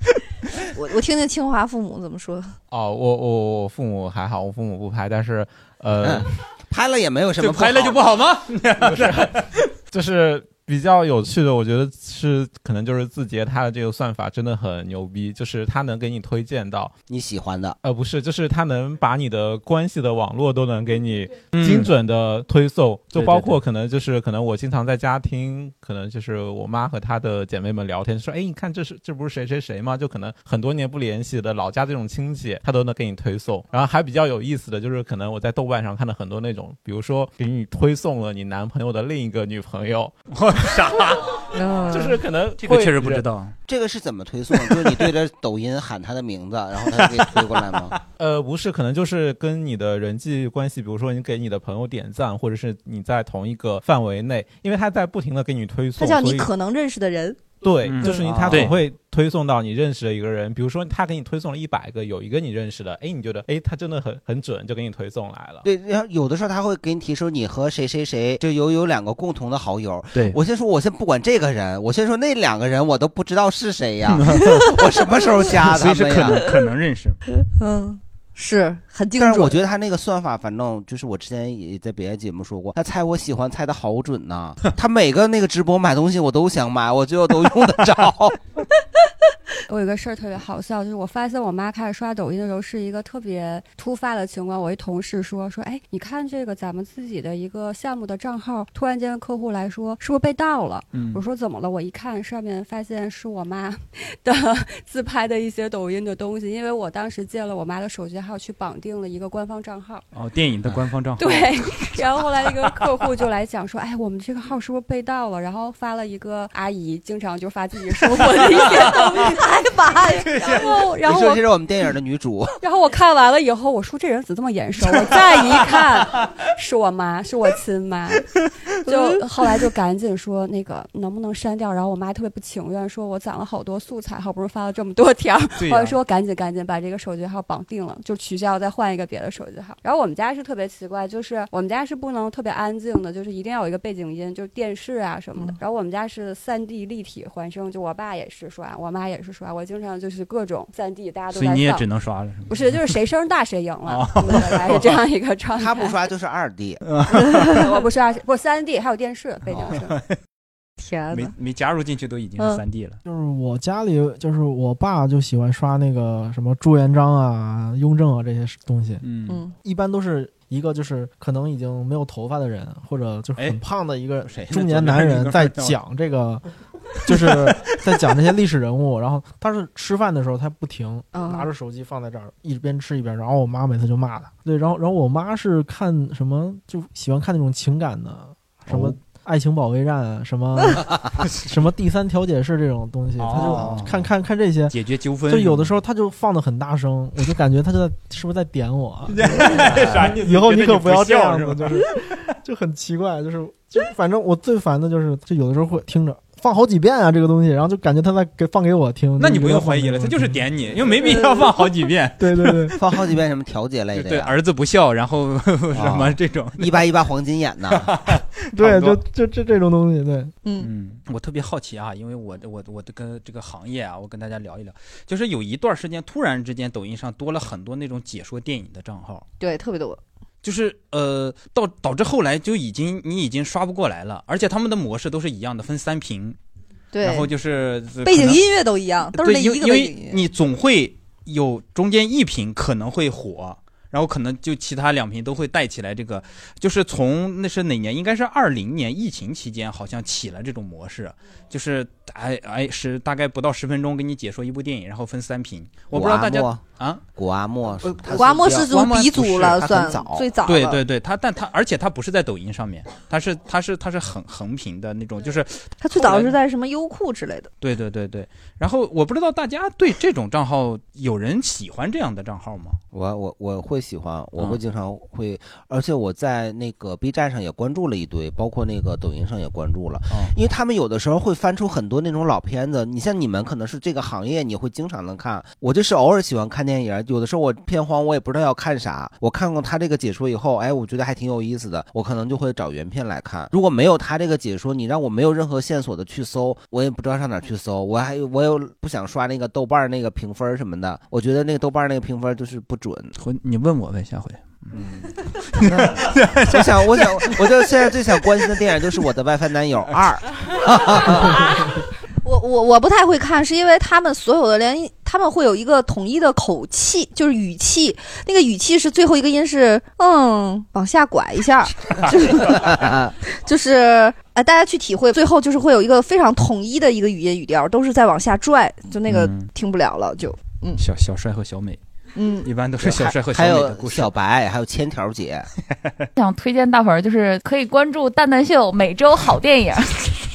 S1: 我我听听清华父母怎么说。
S4: 哦，我我我父母还好，我父母不拍，但是呃，
S3: 嗯拍了也没有什么不好
S4: 拍了就不
S3: <laughs>
S2: 好吗？
S4: 不是， <laughs> 就是比较有趣的，我觉得是可能就是字节它的这个算法真的很牛逼，就是它能给你推荐到
S3: 你喜欢的，
S4: 呃，不是，就是它能把你的关系的网络都能给你
S3: 嗯
S4: 精准的推送，
S6: 对
S4: 就包括可能就是可能我经常在家听，可能就是我妈和她的姐妹们聊天，说哎，你看这是这不是谁谁谁吗？就可能很多年不联系的老家这种亲戚，她都能给你推送。然后还比较有意思的就是，可能我在豆瓣上看到很多那种，比如说给你推送了你男朋友的另一个女朋友，
S2: 我 <laughs> 傻，
S3: 嗯
S4: 就是可能
S2: 这个
S4: 会
S2: 确实不知
S4: <laughs>
S2: 道。
S3: 这个是怎么推送？就是你对着抖音喊他的 <laughs> 名字，然后他就给你推过来吗？
S4: 呃，不是，可能就是跟你的人际关系，比如说你给你的朋友点赞，或者是你在同一个范围内，因为他在不停的给你推
S1: 他
S4: 送，
S1: 叫
S4: 所
S1: 你
S4: 以
S1: 可能认识的人，
S4: 对，
S2: 嗯
S4: 就是你他
S2: 对
S4: 总会推送到你认识的一个人，比如说他给你推送了一百个，有一个你认识的，哎，你觉得哎他真的很很准，就给你推送来了。
S3: <laughs> 对，然后有的时候他会给你提示你和谁谁谁就有有两个共同的好友。
S2: 对
S3: 我先说，我先不管这个人，我先说那两个人我都不知道是谁
S2: <laughs>
S3: 呀，我什么时候加
S2: 所
S3: 他
S2: 以是
S3: 们
S2: 可
S3: 呀？
S2: 能可能认识。
S1: 嗯，是很精准。
S3: 但是我觉得他那个算法，反正就是我之前也在别的节目说过，他猜我喜欢猜的好准
S16: <laughs>
S3: 呐、
S16: <laughs>
S3: 他每个那个直播买东西我都想买，我最后都用得着。
S16: 我有个事儿特别好笑，就是我发现我妈开始刷抖音的时候是一个特别突发的情况。我一同事说说，哎，你看这个咱们自己的一个项目的账号，突然间客户来说是不是被盗了？
S19: 嗯
S16: 我说怎么了？我一看上面发现是我妈 <laughs> 的自拍的一些抖音的东西，因为我当时借了我妈的手机号去绑定了一个官方账号。
S2: 哦，电影的官方账号。
S16: 嗯对， <laughs> 然后后来那个客户就来讲说，哎，我们这个号是不是被盗了？然后发了一个阿姨，经常就发自己生活的一些东西，哎
S1: <laughs>
S16: 妈呀！然后哦然后
S3: 你说
S16: 我
S3: 这是我们电影的女主，
S16: <laughs> 然后我看完了以后，我说这人怎么这么眼熟？我再一
S19: <laughs>
S16: 看，是我妈，是我亲妈。就后来就赶紧说那个能不能删掉？然后我妈特别不情愿，说我攒了好多素材，好不容易发了这么多条，
S19: 对
S16: 后
S19: 呀
S16: 来说赶紧赶紧把这个手机号绑定了，就取消，再换一个别的手机号。然后我们家是特别奇怪，就是我们家是不能特别安静的，就是一定要有一个背景音，就是电视啊什么的。然后我们家是三 D 立体环声，就我爸也是刷，我妈也是刷，我经常就是各种三 D，大家
S2: 所
S16: 都在
S2: 以
S16: 放。
S2: 你也只能刷了，是吗？
S16: 不是，就是谁声大谁赢
S3: <laughs>
S16: 了，
S2: 哦
S16: 对大概是这样一个状态。嗯
S3: 他不刷就是二 D，
S16: <laughs> 我不刷，不三 D，还有电视背景
S2: 哦
S16: 声。
S13: 天
S2: 没没加入进去都已经是
S16: 嗯
S2: 三 D 了。
S12: 就是我家里，就是我爸就喜欢刷那个什么朱元璋啊、雍正啊这些东西。
S2: 嗯，
S12: 一般都是一个就是可能已经没有头发的人，或者就是
S2: 哎
S12: 很胖的一个中年男人在讲这个，就是在讲这些历史人物。然后他是吃饭的时候他不停
S6: 嗯
S16: 哦
S12: 拿着手机放在这儿，一边吃一边。然后我妈每次就骂他。对，然后然后我妈是看什么就喜欢看那种情感的，什么
S6: 哦。
S12: 爱情保卫战啊，什么 <laughs> 什么第三调解室这种东西，他
S2: 哦
S12: 就看看看这些
S2: 解决纠纷
S12: 就有
S2: 什么
S12: 的
S2: 的
S12: 时候他就放的很大声，我就感觉他就在是不是在点我？
S2: <laughs> 啥意思
S12: 以后
S2: 觉得
S12: 可
S2: 你不
S12: 不要这
S2: 孝
S12: 样
S2: 是吧
S12: 子，就是就很奇怪，就是就反正我最烦的就是，就有的时候会听着放好几遍啊这个东西，然后就感觉他在给放给我听。
S2: 那你
S12: 就
S2: 不
S12: 觉得
S2: 用怀疑了，他就是点你，因为没必要放好几遍。
S12: 对对
S2: <laughs>
S12: 对，
S3: 放好几遍什么调解类的
S2: 对，
S3: 呀，哦
S2: 儿子不孝，然后 <laughs> 什么这种
S3: 一八一八黄金眼
S16: <laughs>
S3: 呐，
S12: <laughs> 对，
S2: 差不多
S12: 就就这这种东西，对，
S2: 嗯， <laughs> 我特别好奇啊，因为我我我的跟这个行业啊，我跟大家聊一聊，就是有一段时间突然之间，抖音上多了很多那种解说电影的账号，
S1: 对，特别多。
S2: 就是呃，到导致后来就已经你已经刷不过来了，而且他们的模式都是一样的，分三屏，
S1: 对
S2: 然后就是呃
S1: 背
S2: 可
S1: 景
S2: 能
S1: 音乐都一样，都是那
S2: 对，因为
S1: 一个
S2: 因
S1: 背景音
S2: 为你总会有中间一屏可能会火，然后可能就其他两屏都会带起来。这个就是从那是哪年？应该是二零年疫情期间，好像起了这种模
S1: 嗯
S2: 式，就是哎哎十大概不到十分钟给你解说一部电影，然后分三屏。我不知道大家
S3: 古阿莫
S2: 啊，
S3: 古阿莫
S16: 呃
S3: 是，他
S1: 古阿莫
S3: 比较
S1: 氏族鼻祖
S3: 不是
S1: 了
S3: 他很
S1: 算
S3: 早
S1: 最早
S2: 对
S1: 了
S2: 对对，他但他而且他不是在抖音上面，他是他是他是横横屏的那种，就是
S1: 嗯他最早是在什么优酷之类的。
S2: 对对对对，然后我不知道大家对这种账号有人喜欢这样的账号吗？
S3: 我我我会喜欢，我
S2: 嗯
S3: 会经常会，而且我在那个 B 站上也关注了一堆，包括那个抖音上也关注了，
S2: 嗯
S3: 因为他们有的时候会翻出很多那种老片子。你像你们可能是这个行业，你会经常能看，我就是偶尔喜欢看电影，有的时候我片荒，我也不知道要看啥。我看过他这个解说以后，哎，我觉得还挺有意思的，我可能就会找原片来看。如果没有他这个解说，你让我没有任何线索的去搜，我也不知道上哪儿去搜。我还我又不想刷那个豆瓣儿那个评分儿什么的，我觉得那个豆瓣儿那个评分儿就是不准。
S2: 回你问我呗，下回。
S3: <laughs> 我想，我想，我就现在最想关心的电影就是《我的 WiFi 男友二》
S1: 我我我不太会看，是因为他们所有的连一他们会有一个统一的口气，就是语气，那个语气是最后一个音是嗯往下拐一
S2: <laughs>
S1: 下，就是就是呃大家去体会，最后就是会有一个非常统一的一个语音语调，都是在往下拽，就那个
S2: 嗯
S1: 听不了了，就嗯
S2: 小小帅和小美，
S1: 嗯
S2: 一般都是小帅和小
S3: 还
S2: 美的
S3: 有
S2: 故事。
S3: 小白，还有千条姐。
S10: 想推荐大伙儿就是可以关注蛋蛋秀每周好电
S17: <laughs>
S3: <laughs>
S10: 影，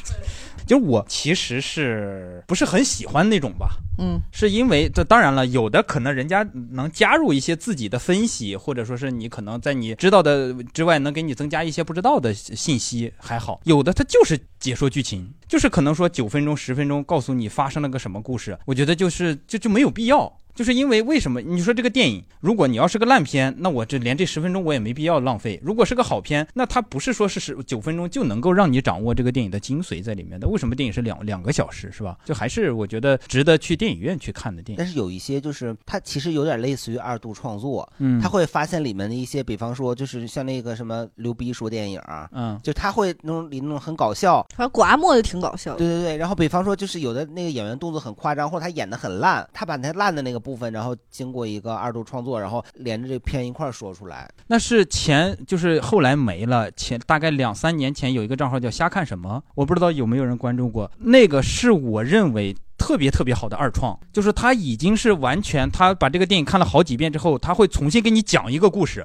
S2: <laughs> 就是我其实是不是很喜欢那种吧？
S1: 嗯，
S2: 是因为这当然了，有的可能人家能加入一些自己的分析，或者说是你可能在你知道的之外，能给你增加一些不知道的信息，还好。有的它就是解说剧情，就是可能说九分钟、十分钟告诉你发生了个什么故事，我觉得就是就就没有必要。就是因为为什么？你说这个电影，如果你要是个烂片，那我这连这十分钟我也没必要浪费；如果是个好片，那它不是说是十九分钟就能够让你掌握这个电影的精髓在里面的。为什么电影是两两个小时，是吧？就还是我觉得值得去电影院去看的电
S3: 但
S2: 影。
S3: 是有一些就是它其实有点类似于二度创作，
S2: 嗯
S3: 他会发现里面的一些，比方说就是像那个什么刘逼说电影啊，
S2: 嗯，
S3: 就他会弄里弄很搞笑，
S1: 反正古阿莫就挺搞笑的。
S3: 对对对，然后比方说就是有的那个演员动作很夸张，或者他演的很烂，他把那烂的那个部分，然后经过一个二度创作，然后连着这片一块儿说出来，
S2: 那是前就是后来没了，前大概两三年前有一个账号叫“瞎看什么”，我不知道有没有人关注过。那个是我认为特别特别好的二创，就是他已经是完全他把这个电影看了好几遍之后，他会重新给你讲一个故事。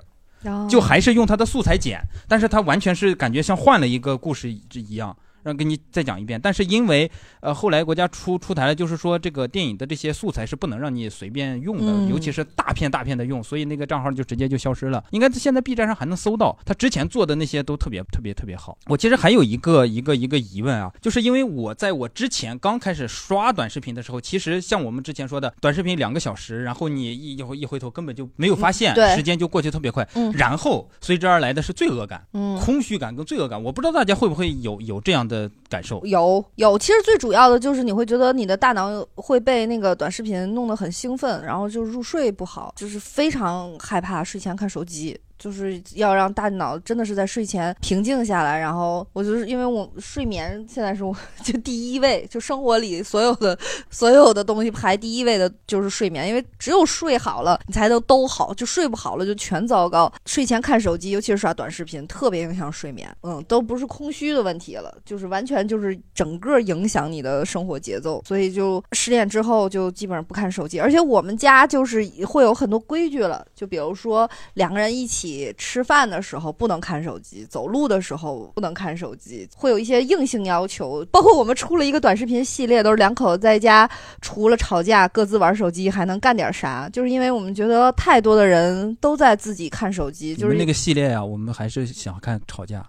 S2: 就还是用它的素材剪，但是它完全是感觉像换了一个故事一样，让给你再讲一遍。但是因为呃后来国家出出台了，就是说这个电影的这些素材是不能让你随便用的，
S6: 嗯
S2: 尤其是大片大片的用，所以那个账号就直接就消失了。应该现在 B 站上还能搜到，他之前做的那些都特别特别特别好。我其实还有一个一个一个疑问啊，就是因为我在我之前刚开始刷短视频的时候，其实像我们之前说的，短视频两个小时，然后你一一回一回头根本就没有发现
S6: 嗯，对
S2: 时间就过去特别快。
S6: 嗯
S2: 然后随之而来的是罪恶感、
S1: 嗯
S2: 空虚感跟罪恶感。我不知道大家会不会有有这样的感受？
S1: 有有，其实最主要的就是你会觉得你的大脑会被那个短视频弄得很兴奋，然后就入睡不好，就是非常害怕睡前看手机。就是要让大脑真的是在睡前平静下来，然后我就是因为我睡眠现在是我 <laughs> 就第一位，就生活里所有的所有的东西排第一位的就是睡眠，因为只有睡好了，你才能都好，就睡不好了就全糟糕。睡前看手机，尤其是刷短视频，特别影响睡眠。嗯，都不是空虚的问题了，就是完全就是整个影响你的生活节奏。所以就十点之后就基本上不看手机，而且我们家就是会有很多规矩了，就比如说两个人一起吃饭的时候不能看手机，走路的时候不能看手机，会有一些硬性要求。包括我们出了一个短视频系列，都是两口子在家除了吵架各自玩手机，还能干点啥？就是因为我们觉得太多的人都在自己看手机，
S2: 你
S1: 就是
S2: 们那个系列啊，我们还是想看吵架。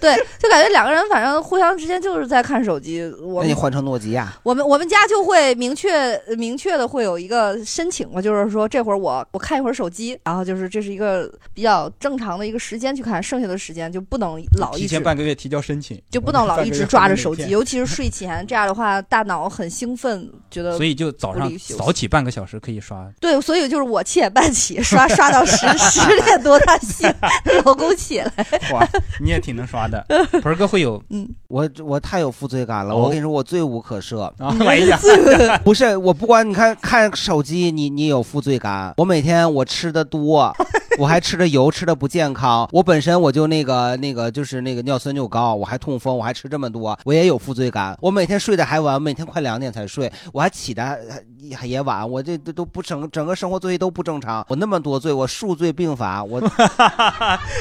S1: 对，就感觉两个人反正互相之间就是在看手机。我
S3: 那你
S1: 们
S3: 换成诺基亚，
S1: 我们我们家就会明确呃明确的会有一个申请嘛，就是说这会儿我我看一会儿手机，然后就是这是一个比较正常的一个时间去看，剩下的时间就不能老一
S2: 提
S1: 直
S2: 前半个月提交申请，
S1: 就不能老一直抓着手
S2: <laughs>
S1: 机，尤
S2: 有。
S1: 其是睡前，这样的话大脑很兴奋，觉得
S2: 所以就早
S1: 不
S2: 上
S1: 利于休息
S2: 早起半个小时可以刷。
S1: 对，所以就是我七点半起刷刷到十十点多他醒，老公起来，
S2: 哇，你也挺能刷的，盆儿哥会有哦
S1: 嗯，
S3: 我我太有负罪感了，我跟你说，我罪无可赦。
S2: 啊哎呀
S3: <laughs> 不是我不管你看看手机，你你有负罪感。我每天我吃的
S2: <laughs>
S3: 多，我还吃的油，吃的不健康。我本身我就那个那个就是那个尿酸就高，我还痛风，我还吃这么多，我也有负罪感。我每天睡得还晚，我每天快两点才睡，我还起的还也晚，我这这都不整整个生活作息都不正常。我那么多罪，我数罪并罚，我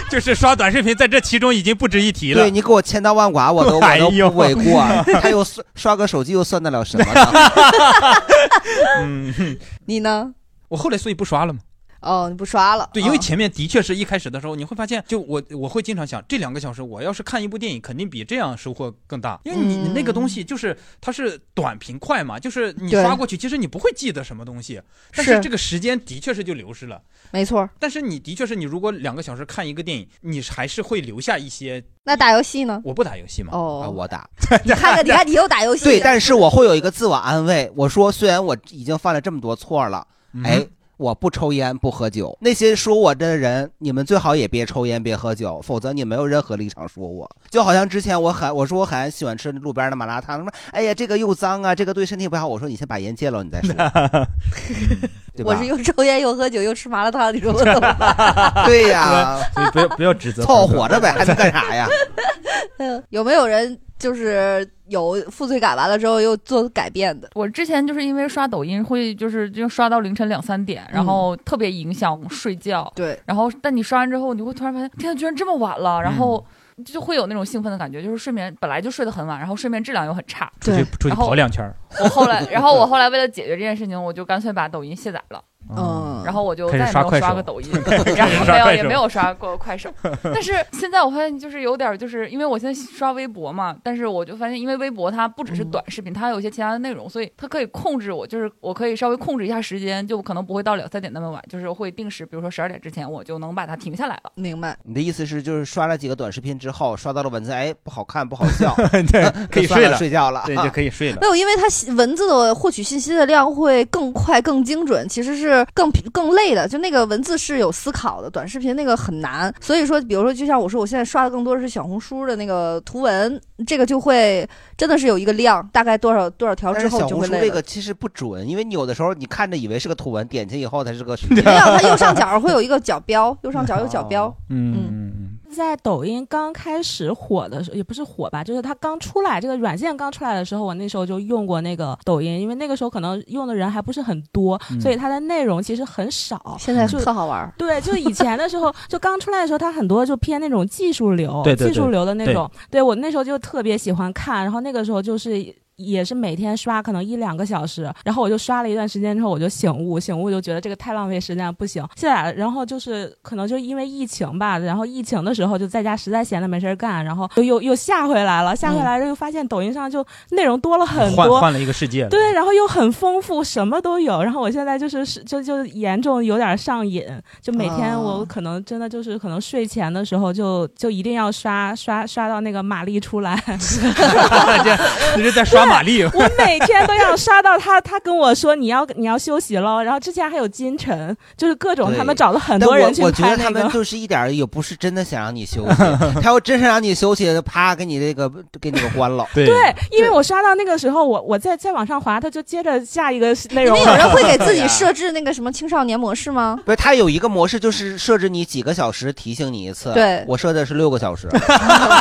S2: 就是刷短视频，在这其中已经不值一提了。
S3: 对你给我千刀万剐，我都
S1: <laughs>
S3: 我
S2: 哎呦
S3: 都不为过。啊
S1: 哎
S3: 他又刷刷个手机又算得了什么呢？
S2: 嗯， <laughs>
S1: 你呢？
S2: 我后来所以不刷了嘛。
S1: 哦，你不刷了，
S2: 对，因为
S1: 嗯
S2: 前面的确是一开始的时候，你会发现，就我我会经常想，这两个小时我要是看一部电影，肯定比这样收获更大，因为你你那个东西就是它是短平快嘛，就是你
S1: 对
S2: 刷过去，其实你不会记得什么东西，但
S1: 是
S2: 是这个时间的确是就流失了。
S1: 没错。
S2: 但是你的确是你如果两个小时看一个电影，你还是会留下一些。
S1: 那打游戏呢？
S2: 我不打游戏嘛，
S1: 哦，
S3: 啊我打。
S1: 你看看，你看你又打游戏，啊
S3: 对，但是我会有一个自我安慰，我说虽然我已经犯了这么多错了，
S1: 嗯
S3: 哎，我不抽烟不喝酒。那些说我的人，你们最好也别抽烟别喝酒，否则你没有任何立场说我。就好像之前我很我说我很喜欢吃路边的麻辣烫，他们说哎呀这个又脏啊，这个对身体不好。我说你先把烟戒了，你
S1: <laughs>
S3: 再说，对吧
S1: 我是又抽烟又喝酒又吃麻辣烫，你
S3: <laughs>
S1: 说我怎么办？
S3: 对呀，
S2: 哎所以不要不要指责
S3: 凑合着呗，还能干啥呀？
S1: 嗯有没有人就是有负罪感，完了之后又做改变的？
S10: 我之前就是因为刷抖音会就是就刷到凌晨两三点，然后特别影响睡觉。
S1: 嗯对，
S10: 然后但你刷完之后，你会突然发现，天呐，啊居然这么晚了，然后。
S2: 嗯
S10: 就会有那种兴奋的感觉，就是睡眠本来就睡得很晚，然后睡眠质量又很差，
S2: 出去出去
S10: 然后
S2: 跑两圈儿，
S17: 我后
S2: <laughs>
S17: 来，然后我后来为了解决这件事情，我就干脆把抖音卸载了。
S1: 嗯
S17: 然后我就
S2: 开
S17: 再
S2: 始
S17: 也没
S2: 刷
S17: 有
S2: 快
S17: 刷
S2: 手，
S17: 过抖音然
S2: <laughs> 开始
S17: 后
S2: 刷
S17: 没有
S2: 快
S17: 也
S2: 手
S17: 没有刷过快手。但是现在我发现就是有点儿就是因为我现在刷微博嘛，但是我就发现因为微博它不只是短视频，它还有一些其他的内容，所以它可以控制我，就是我可以稍微控制一下时间，就可能不会到两三点那么晚，就是会定时，比如说十二点之前我就能把它停下来了。
S1: 明白。
S3: 你的意思是，就是刷了几个短视频之后，刷到了文字，哎，不好看，
S2: <laughs>
S3: 不好笑，呃
S2: 对，可以
S3: 算
S2: 睡
S3: 了
S2: 了，
S3: 睡觉了
S2: 对，
S3: 啊
S2: 就可以睡了
S1: 没。有，因为它文字的获取信息的量会更快、更精准，其实是更更累的。就那个文字是有思考的，短视频那个很难。所以说，比如说，就像我说，我现在刷的更多的是小红书的那个图文，这个就会真的是有一个量，大概多少多少条
S3: 但
S1: 之
S3: 是
S1: 后
S3: 小
S1: 就
S3: 红
S1: 会
S3: 书
S1: 累了。
S3: 这个其实不准，因为你有的时候你看着以为是个图文，点进以后它是个视
S1: 没有，啊它右上角会有一个角标，右上角有角标。
S2: 嗯，
S15: 在抖音刚开始火的时候，也不是火吧，就是它刚出来，这个软件刚出来的时候，我那时候就用过那个抖音，因为那个时候可能用的人还不是很多，
S1: 嗯
S15: 所以它的内容其实很少。
S1: 现在
S15: 就
S1: 特好玩儿
S15: 对，就以前的时候，就刚出来的时候，它很多就偏那种技术流，
S10: 对对对
S15: 技术流的那
S10: 对
S15: 种。对我那时候就特别喜欢看，然后那个时候就是。也是每天刷，可能一两个小时，然后我就刷了一段时间之后，我就醒悟，醒悟就觉得这个太浪费时间了，不行。现在，然后就是可能就因为疫情吧，然后疫情的时候就在家实在闲的没事儿干，然后又又又下回来了，下回来又发现抖音上就内容多了很
S2: 嗯换
S15: 多，
S2: 换了一个世界了。
S15: 对，然后又很丰富，什么都有。然后我现在就是是就就严重有点上瘾，就每天我
S1: 哦
S15: 可能真的就是可能睡前的时候就就一定要刷刷刷到那个玛丽
S1: <laughs>
S15: 出来。
S2: 你是在刷玛丽？
S15: 我每天都要刷到他，他跟我说你要你要休息喽。然后之前还有金晨，就是各种他们找了很多人去
S3: 我觉
S15: 拍
S3: 得
S15: 那
S3: 他
S15: 个 <laughs>
S3: 们。就是一点儿也不是真的想让你休息，他要真是让你休息，啪给你这个给你个关了。
S2: <laughs> 对
S15: 因为我刷到那个时候，我我在再往上滑，他就接着下一个
S1: 你
S15: 内容
S1: 们
S15: 了。
S1: 有人会
S15: <laughs>
S1: 给自己设置那个什么青少年模式吗？
S3: 不是，它有一个模式，就是设置你几个小时提醒你一次。
S1: 对
S3: 我设的是六个小时。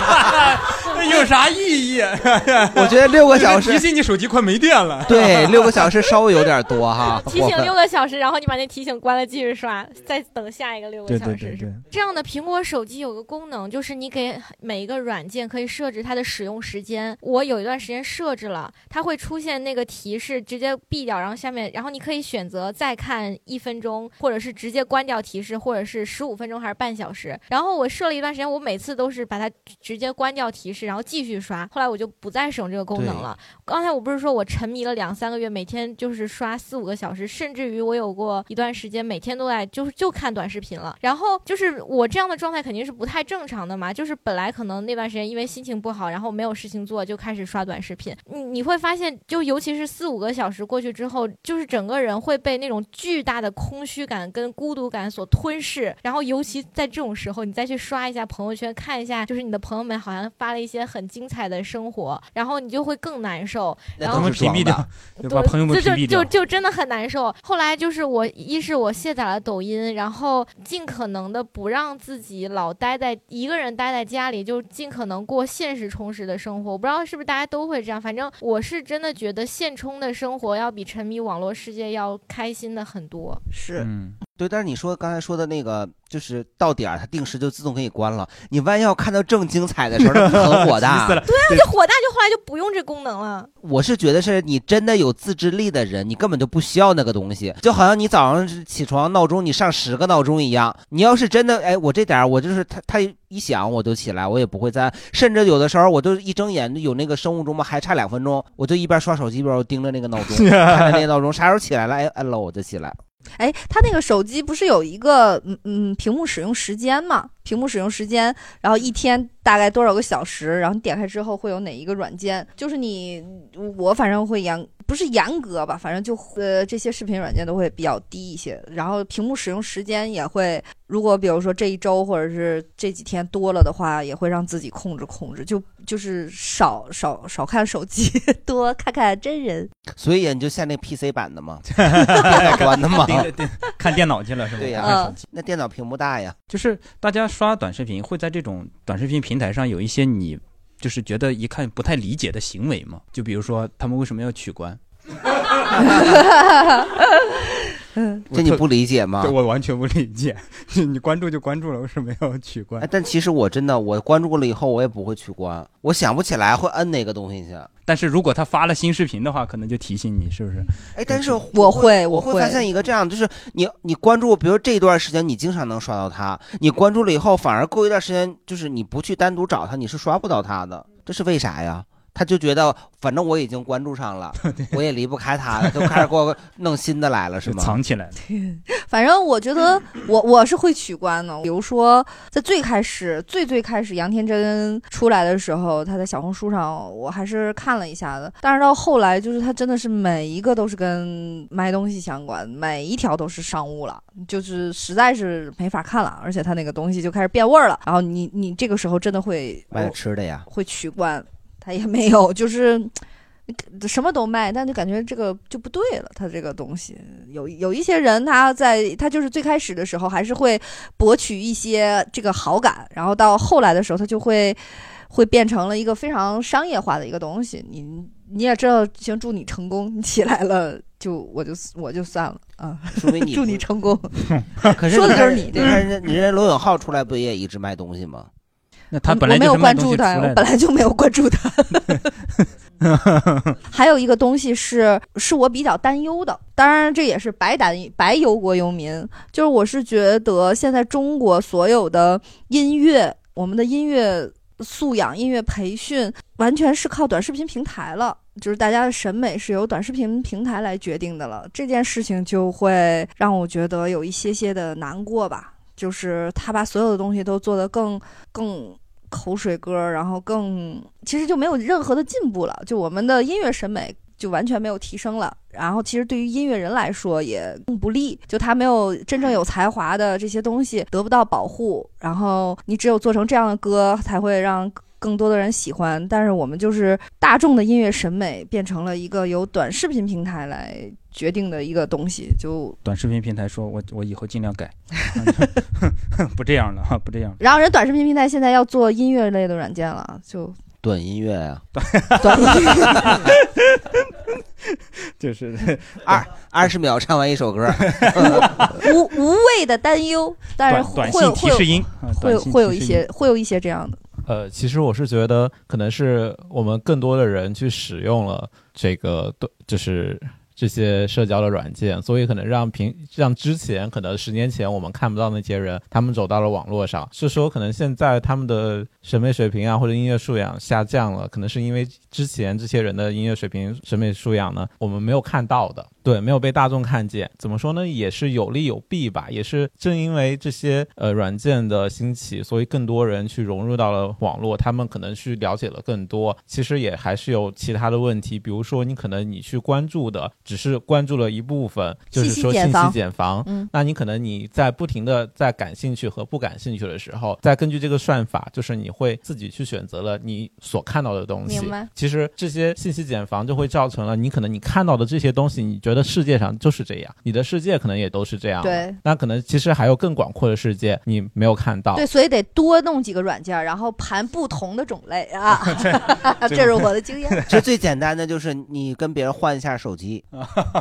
S2: 那 <laughs> 有啥意义？ <laughs>
S3: 我觉得六个小时
S2: 提醒你手机快没电了。
S3: 对，六个小时稍微有点多哈。
S7: <laughs> 提醒
S3: 我
S7: 六个小时，然后你把那提醒关了，继续刷，再等下一个六个
S3: 对
S7: 小时。
S3: 对对对。
S7: 这样的苹果手机有个功能，就是你给每一个软件可以设置它的使用时间。我有一段时间设置了，它会出现那个提示，直接闭掉，然后下面，然后你可以选择再看一分钟，或者是直接关掉提示，或者是十五分钟还是半小时。然后我设了一段时间，我每次都是把它直接关掉提示，然后继续刷。后来我就不再使用这个功能
S10: 对
S7: 了。刚才我不是说我沉迷了两三个月，每天就是刷四五个小时，甚至于我有过一段时间每天都在就是就看短视频了。然后就是我这样的状态肯定是不太正常的嘛，就是本来可能那段时间因为心情不好，然后没有事情做，就开始刷短视频。你你会发现，就尤其是四五个小时过去之后，就是整个人会被那种巨大的空虚感跟孤独感所吞噬。然后尤其在这种时候，你再去刷一下朋友圈，看一下，就是你的朋友们好像发了一些很精彩的生活，然后你就会更难受。然后
S2: 把他们屏蔽掉， <laughs> 就把朋友们
S7: 就
S2: 屏
S7: 就
S2: 蔽掉
S7: 就。就真的很难受。后来就是我，一是我卸载了抖音，然后尽可能的不让自己老待在一个人待在家里，就尽可能过现实充实的生活。我不知道是不是大家都会这样，反正我是真的觉得现充的生活要比沉迷网络世界要开心的很多。
S1: 是
S2: 嗯，
S3: 对，但是你说刚才说的那个，就是到点儿它定时就自动给你关了。你万一要看到正精彩的时候，那不是很火
S2: <laughs> 急死
S3: 大
S2: 了。
S7: 对啊，我就火大，就后来就不用这功能了。
S3: 我是觉得是你真的有自制力的人，你根本就不需要那个东西。就好像你早上是起床闹钟，你上十个闹钟一样。你要是真的，哎，我这点儿我就是他他一响我就起来，我也不会再。甚至有的时候我就一睁眼有那个生物钟嘛，还差两分钟，我就一边刷手机一边我盯着那个闹钟，看着那个闹钟，啥时候起来了，哎，摁了我就起来。
S1: 哎，它那个手机不是有一个嗯嗯屏幕使用时间嘛？屏幕使用时间，然后一天大概多少个小时？然后你点开之后会有哪一个软件？就是你嗯我反正会严，不是严格吧，反正就呃这些视频软件都会比较低一些。然后屏幕使用时间也会，如果比如说这一周或者是这几天多了的话，也会让自己控制控制，就就是少少少看手机， <laughs> 多看看真人。 <laughs>
S3: 所以你就下那 PC 版的嘛， <laughs> 电脑关的嘛，
S2: 盯着电看电脑去了是嗯吧？
S3: 对呀、
S2: 看手
S3: 那电脑屏幕大呀。
S2: 就是大家刷短视频，会在这种短视频平台上有一些你就是觉得一看不太理解的行为吗？就比如说他们为什么要取关？
S1: 嗯 <laughs>
S3: <laughs> 这你不理解吗
S2: 对我完全不理解，你你关注就关注了，我是没有取关
S3: 哎，。但其实我真的，我关注过了以后，我也不会取关，我想不起来会摁哪个东西去。
S2: 但是如果他发了新视频的话，可能就提醒你，是不是？
S3: 哎，但是
S1: 我会
S3: 我
S1: 我
S3: 会
S1: 会
S3: 发现一个这样，就是你你关注，比如这一段时间你经常能刷到他，你关注了以后，反而过一段时间，就是你不去单独找他，你是刷不到他的，这是为啥呀？他就觉得反正我已经关注上了，我也离不开他了，就开始给我弄新的来了，是吗？
S2: 藏起来了。
S1: 反正我觉得我我是会取关的。比如说，在最开始最最开始杨天真出来的时候，他在小红书上我还是看了一下的。但是到后来，就是他真的是每一个都是跟卖东西相关，每一条都是商务了，就是实在是没法看了。而且他那个东西就开始变味儿了，然后你你这个时候真的会
S2: 哦
S3: 买吃
S1: <laughs>
S3: 的呀，
S1: 会取关，他也没有，就是什么都卖，但就感觉这个就不对了。他这个东西有有一些人，他在他就是最开始的时候还是会博取一些这个好感，然后到后来的时候，他就会会变成了一个非常商业化的一个东西。你你也知道，行，祝你成功，你起来 <laughs> 了就我就我就算了啊，
S3: 说明你
S1: 祝你成功。
S3: <laughs> 可是
S1: 说的就是
S3: 你
S1: 你
S3: 看
S1: 对
S3: 人家，你看人家罗永浩出来不也一直卖东西吗？
S2: 那
S1: 我嗯我没有关注他，我本来就没有关注他。还有一个东西是是我比较担忧的，当然这也是白担白忧国忧民，就是我是觉得现在中国所有的音乐，我们的音乐素养、音乐培训，完全是靠短视频平台了。就是大家的审美是由短视频平台来决定的了，这件事情就会让我觉得有一些些的难过吧。就是他把所有的东西都做得更更口水歌，然后更其实就没有任何的进步了，就我们的音乐审美就完全没有提升了。然后其实对于音乐人来说也更不利，就他没有真正有才华的这些东西得不到保护，然后你只有做成这样的歌才会让。更多的人喜欢，但是我们就是大众的音乐审美变成了一个由短视频平台来决定的一个东西，就
S2: 短视频平台说，我我以后尽量改， <laughs> 不这样了哈，不这样了。
S1: 然后人短视频平台现在要做音乐类的软件了，就
S3: 短音乐 <laughs> 呀、
S1: 短音乐。
S3: <laughs>
S4: <laughs>
S2: 就是
S3: 二二十秒唱完一首歌，
S1: <laughs> 无无谓的担忧，但是
S4: 短
S1: 会有
S4: 短信提示音啊
S1: 会有
S4: 短信
S1: 会有
S4: 提
S1: 一
S4: 示
S1: 些
S4: 音
S1: 会有一些这样的。
S4: 呃，其实我是觉得，可能是我们更多的人去使用了这个，对就是这些社交的软件，所以可能让平让之前可能十年前我们看不到那些人，他们走到了网络上。是说可能现在他们的审美水平啊，或者音乐素养下降了，可能是因为之前这些人的音乐水平、审美素养呢，我们没有看到的。对，没有被大众看见，怎么说呢？也是有利有弊吧。也是正因为这些呃软件的兴起，所以更多人去融入到了网络，他们可能去了解了更多。其实也还是有其他的问题，比如说你可能你去关注的只是关注了一部分，就是说
S19: 信息
S4: 信
S19: 茧
S4: 息
S19: 房
S4: 茧房。
S19: 嗯
S4: 那你可能你在不停的在感兴趣和不感兴趣的时候，再根据这个算法，就是你会自己去选择了你所看到的东西。
S19: 明白
S4: 其实这些信息茧房就会造成了你可能你看到的这些东西，你觉得世界上就是这样，你的世界可能也都是这样的。
S1: 对
S4: 那可能其实还有更广阔的世界你没有看到。
S1: 对，所以得多弄几个软件，然后盘不同的种类
S4: <laughs>
S1: 啊， <laughs>
S3: <laughs>
S1: 这是我的经验。
S3: 其实最简单的就是你跟别人换一下手
S1: <laughs>
S3: 机，
S1: 哦
S3: 哦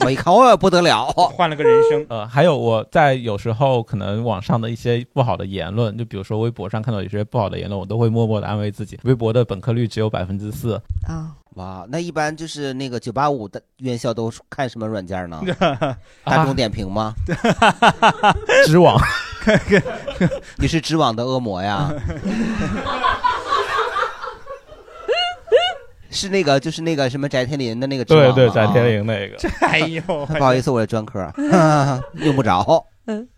S3: 我一看我不得了，
S2: 换了个人生。
S4: 呃， <laughs> 还有我在有时候可能网上的一些不好的言论，就比如说微博上看到有些不好的言论，我都会默默的安慰自己，微博的本科率只有百分之四。？
S1: 啊，
S3: 哇，那一般就是那个九八五的院校都是看什么软件
S2: <laughs>
S3: 呢大众点评吗？
S4: 知网，
S3: <laughs> 你是知网的恶魔
S2: <laughs>
S3: 呀？是那个，就是那个什么翟天临的那个知网吗
S4: 对对翟天临那个
S2: <laughs> 哎呦
S3: 不好意思，我是专科，
S2: <laughs>
S3: <laughs> 用不着。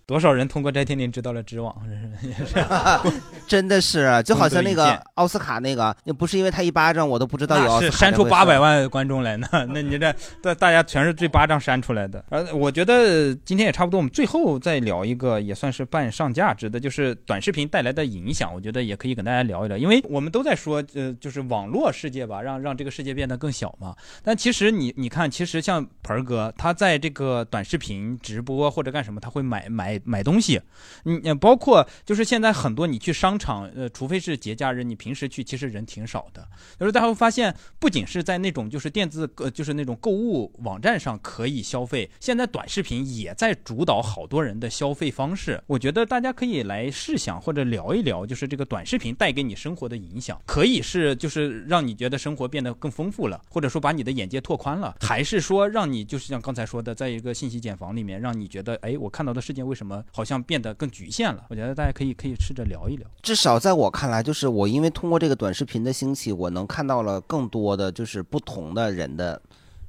S2: 多少人通过翟天临知道了知网，真是 <laughs>
S3: 真的是，啊就好像那
S2: 功德
S3: 个
S2: 一件
S3: 奥斯卡那个，也不是因为他一巴掌，我都不知道有
S2: 那
S3: 奥斯
S2: 是
S3: 卡
S2: 删
S3: 这
S2: 出
S3: 回事
S2: 八百万观众来呢， <laughs> 那你这大大家全是这巴掌删出来的。呃，我觉得今天也差不多，我们最后再聊一个也算是半上价值的，就是短视频带来的影响，我觉得也可以跟大家聊一聊，因为我们都在说，呃，就是网络世界吧，让让这个世界变得更小嘛。但其实你你看，其实像盆儿哥，他在这个短视频直播或者干什么，他会买买买买东西，你呃包括就是现在很多你去商场，呃，除非是节假日，你平时去其实人挺少的。就是大家会发现，不仅是在那种就是电子呃就是那种购物网站上可以消费，现在短视频也在主导好多人的消费方式。我觉得大家可以来试想或者聊一聊，就是这个短视频带给你生活的影响，可以是就是让你觉得生活变得更丰富了，或者说把你的眼界拓宽了，还是说让你就是像刚才说的，在一个信息茧房里面，让你觉得哎，我看到的事情为什么好像变得更局限了？我觉得大家可以可以试着聊一聊。
S3: 至少在我看来，就是我因为通过这个短视频的兴起，我能看到了更多的就是不同的人的。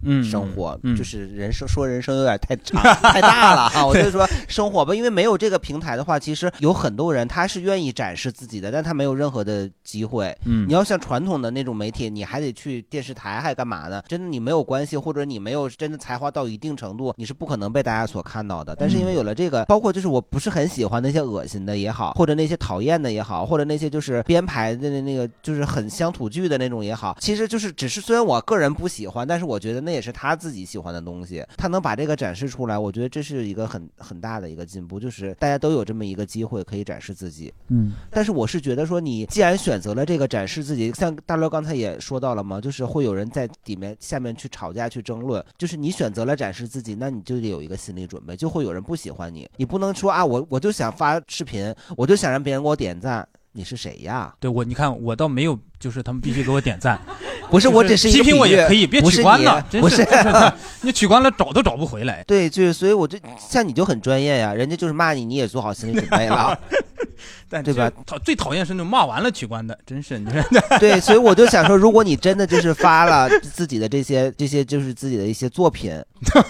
S2: 嗯
S3: 生活、就是人生，说人生有点太长 <laughs> 太大了啊！我就说生活吧，因为没有这个平台的话，其实有很多人他是愿意展示自己的，但他没有任何的机会。
S2: 嗯
S3: 你要像传统的那种媒体，你还得去电视台，还干嘛呢？真的你没有关系，或者你没有真的才华到一定程度，你是不可能被大家所看到的。但是因为有了这个，包括就是我不是很喜欢那些恶心的也好，或者那些讨厌的也好，或者那些就是编排的那那个就是很乡土剧的那种也好，其实就是只是虽然我个人不喜欢，但是我觉得那也是他自己喜欢的东西，他能把这个展示出来，我觉得这是一个很很大的一个进步，就是大家都有这么一个机会可以展示自己。
S2: 嗯
S3: 但是我是觉得说，你既然选择了这个展示自己，像大刘刚才也说到了嘛，就是会有人在里面下面去吵架、去争论，就是你选择了展示自己，那你就得有一个心理准备，就会有人不喜欢你，你不能说啊，我我就想发视频，我就想让别人给我点赞，你是谁呀？，
S2: 对我，你看我倒没有，就是他们必须给我点赞
S3: 不是
S2: 就
S3: 我只是一个
S2: 批评我
S3: 比喻
S2: 也可以，别
S3: 不是
S2: 取关了，
S3: 你
S2: 真
S3: 不
S2: 是
S3: 是 <laughs>
S2: 你取关了找都找不回来。
S3: 对，就是所以我就像你就很专业呀，人家就是骂你，你也做好心理准备
S2: <laughs>
S3: 了。
S2: 但
S3: 对吧
S2: 最讨最讨厌是那种骂完了取关的，
S3: <laughs>
S2: 真是你说
S3: 对，所以我就想说，如果你真的就是发了自己的这些这些，就是自己的一些作
S2: <laughs>
S3: 品，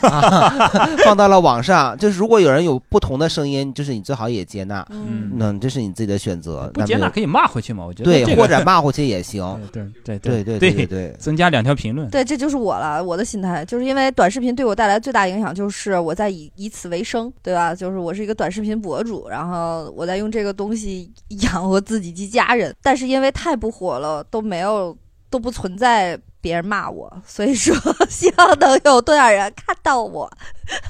S3: 啊、放到了网上，就是如果有人有不同的声音，就是你最好也接纳，
S2: 嗯
S3: 那这是你自己的选择，
S2: <laughs> 不接纳可
S3: 以
S2: 以骂回去嘛？我觉得
S3: 对
S2: 这，个
S3: 或者
S2: <laughs>
S3: 骂回去也行，
S2: 对对
S3: 对
S2: 对
S3: 对对，
S2: 增加两条评论。
S1: 对，这就是我了，我的心态就是因为短视频对我带来最大影响就是我在以以此为生，对吧？就是我是一个短视频博主，然后我在用这个东西 <laughs> 养活自己及家人，但是因为太不火了，都没有都不存在别人骂我，所以说 <laughs> 希望能有多少人看到我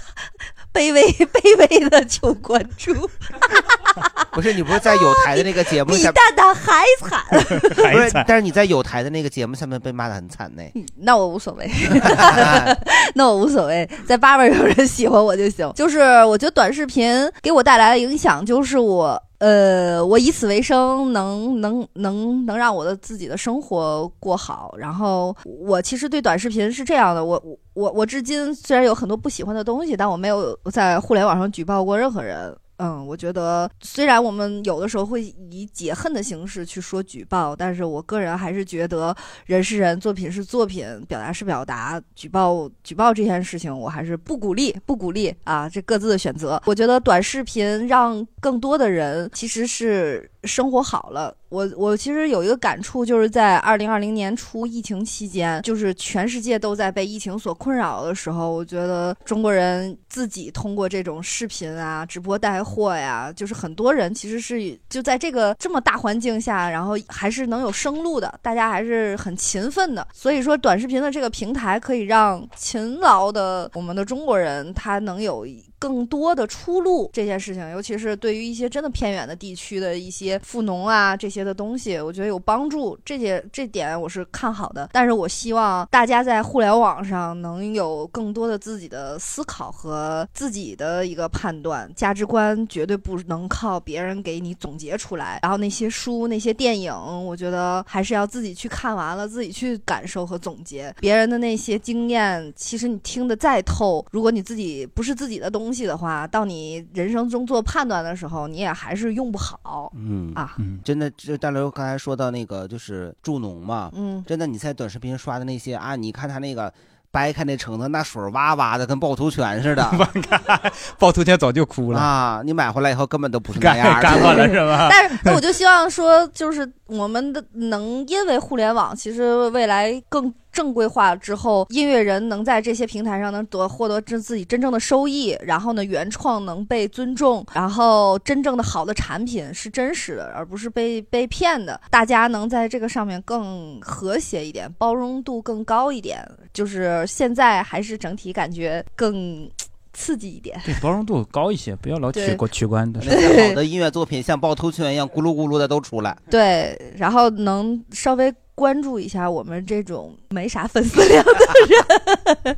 S1: <laughs> 卑微 <laughs> 卑微的求关注，
S3: 不是你不是在有台的那个节目
S1: 比
S3: 下，
S1: 蛋蛋还惨，
S3: 不是
S1: 惨，
S3: 但是你在有台的那个节目下面被骂的很惨呢。
S1: 那我无所谓， <laughs> 那我无所谓，在八百有人喜欢我就行。就是我觉得短视频给我带来的影响，就是我呃，我以此为生，能能能能让我的自己的生活过好。然后我其实对短视频是这样的，我我我我至今虽然有很多不喜欢的东西，但我没有在互联网上举报过任何人。嗯，我觉得虽然我们有的时候会以解恨的形式去说举报，但是我个人还是觉得人是人，作品是作品，表达是表达，举报举报这件事情我还是不鼓励，不鼓励啊，这各自的选择。我觉得短视频让更多的人其实是生活好了。我我其实有一个感触，就是在二零二零年初疫情期间，就是全世界都在被疫情所困扰的时候，我觉得中国人自己通过这种视频啊、直播带货呀，就是很多人其实是就在这个这么大环境下，然后还是能有生路的，大家还是很勤奋的。所以说，短视频的这个平台可以让勤劳的我们的中国人，他能有更多的出路这件事情，尤其是对于一些真的偏远的地区的一些富农啊这些的东西，我觉得有帮助。这些这点我是看好的，但是我希望大家在互联网上能有更多的自己的思考和自己的一个判断，价值观绝对不能靠别人给你总结出来。然后那些书、那些电影，我觉得还是要自己去看完了，自己去感受和总结别人的那些经验。其实你听得再透，如果你自己不是自己的东西的话，到你人生中做判断的时候，你也还是用不好。
S3: 嗯
S1: 啊，
S3: 真的，就大刘刚才说到那个就是助农嘛，
S1: 嗯
S3: 真的你在短视频刷的那些啊，你看他那个掰开那橙子，那水儿哇哇的，跟趵突泉似的
S2: 趵突泉早就枯
S3: 了啊！你买回来以后根本都不是那样儿的，
S2: 干
S3: <laughs>
S2: 干化了是吧
S1: 但是，那我就希望说，就是我们的能因为互联网，其实未来更正规化之后，音乐人能在这些平台上能得获得真自己真正的收益，然后呢，原创能被尊重，然后真正的好的产品是真实的，而不是被被骗的。大家能在这个上面更和谐一点，包容度更高一点，就是现在还是整体感觉更。刺激一点。
S2: 对，包容度高一些，不要老
S1: 对
S2: 取关取关的。
S3: 那好的音乐作品像趵突泉一样咕噜咕噜的都
S1: <laughs>
S3: 出来。
S1: 对，然后能稍微关注一下我们这种没啥粉丝量的。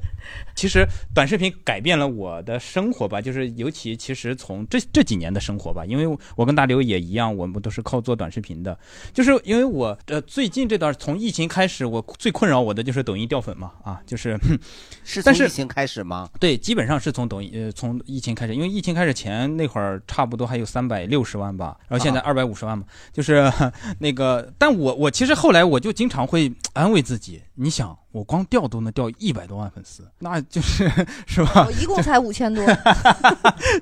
S2: 其实短视频改变了我的生活吧，就是尤其其实从这这几年的生活吧，因为我跟大刘也一样，我们都是靠做短视频的。就是因为我呃最近这段从疫情开始，我最困扰我的就是抖音掉粉嘛啊，就是哼
S3: 是从
S2: 但是
S3: 疫情开始吗？
S2: 对，基本上是从抖音呃从疫情开始，因为疫情开始前那会儿差不多还有三百六十万吧，然后现在二百五十万嘛，就是 <laughs> 那个，但我我其实后来我就经常会安慰自己，你想我光掉都能掉一百多万粉丝，那就是 <laughs> 是吧？
S1: 我哦一共才五千 <laughs> 多，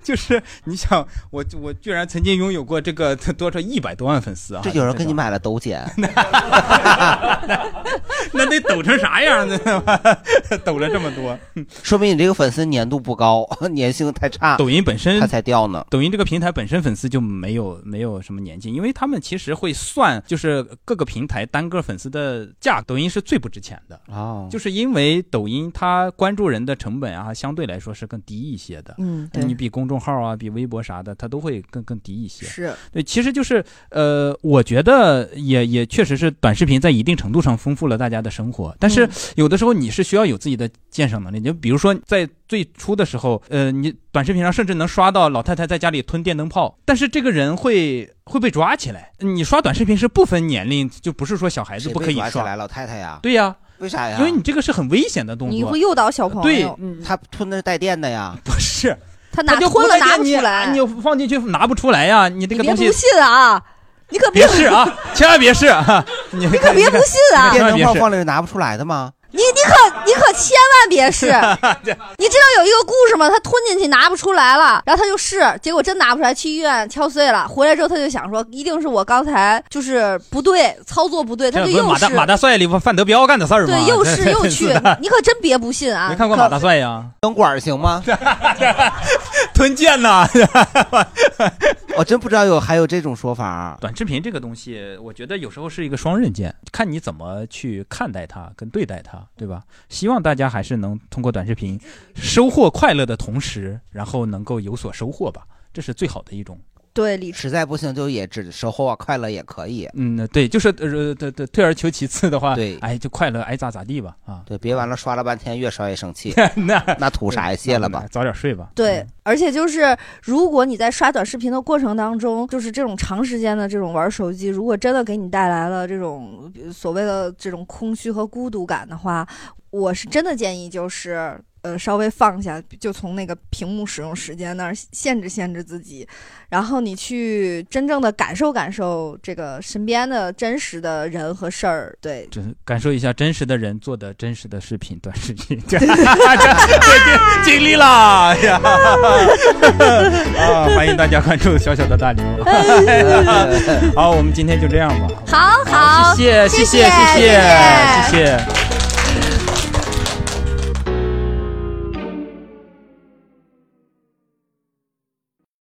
S2: 就是你想我我居然曾经拥有过这个多少一百多万粉丝啊！
S3: 这有人
S2: 跟
S3: 给你买了抖
S2: <laughs>
S3: 姐，
S2: 那得抖成啥样呢？ <laughs> 抖了这么多，
S3: 说明你这个粉丝粘度不高， <laughs> 粘性太差。
S2: 抖音本身
S3: 它才掉呢。
S2: 抖音这个平台本身粉丝就没有没有什么年纪，因为他们其实会算，就是各个平台单个粉丝的价，抖音是最不值钱的。
S3: 哦，
S2: 就是因为抖音它关注人的成本啊，相对来说是更低一些的。
S1: 嗯对
S2: 你比公众号啊，比微博啥的，它都会更更低一些。
S1: 是，
S2: 对，其实就是呃，我觉得也也确实是短视频在一定程度上丰富了大家的生活，但
S1: 嗯
S2: 是有的时候你是需要有自己的鉴赏能力。就比如说在最初的时候，呃，你短视频上甚至能刷到老太太在家里吞电灯泡，但是这个人会会被抓起来。你刷短视频是不分年龄，就不是说小孩子
S3: 谁
S2: 不可
S3: 被
S2: 以
S3: 抓起
S2: 刷
S3: 来。老太太呀？
S2: 对呀、
S3: 为啥呀？
S2: 因为你这个是很危险的动作，
S1: 你会诱导小朋
S2: 对
S1: 友，，
S3: 他吞的是带电的
S1: <laughs>
S3: 呀。
S2: 不是，
S1: 他
S2: 他
S1: 拿
S2: 就
S1: 吞了
S2: 不带
S1: 拿
S2: 电
S1: 不
S2: 你
S1: 出来
S2: 你，放进去拿不出来呀、你这
S1: 你
S2: 个
S1: 别
S2: 东
S1: 不
S2: 西
S1: 信啊！你可
S2: 别试啊，千万别试啊！ <laughs> 你你
S1: 可别不信啊
S3: 电灯泡
S2: 是
S3: 放里是拿不出来的吗？
S1: 你你可你可千万别 <laughs> 试！你知道有一个故事吗？他吞进去拿不出来了，然后他就试，结果真拿不出来，去医院敲碎了。回来之后他就想说，一定是我刚才就是不对，操作不对，他
S2: 这
S1: 就
S2: 不是
S1: 又
S2: 马大
S1: 试，
S2: 马大帅里不范德彪干的事儿吗？
S1: 对，又
S2: 这
S1: 试又去，你可真别不信啊！
S2: 没看过
S1: 可
S2: 马大帅呀？
S3: 灯管行吗？
S2: <laughs> 吞剑呐！
S3: 我真不知道有还有这种说法啊儿。
S2: 短视频这个东西，我觉得有时候是一个双刃剑，看你怎么去看待它跟对待它，对吧？希望大家还是能通过短视频收获快乐的同时，然后能够有所收获吧，这是最好的一种。
S1: 对，理
S3: 实在不行就也只收获快乐也可以。
S2: 嗯，对，就是呃，对对，退而求其次的话，
S3: 对，
S2: 哎，就快乐，爱咋咋地吧，啊，
S3: 对，别完了刷了半天，越刷越生气。
S2: <laughs> 那
S3: 那图啥呀？卸了吧，
S2: 早点睡吧。
S1: 对，而且就是，如果你在刷短视频的过程当中，就是这种长时间的这种玩手机，如果真的给你带来了这种呃所谓的这种空虚和孤独感的话，我是真的建议就是，呃，稍微放下，就从那个屏幕使用时间那儿限制限制自己，然后你去真正的感受感受这个身边的真实的人和事儿，对，
S2: 真感受一下真实的人做的真实的视频、短视频，这这这经历啦哎呀！啊，欢迎大家关注小小的大刘。 <laughs> 好，我们今天就这样吧。
S1: 好好，
S2: 谢谢
S1: 谢
S2: 谢谢
S1: 谢
S2: 谢谢。